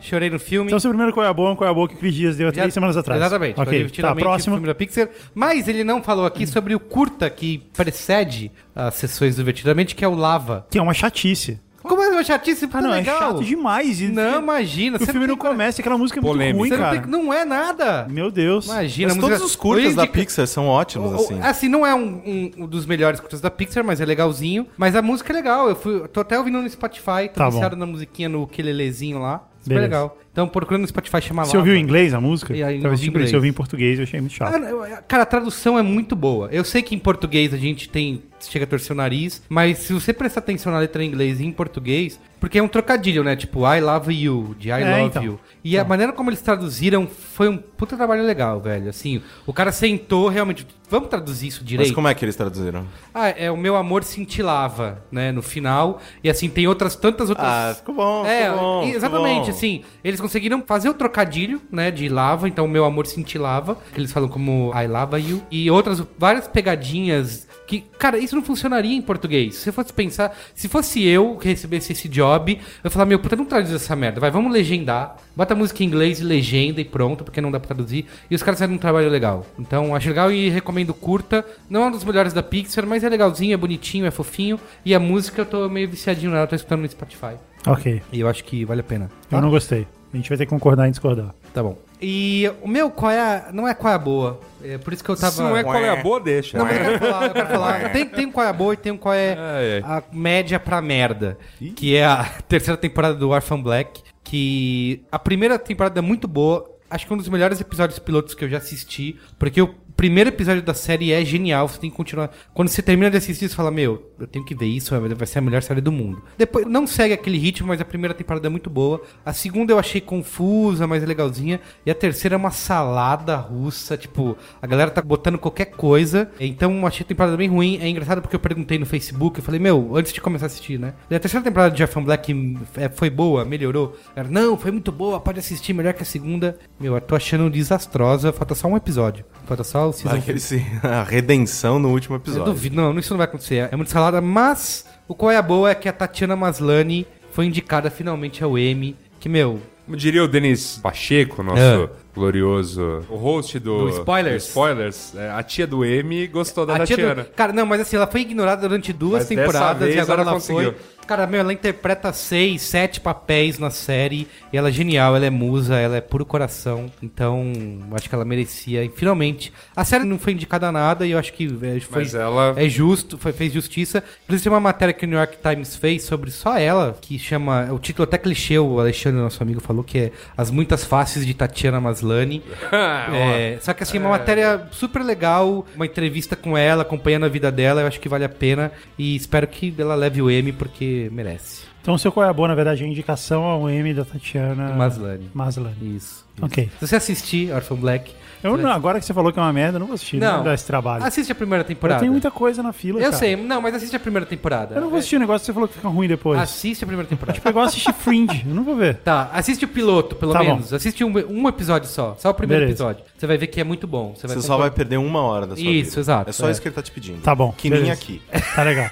Speaker 1: Chorei no filme.
Speaker 4: Então, seu primeiro qual é a boa, é um qual é a boa que o Cris Dias deu há três
Speaker 1: Já-
Speaker 4: semanas atrás.
Speaker 1: Exatamente. Foi
Speaker 4: Ok, tá,
Speaker 1: divertidamente o
Speaker 4: próximo.
Speaker 1: filme da Pixar. Mas ele não falou aqui sobre o curta que precede as sessões do Divertidamente, que é o Lava.
Speaker 4: Que é uma chatice.
Speaker 1: Como é uma chatice?
Speaker 4: Ah, não,
Speaker 1: legal.
Speaker 4: é chato demais. E-
Speaker 1: Não, imagina.
Speaker 4: O
Speaker 1: você
Speaker 4: filme não
Speaker 1: tem cara-
Speaker 4: começa, aquela música é
Speaker 3: Polêmica.
Speaker 4: muito
Speaker 1: você
Speaker 4: ruim,
Speaker 1: não, tem-
Speaker 4: cara.
Speaker 1: não é nada.
Speaker 4: Meu Deus.
Speaker 1: Imagina.
Speaker 2: Mas
Speaker 1: a
Speaker 2: todos
Speaker 1: música-
Speaker 2: os curtas
Speaker 1: Eu
Speaker 2: da
Speaker 1: indico-
Speaker 2: Pixar são ótimos,
Speaker 1: O- o-
Speaker 2: assim.
Speaker 1: Assim, não é um, um- um dos melhores curtas da Pixar, mas é legalzinho. Mas a música é legal. Eu fui, tô até ouvindo no Spotify, tô
Speaker 4: Tá
Speaker 1: viciado na musiquinha no quelelezinho lá. Super
Speaker 4: Beleza.
Speaker 1: legal. Então procurando no Spotify chama lá.
Speaker 4: Você ouviu em inglês a música?
Speaker 1: E aí, não, de
Speaker 4: Tava assistindo,
Speaker 1: inglês.
Speaker 4: Se eu ouvi em português, eu achei muito chato.
Speaker 1: Cara, Ah, eu- Cara, a tradução é muito boa. Eu sei que em português a gente tem. chega a torcer o nariz, mas se você prestar atenção na letra em inglês e em português, porque é um trocadilho, né? Tipo, I love you, de I
Speaker 4: É,
Speaker 1: love
Speaker 4: então.
Speaker 1: you. E a maneira como eles traduziram foi um puta trabalho legal, velho. Assim, o cara sentou realmente. Vamos traduzir isso
Speaker 2: Mas
Speaker 1: direito?
Speaker 2: como é que eles traduziram?
Speaker 1: Ah, é o meu amor cintilava, né, no final. E assim, tem outras, tantas outras.
Speaker 2: Ah, ficou bom,
Speaker 1: É,
Speaker 2: ficou bom, ficou
Speaker 1: exatamente,
Speaker 2: bom.
Speaker 1: assim. Eles conseguiram fazer o trocadilho, né, de lava, então o meu amor cintilava, que eles falam como I lava you. E outras, várias pegadinhas que, cara, isso não funcionaria em português. Se eu fosse pensar, se fosse eu que recebesse esse job, eu ia falar, meu, puta, não traduz essa merda, vai, vamos legendar. Bota a música em inglês e legenda e pronto, porque não dá pra traduzir. E os caras fizeram um trabalho legal. Então, acho legal e recomendo curta. Não é um dos melhores da Pixar, mas é legalzinho, é bonitinho, é fofinho. E a música eu tô meio viciadinho nela, tô escutando no Spotify.
Speaker 4: Ok.
Speaker 1: E eu acho que vale a pena.
Speaker 4: Eu não gostei. A gente vai ter que concordar em discordar.
Speaker 1: Tá bom. E o meu qual é a... Não é qual é a boa. É por isso que eu tava...
Speaker 3: Se não é qual é a boa, deixa.
Speaker 1: Não, mas eu quero falar, eu quero falar. Tem, tem um qual é a boa e tem um qual é
Speaker 3: Ai, ai.
Speaker 1: a média pra merda. Que é a terceira temporada do Orphan Black. Que a primeira temporada é muito boa. Acho que é um dos melhores episódios pilotos que eu já assisti. Porque o primeiro episódio da série é genial, você tem que continuar. Quando você termina de assistir, você fala, meu, eu tenho que ver isso, vai ser a melhor série do mundo. Depois, não segue aquele ritmo, mas a primeira temporada é muito boa. A segunda eu achei confusa, mas é legalzinha. E a terceira é uma salada russa, tipo, a galera tá botando qualquer coisa. Então achei a temporada bem ruim. É engraçado porque eu perguntei no Facebook, eu falei, meu, antes de começar a assistir, né? E a terceira temporada de Jeff Black é, foi boa, melhorou. Era, não, foi muito boa, pode assistir, melhor que a segunda. Meu, eu tô achando desastrosa, falta só um episódio. Falta só o
Speaker 2: Vai
Speaker 1: season
Speaker 2: que ele se- a redenção no último
Speaker 1: eu
Speaker 2: episódio.
Speaker 1: duvido, não, isso não vai acontecer. É muito salada, mas o qual é a boa é que a Tatiana Maslany foi indicada finalmente ao Emmy, que, meu,
Speaker 3: Como diria o Denis Pacheco, nosso
Speaker 1: É.
Speaker 3: glorioso o host do,
Speaker 1: Do Spoilers.
Speaker 3: do Spoilers, é, a tia do M gostou da
Speaker 1: a tia do-
Speaker 3: Tatiana.
Speaker 1: Cara, não, mas assim, ela foi ignorada durante duas
Speaker 3: Mas dessa
Speaker 1: temporadas
Speaker 3: vez
Speaker 1: e agora
Speaker 3: ela
Speaker 1: ela,
Speaker 3: conseguiu.
Speaker 1: foi. Cara, meu, ela interpreta seis, sete papéis na série. E ela é genial, ela é musa, ela é puro coração. Então, acho que ela merecia. E finalmente, a série não foi indicada a nada e eu acho que é, foi,
Speaker 3: Mas ela-
Speaker 1: é justo, foi, fez justiça. Inclusive, tem uma matéria que o New York Times fez sobre só ela, que chama. O título até clichê, o Alexandre, nosso amigo, falou que é As Muitas Faces de Tatiana Maslany.
Speaker 2: Ah,
Speaker 1: É, só que assim, é uma matéria super legal, uma entrevista com ela, acompanhando a vida dela, eu acho que vale a pena e espero que ela leve o M porque merece.
Speaker 4: Então, seu qual é a boa, na verdade, é a indicação ao M da Tatiana
Speaker 1: Maslany.
Speaker 4: Maslany.
Speaker 1: Isso.
Speaker 4: Ok.
Speaker 1: Se você assistir Orphan Black,
Speaker 4: Eu, não- agora que você falou que é uma merda, eu não vou assistir, não,
Speaker 1: Não.
Speaker 4: vou dar esse trabalho.
Speaker 1: assiste a primeira
Speaker 4: eu
Speaker 1: temporada.
Speaker 4: tenho muita coisa na fila,
Speaker 1: Eu
Speaker 4: cara.
Speaker 1: sei, é. não, mas assiste a primeira temporada.
Speaker 4: Eu não vou assistir o negócio que você falou que fica ruim depois.
Speaker 1: Assiste a primeira temporada.
Speaker 4: Tipo, igual assistir Fringe, eu não vou ver.
Speaker 1: Tá, assiste o piloto, pelo
Speaker 4: Tá bom.
Speaker 1: menos. Assiste um, um episódio só, só o primeiro
Speaker 4: Beleza.
Speaker 1: episódio. Você vai ver que é muito bom. Você, vai
Speaker 2: Você só vai
Speaker 1: concordar.
Speaker 2: perder uma hora da sua vida.
Speaker 1: Isso, exato,
Speaker 2: É só
Speaker 1: é.
Speaker 2: isso que ele tá te pedindo.
Speaker 4: Tá bom,
Speaker 2: Que nem
Speaker 4: beleza.
Speaker 2: aqui.
Speaker 4: Tá legal.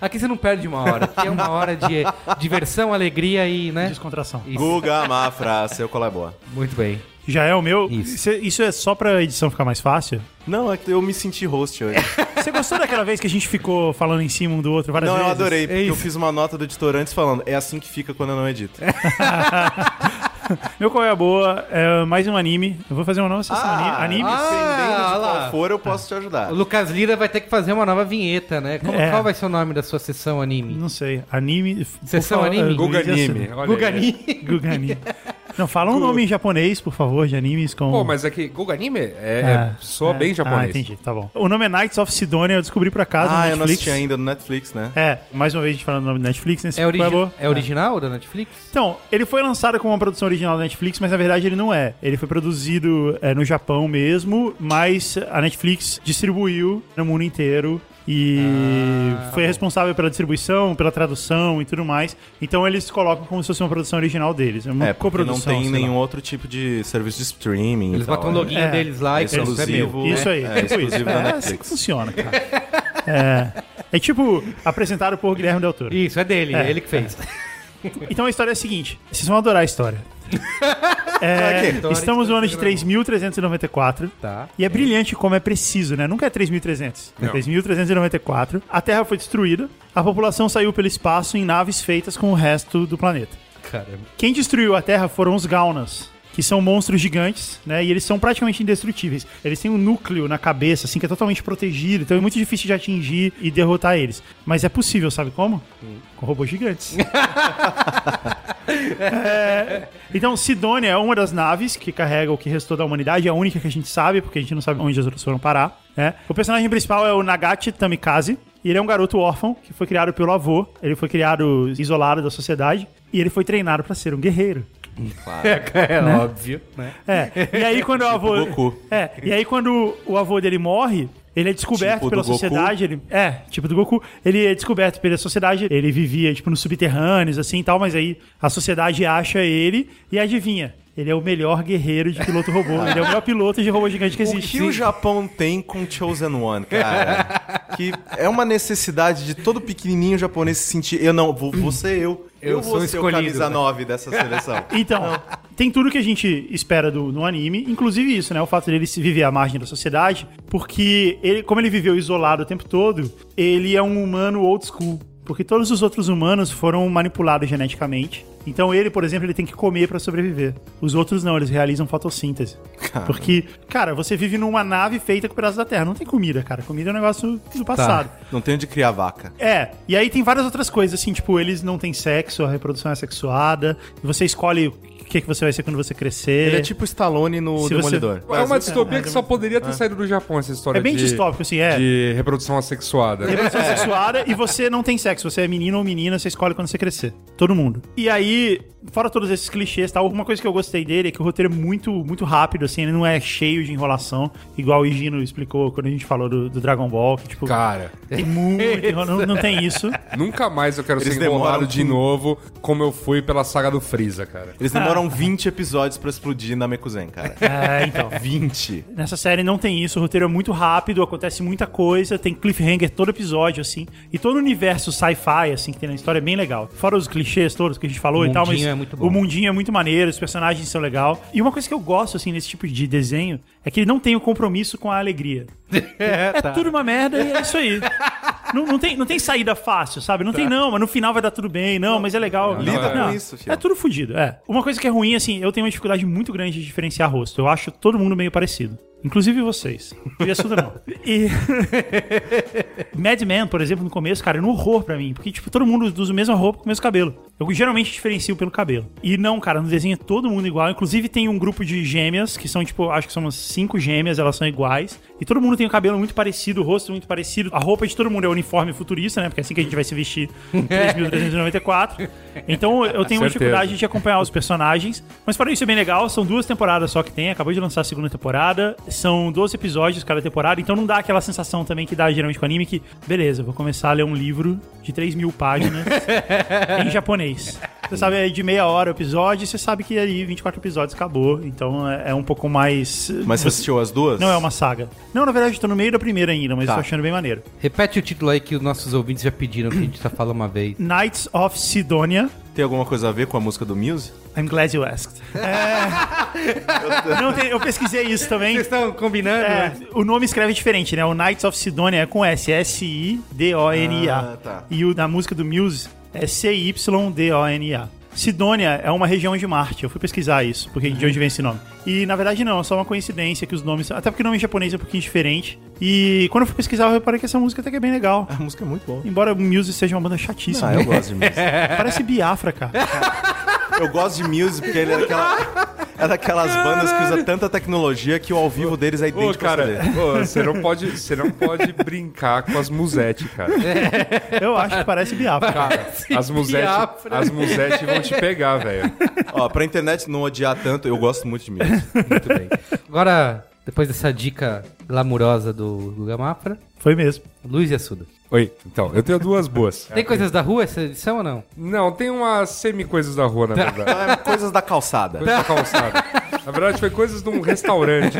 Speaker 1: Aqui você não perde uma hora. Aqui é uma hora de diversão, alegria e, né?
Speaker 4: Descontração.
Speaker 1: Isso.
Speaker 2: Guga Mafra, seu colar é boa.
Speaker 1: Muito bem.
Speaker 4: Já é o meu.
Speaker 1: Isso.
Speaker 4: Isso. isso é só pra edição ficar mais fácil?
Speaker 2: Não, é que eu me senti host
Speaker 1: É,
Speaker 2: hoje.
Speaker 4: Você gostou daquela vez que a gente ficou falando em cima um do outro várias
Speaker 2: não,
Speaker 4: vezes? É
Speaker 2: eu adorei, porque
Speaker 1: É
Speaker 2: eu
Speaker 1: isso. É.
Speaker 2: fiz uma nota do editor antes falando, é assim que fica quando eu não edito.
Speaker 4: Meu qual é a boa? É mais um anime. Eu vou fazer uma nova sessão
Speaker 2: Ah,
Speaker 4: anime.
Speaker 1: ah.
Speaker 2: Dependendo de
Speaker 1: lá.
Speaker 2: qual for, eu posso te ajudar.
Speaker 1: O Lucas Lira vai ter que fazer uma nova vinheta, né? Como-
Speaker 4: É.
Speaker 1: Qual vai ser o nome da sua sessão anime?
Speaker 4: Não sei. Anime.
Speaker 1: Sessão
Speaker 4: por
Speaker 1: anime?
Speaker 4: eh,
Speaker 3: Guga
Speaker 4: Luiz,
Speaker 3: Anime.
Speaker 4: assim.
Speaker 3: olha aí.
Speaker 1: Guga Anime.
Speaker 4: Guga anime. Não, fala um nome em japonês, por favor, de animes com.
Speaker 3: Pô, mas é que Guga Anime é,
Speaker 4: Ah,
Speaker 3: é, soa bem
Speaker 4: Ah,
Speaker 3: japonês.
Speaker 4: entendi, tá bom. O nome é Knights of Sidonia, eu descobri por acaso
Speaker 2: ah,
Speaker 4: no
Speaker 2: eu não
Speaker 4: Netflix.
Speaker 2: assisti ainda no Netflix, né?
Speaker 4: É, mais uma vez a gente falando do nome do Netflix, nesse
Speaker 1: É, origi-
Speaker 4: Qual a Boa?
Speaker 1: é original da Netflix?
Speaker 4: Então, ele foi lançado como uma produção original da Netflix, mas na verdade ele não é. Ele foi produzido é, no Japão mesmo, mas a Netflix distribuiu no mundo inteiro. E
Speaker 2: Ah.
Speaker 4: foi responsável pela distribuição, pela tradução e tudo mais. Então eles colocam como se fosse uma produção original deles. É uma
Speaker 2: É, porque não
Speaker 4: coprodução.
Speaker 2: tem
Speaker 4: sei lá.
Speaker 2: nenhum outro tipo de serviço de streaming.
Speaker 1: Eles
Speaker 3: Então,
Speaker 2: e tal,
Speaker 1: botam o
Speaker 2: né?
Speaker 1: login
Speaker 4: É.
Speaker 1: deles lá e
Speaker 2: É
Speaker 1: falam, isso é
Speaker 2: exclusivo.
Speaker 1: meu.
Speaker 4: Isso
Speaker 2: né?
Speaker 4: aí,
Speaker 2: É,
Speaker 4: tipo
Speaker 2: exclusivo
Speaker 4: isso.
Speaker 2: da
Speaker 4: É,
Speaker 2: Netflix.
Speaker 4: assim que funciona, cara. É, é tipo apresentado por Guilherme Del Toro.
Speaker 1: Isso, é dele,
Speaker 4: É.
Speaker 1: é ele que fez.
Speaker 4: Então a história é a seguinte: vocês vão adorar a história. É,
Speaker 1: Ok.
Speaker 2: Então
Speaker 4: estamos
Speaker 2: tá
Speaker 4: no ano de 3.394.
Speaker 1: Tá.
Speaker 4: E é brilhante como é preciso, né? Nunca é 3.300. É
Speaker 3: Não.
Speaker 4: 3.394. A Terra foi destruída. A população saiu pelo espaço em naves feitas com o resto do planeta.
Speaker 1: Caramba.
Speaker 4: Quem destruiu a Terra foram os Gaunas, que são monstros gigantes, né? E eles são praticamente indestrutíveis. Eles têm um núcleo na cabeça, assim, que é totalmente protegido, então é muito difícil de atingir e derrotar eles. Mas é possível, sabe como? Com robôs gigantes. É, então, Sidônia é uma das naves que carrega o que restou da humanidade, é a única que a gente sabe, porque a gente não sabe onde as outras foram parar. Né? O personagem principal é o Nagati Tamikaze, e ele é um garoto órfão que foi criado pelo avô. Ele foi criado isolado da sociedade, e ele foi treinado para ser um guerreiro.
Speaker 1: É óbvio, né?
Speaker 4: É. E aí quando o avô.
Speaker 2: Goku.
Speaker 4: É. E aí quando o avô dele morre, ele é descoberto
Speaker 2: Tipo do
Speaker 4: pela
Speaker 2: Goku.
Speaker 4: sociedade. Ele, é, tipo do Goku. Ele é descoberto pela sociedade. Ele vivia, tipo, nos subterrâneos, assim e tal, mas aí a sociedade acha ele e adivinha. Ele é o melhor guerreiro de piloto robô. ele é o melhor piloto de robô gigante que
Speaker 2: O
Speaker 4: existe.
Speaker 2: que o Japão tem com Chosen One, cara? que é uma necessidade de todo pequenininho japonês se sentir. Eu não, vou, vou ser eu.
Speaker 1: Eu
Speaker 2: vou
Speaker 1: sou
Speaker 2: ser o
Speaker 1: escolhido,
Speaker 2: camisa
Speaker 1: né?
Speaker 2: 9 dessa seleção.
Speaker 4: Então, tem tudo que a gente espera do, no anime, inclusive isso, né? O fato dele se viver à margem da sociedade, porque ele, como ele viveu isolado o tempo todo, ele é um humano old school. Porque todos os outros humanos foram manipulados geneticamente. Então ele, por exemplo, ele tem que comer pra sobreviver. Os outros não, eles realizam fotossíntese. Porque, cara, você vive numa nave feita com pedaços da terra. Não tem comida, cara. Comida é um negócio do passado.
Speaker 2: Não tem onde criar vaca.
Speaker 4: É, e aí tem várias outras coisas, assim, tipo, eles não têm sexo, a reprodução é sexuada, você escolhe que, que você vai ser quando você crescer.
Speaker 2: Ele é tipo Stallone no
Speaker 4: Se você-
Speaker 2: Demolidor.
Speaker 3: É
Speaker 1: Ah,
Speaker 3: uma distopia que só poderia ter saído do Japão, essa história
Speaker 4: É bem
Speaker 3: de,
Speaker 4: distópico, assim, é.
Speaker 3: de reprodução assexuada.
Speaker 1: É.
Speaker 4: Reprodução sexuada e você não tem sexo. Você é menino ou menina, você escolhe quando você crescer. Todo mundo. E aí, fora todos esses clichês e tal, uma coisa que eu gostei dele é que o roteiro é muito, muito rápido, assim, ele não é cheio de enrolação, igual o Higino explicou quando a gente falou do, do Dragon Ball, que, tipo,
Speaker 3: Cara,
Speaker 4: tem muito enrola- não, não tem isso.
Speaker 3: nunca mais eu quero
Speaker 2: Eles
Speaker 3: ser
Speaker 2: demoram
Speaker 3: enrolado de
Speaker 2: com-
Speaker 3: novo como eu fui pela saga do Freeza, cara.
Speaker 2: Eles demoram 20 episódios pra explodir na Mekuzen, cara.
Speaker 4: É, então.
Speaker 2: 20.
Speaker 4: Nessa série não tem isso, o roteiro é muito rápido, acontece muita coisa, tem cliffhanger todo episódio, assim. E todo o universo sci-fi, assim, que tem na história é bem legal. Fora os clichês todos que a gente falou
Speaker 1: O
Speaker 4: e tal, mas
Speaker 1: mundinho é muito bom.
Speaker 4: o mundinho é muito maneiro, os personagens são legal. E uma coisa que eu gosto, assim, nesse tipo de desenho é que ele não tem o compromisso com a alegria. É, tudo uma merda e é isso aí. Não, não tem, não tem saída fácil, sabe? Não tem, não, mas no final vai dar tudo bem, não, mas é legal.
Speaker 3: Lida
Speaker 4: Não,
Speaker 3: com
Speaker 4: não.
Speaker 2: isso, filho.
Speaker 4: É tudo fudido, é. Uma coisa que é ruim, assim, eu tenho uma dificuldade muito grande de diferenciar rosto. Eu acho todo mundo meio parecido. Inclusive vocês. E assunto não. E. Mad Men, por exemplo, no começo, cara, era um horror pra mim. Porque, tipo, todo mundo usa a mesma roupa com o mesmo cabelo. Eu geralmente diferencio pelo cabelo. E não, cara, no desenho é todo mundo igual. Inclusive tem um grupo de gêmeas, que são, tipo, acho que são umas cinco gêmeas, elas são iguais. E todo mundo tem o cabelo muito parecido, o rosto muito parecido. A roupa de todo mundo é uniforme futurista, né? Porque é assim que a gente vai se vestir em 3.394. Então eu tenho uma
Speaker 3: Certeza.
Speaker 4: dificuldade de acompanhar os personagens. Mas fora isso, é bem legal. São duas temporadas só que tem. Acabou de lançar a segunda temporada. São 12 episódios cada temporada. Então não dá aquela sensação também que dá geralmente com anime que, beleza, vou começar a ler um livro de 3 mil páginas em japonês. Você sabe, é de meia hora o episódio. e Você sabe que aí 24 episódios acabou. Então é é um pouco mais.
Speaker 2: Mas você assistiu as duas?
Speaker 4: Não é uma saga. Não, na verdade, eu tô no meio da primeira ainda, mas
Speaker 2: Tá.
Speaker 4: eu tô achando bem maneiro.
Speaker 1: Repete o título aí que os nossos ouvintes já pediram que a gente já falou uma vez.
Speaker 4: Knights of Sidonia.
Speaker 2: Tem alguma coisa a ver com a música do Muse?
Speaker 4: I'm glad you asked. É. Não tem- eu pesquisei isso também.
Speaker 1: Vocês estão combinando,
Speaker 4: É,
Speaker 1: né?
Speaker 4: o nome escreve diferente, né? O Knights of Sidonia é com S, S-I-D-O-N-I-A.
Speaker 2: Ah, tá.
Speaker 4: E o da música do Muse é C-Y-D-O-N-I-A. Sidônia é uma região de Marte. Eu fui pesquisar isso, porque de onde vem esse nome. E na verdade não, é só uma coincidência que os nomes. Até porque o nome em japonês é um pouquinho diferente. E quando eu fui pesquisar, eu reparei que essa música até que é bem legal.
Speaker 2: A música é muito boa.
Speaker 4: Embora o Muse seja uma banda chatíssima.
Speaker 2: Ah, eu gosto de Muse.
Speaker 4: Parece Biafra, cara.
Speaker 2: Eu gosto de Muse porque ele é daquela, é daquelas bandas que usa tanta tecnologia que o ao vivo deles é
Speaker 3: Ô,
Speaker 2: idêntico
Speaker 3: cara,
Speaker 2: ao CD.
Speaker 3: ô, você não pode, você não pode brincar com as musete, cara.
Speaker 4: Eu acho que parece Biafra.
Speaker 3: Cara, as musete,
Speaker 1: Biafra.
Speaker 3: as musete vão te pegar, velho.
Speaker 2: Ó, pra internet não odiar tanto, eu gosto muito de Muse.
Speaker 1: Muito bem. Agora, depois dessa dica glamurosa do Guga Mafra,
Speaker 4: Foi mesmo.
Speaker 1: Luiz e Assuda.
Speaker 3: Oi, então, eu tenho duas boas.
Speaker 1: Tem coisas da rua essa edição ou não?
Speaker 3: Não, tem umas semi-coisas da rua, na verdade.
Speaker 2: É, Coisas da calçada.
Speaker 3: Coisas da calçada. Na verdade, foi coisas de um restaurante.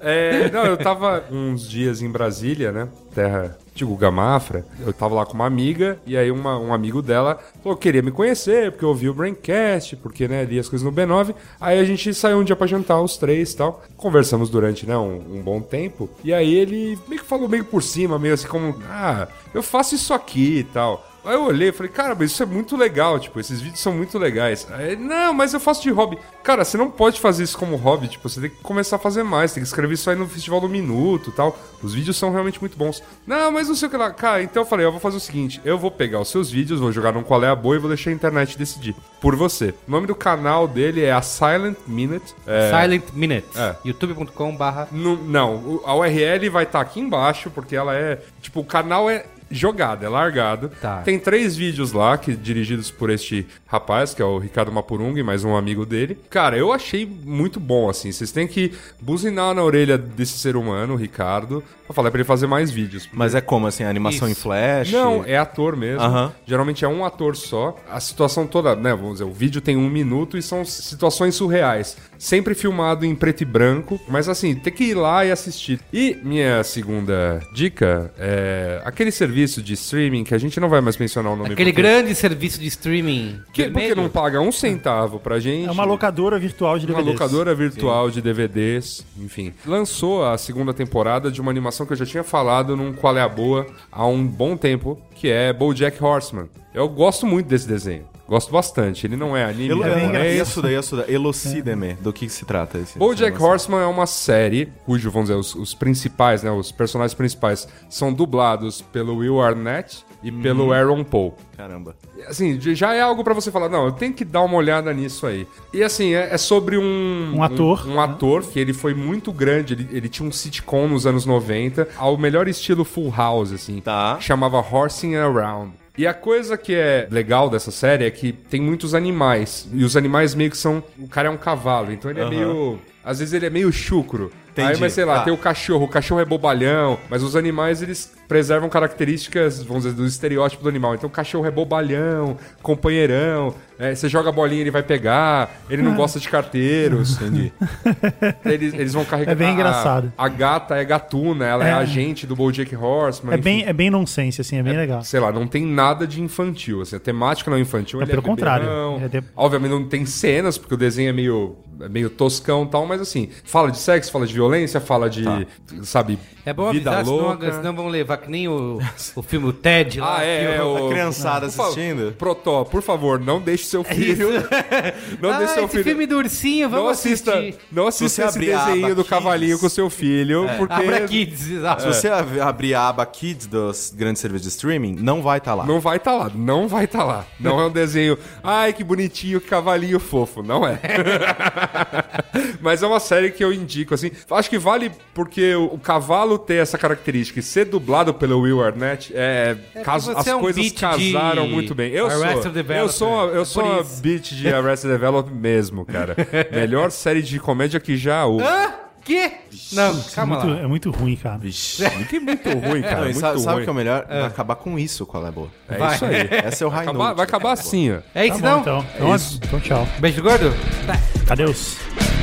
Speaker 3: É, não, eu tava uns dias em Brasília, né? Terra de Guga Mafra. Eu tava lá com uma amiga, e aí uma- um amigo dela falou que queria me conhecer, porque eu ouvi o Braincast, porque, né, li as coisas no B9. Aí a gente saiu um dia pra jantar, os três e tal. Conversamos durante, né, um, um bom tempo. E aí ele meio que falou meio por cima, meio assim como, ah, eu faço isso aqui e tal. Aí eu olhei e falei, cara, mas isso é muito legal, tipo, esses vídeos são muito legais. Aí, ele, não, mas eu faço de hobby. Cara, você não pode fazer isso como hobby, tipo, você tem que começar a fazer mais, tem que escrever isso aí no Festival do Minuto e tal. Os vídeos são realmente muito bons. Não, mas não sei o que lá. Cara, então eu falei, eu vou fazer o seguinte, eu vou pegar os seus vídeos, vou jogar num qual é a boa e vou deixar a internet decidir. Por você. O nome do canal dele é a Silent Minute. É,
Speaker 1: Silent Minute.
Speaker 3: É.
Speaker 1: youtube.com barra
Speaker 3: não, não, o- a URL vai estar aqui embaixo, porque ela é. Tipo, o canal é jogado, é largado.
Speaker 1: Tá.
Speaker 3: Tem três vídeos lá, que dirigidos por este rapaz, que é o Ricardo Mapurung, e mais um amigo dele. Cara, eu achei muito bom, assim. Vocês têm que buzinar na orelha desse ser humano, o Ricardo, pra falar pra ele fazer mais vídeos.
Speaker 2: Mas é como, assim, animação
Speaker 1: Isso.
Speaker 2: em flash?
Speaker 3: Não, é ator mesmo.
Speaker 2: Aham.
Speaker 3: Geralmente é um ator só. A situação toda, né? Vamos dizer, o vídeo tem um minuto e são situações surreais. Sempre filmado em preto e branco, mas assim, tem que ir lá e assistir. E minha segunda dica é aquele serviço de streaming que a gente não vai mais mencionar o nome
Speaker 1: Aquele
Speaker 3: porque-
Speaker 1: grande serviço de streaming.
Speaker 3: Que, porque
Speaker 1: vermelho.
Speaker 3: não paga um centavo pra gente.
Speaker 4: É uma locadora virtual de
Speaker 3: Uma
Speaker 4: DVDs.
Speaker 3: locadora virtual de DVDs, enfim. Lançou a segunda temporada de uma animação que eu já tinha falado num Qual é a Boa há um bom tempo, que é BoJack Horseman. Eu gosto muito desse desenho. Gosto bastante. Ele não é anime
Speaker 2: Elo...
Speaker 3: japonês.
Speaker 2: É, isso daí, isso daí. Elucideme. Do que, que se trata esse?
Speaker 3: BoJack
Speaker 2: esse
Speaker 3: Horseman é uma série cujo, vamos dizer, os, os principais, né, os personagens principais são dublados pelo Will Arnett e pelo Aaron Paul.
Speaker 2: Caramba.
Speaker 3: Assim, j- já é algo pra você falar, não, eu tenho que dar uma olhada nisso aí. E assim, é, é sobre um...
Speaker 4: Um ator.
Speaker 3: Um, um ator que ele foi muito grande, ele, ele tinha um sitcom nos anos 90, ao melhor estilo Full House, assim.
Speaker 2: Tá.
Speaker 3: Chamava Horsing Around. E a coisa que é legal dessa série é que tem muitos animais. E os animais meio que são... O cara é um cavalo, então ele é meio... Às vezes ele é meio chucro. Aí,
Speaker 2: Entendi.
Speaker 3: mas sei lá,
Speaker 2: Tá.
Speaker 3: tem o cachorro. O cachorro é bobalhão, mas os animais, eles preservam características, vamos dizer, do estereótipo do animal. Então, o cachorro é bobalhão, companheirão. é, você joga a bolinha, ele vai pegar. Ele
Speaker 4: Ah.
Speaker 3: não gosta de carteiros. Entendi. Eles, eles vão carregar.
Speaker 4: É bem
Speaker 3: a-
Speaker 4: engraçado.
Speaker 3: A, gata é gatuna, ela é,
Speaker 4: É.
Speaker 3: agente do Bojack Horseman.
Speaker 4: É
Speaker 3: enfim.
Speaker 4: bem, é bem nonsense, assim, é bem legal.
Speaker 3: Sei lá, não tem nada de infantil. Assim, a temática não é infantil.
Speaker 4: É,
Speaker 3: ele
Speaker 4: pelo contrário.
Speaker 3: beberrão.
Speaker 4: É de-
Speaker 3: Obviamente não tem cenas, porque o desenho é meio, é meio toscão e tal, mas assim, fala de sexo, fala de violência, fala de,
Speaker 2: Tá.
Speaker 3: sabe,
Speaker 1: É bom
Speaker 3: vida
Speaker 1: avisar, senão,
Speaker 3: louca.
Speaker 1: senão vão levar que nem o, o filme o Ted lá.
Speaker 3: Ah,
Speaker 1: que
Speaker 3: é, é,
Speaker 1: o-
Speaker 3: o...
Speaker 2: A criançada
Speaker 3: Por favor,
Speaker 2: assistindo. É
Speaker 3: Protó, por favor, não deixe seu filho... não
Speaker 1: Ah,
Speaker 3: deixe seu
Speaker 1: esse
Speaker 3: filho...
Speaker 1: filme do ursinho, vamos
Speaker 3: não assista,
Speaker 1: assistir.
Speaker 3: não assista
Speaker 2: Você
Speaker 3: esse
Speaker 2: abrir a É. aba
Speaker 3: desenho do
Speaker 2: Kids.
Speaker 3: cavalinho com seu filho, porque É.
Speaker 1: Abra Ah, Kids, exato.
Speaker 2: Se você ab- abrir a aba Kids dos grandes serviços de streaming, não vai estar lá.
Speaker 3: Não vai estar lá, não vai estar lá. Não é um desenho, ai que bonitinho, que cavalinho fofo, não é. Mas é uma série que eu indico, assim. Acho que vale porque o, o cavalo ter essa característica e ser dublado pelo Will Arnett, é, caso,
Speaker 1: você
Speaker 3: as
Speaker 1: é um
Speaker 3: coisas
Speaker 1: beat de
Speaker 3: casaram muito bem. Eu
Speaker 1: Arrested
Speaker 3: sou, eu
Speaker 1: Development,
Speaker 3: sou, eu
Speaker 1: é
Speaker 3: sou
Speaker 1: por
Speaker 3: a
Speaker 1: isso.
Speaker 3: beat de Arrested Development mesmo, cara. Melhor série de comédia que já houve.
Speaker 1: Hã? Que? Não, calma
Speaker 4: Muito-
Speaker 1: lá.
Speaker 4: é muito ruim, cara.
Speaker 2: Vixe.
Speaker 3: Que muito ruim, cara.
Speaker 2: Não, e
Speaker 3: muito
Speaker 2: sabe, sabe
Speaker 3: ruim.
Speaker 2: o que é o melhor? Vai acabar com isso, qual é boa.
Speaker 3: É
Speaker 1: Vai.
Speaker 3: isso aí.
Speaker 2: Essa é o high
Speaker 3: Acabar-
Speaker 2: note.
Speaker 3: vai acabar assim, ó.
Speaker 1: É
Speaker 4: Tá
Speaker 1: isso
Speaker 4: bom,
Speaker 1: não?
Speaker 4: então. Então, então tchau.
Speaker 1: Beijo gordo?
Speaker 4: Adeus.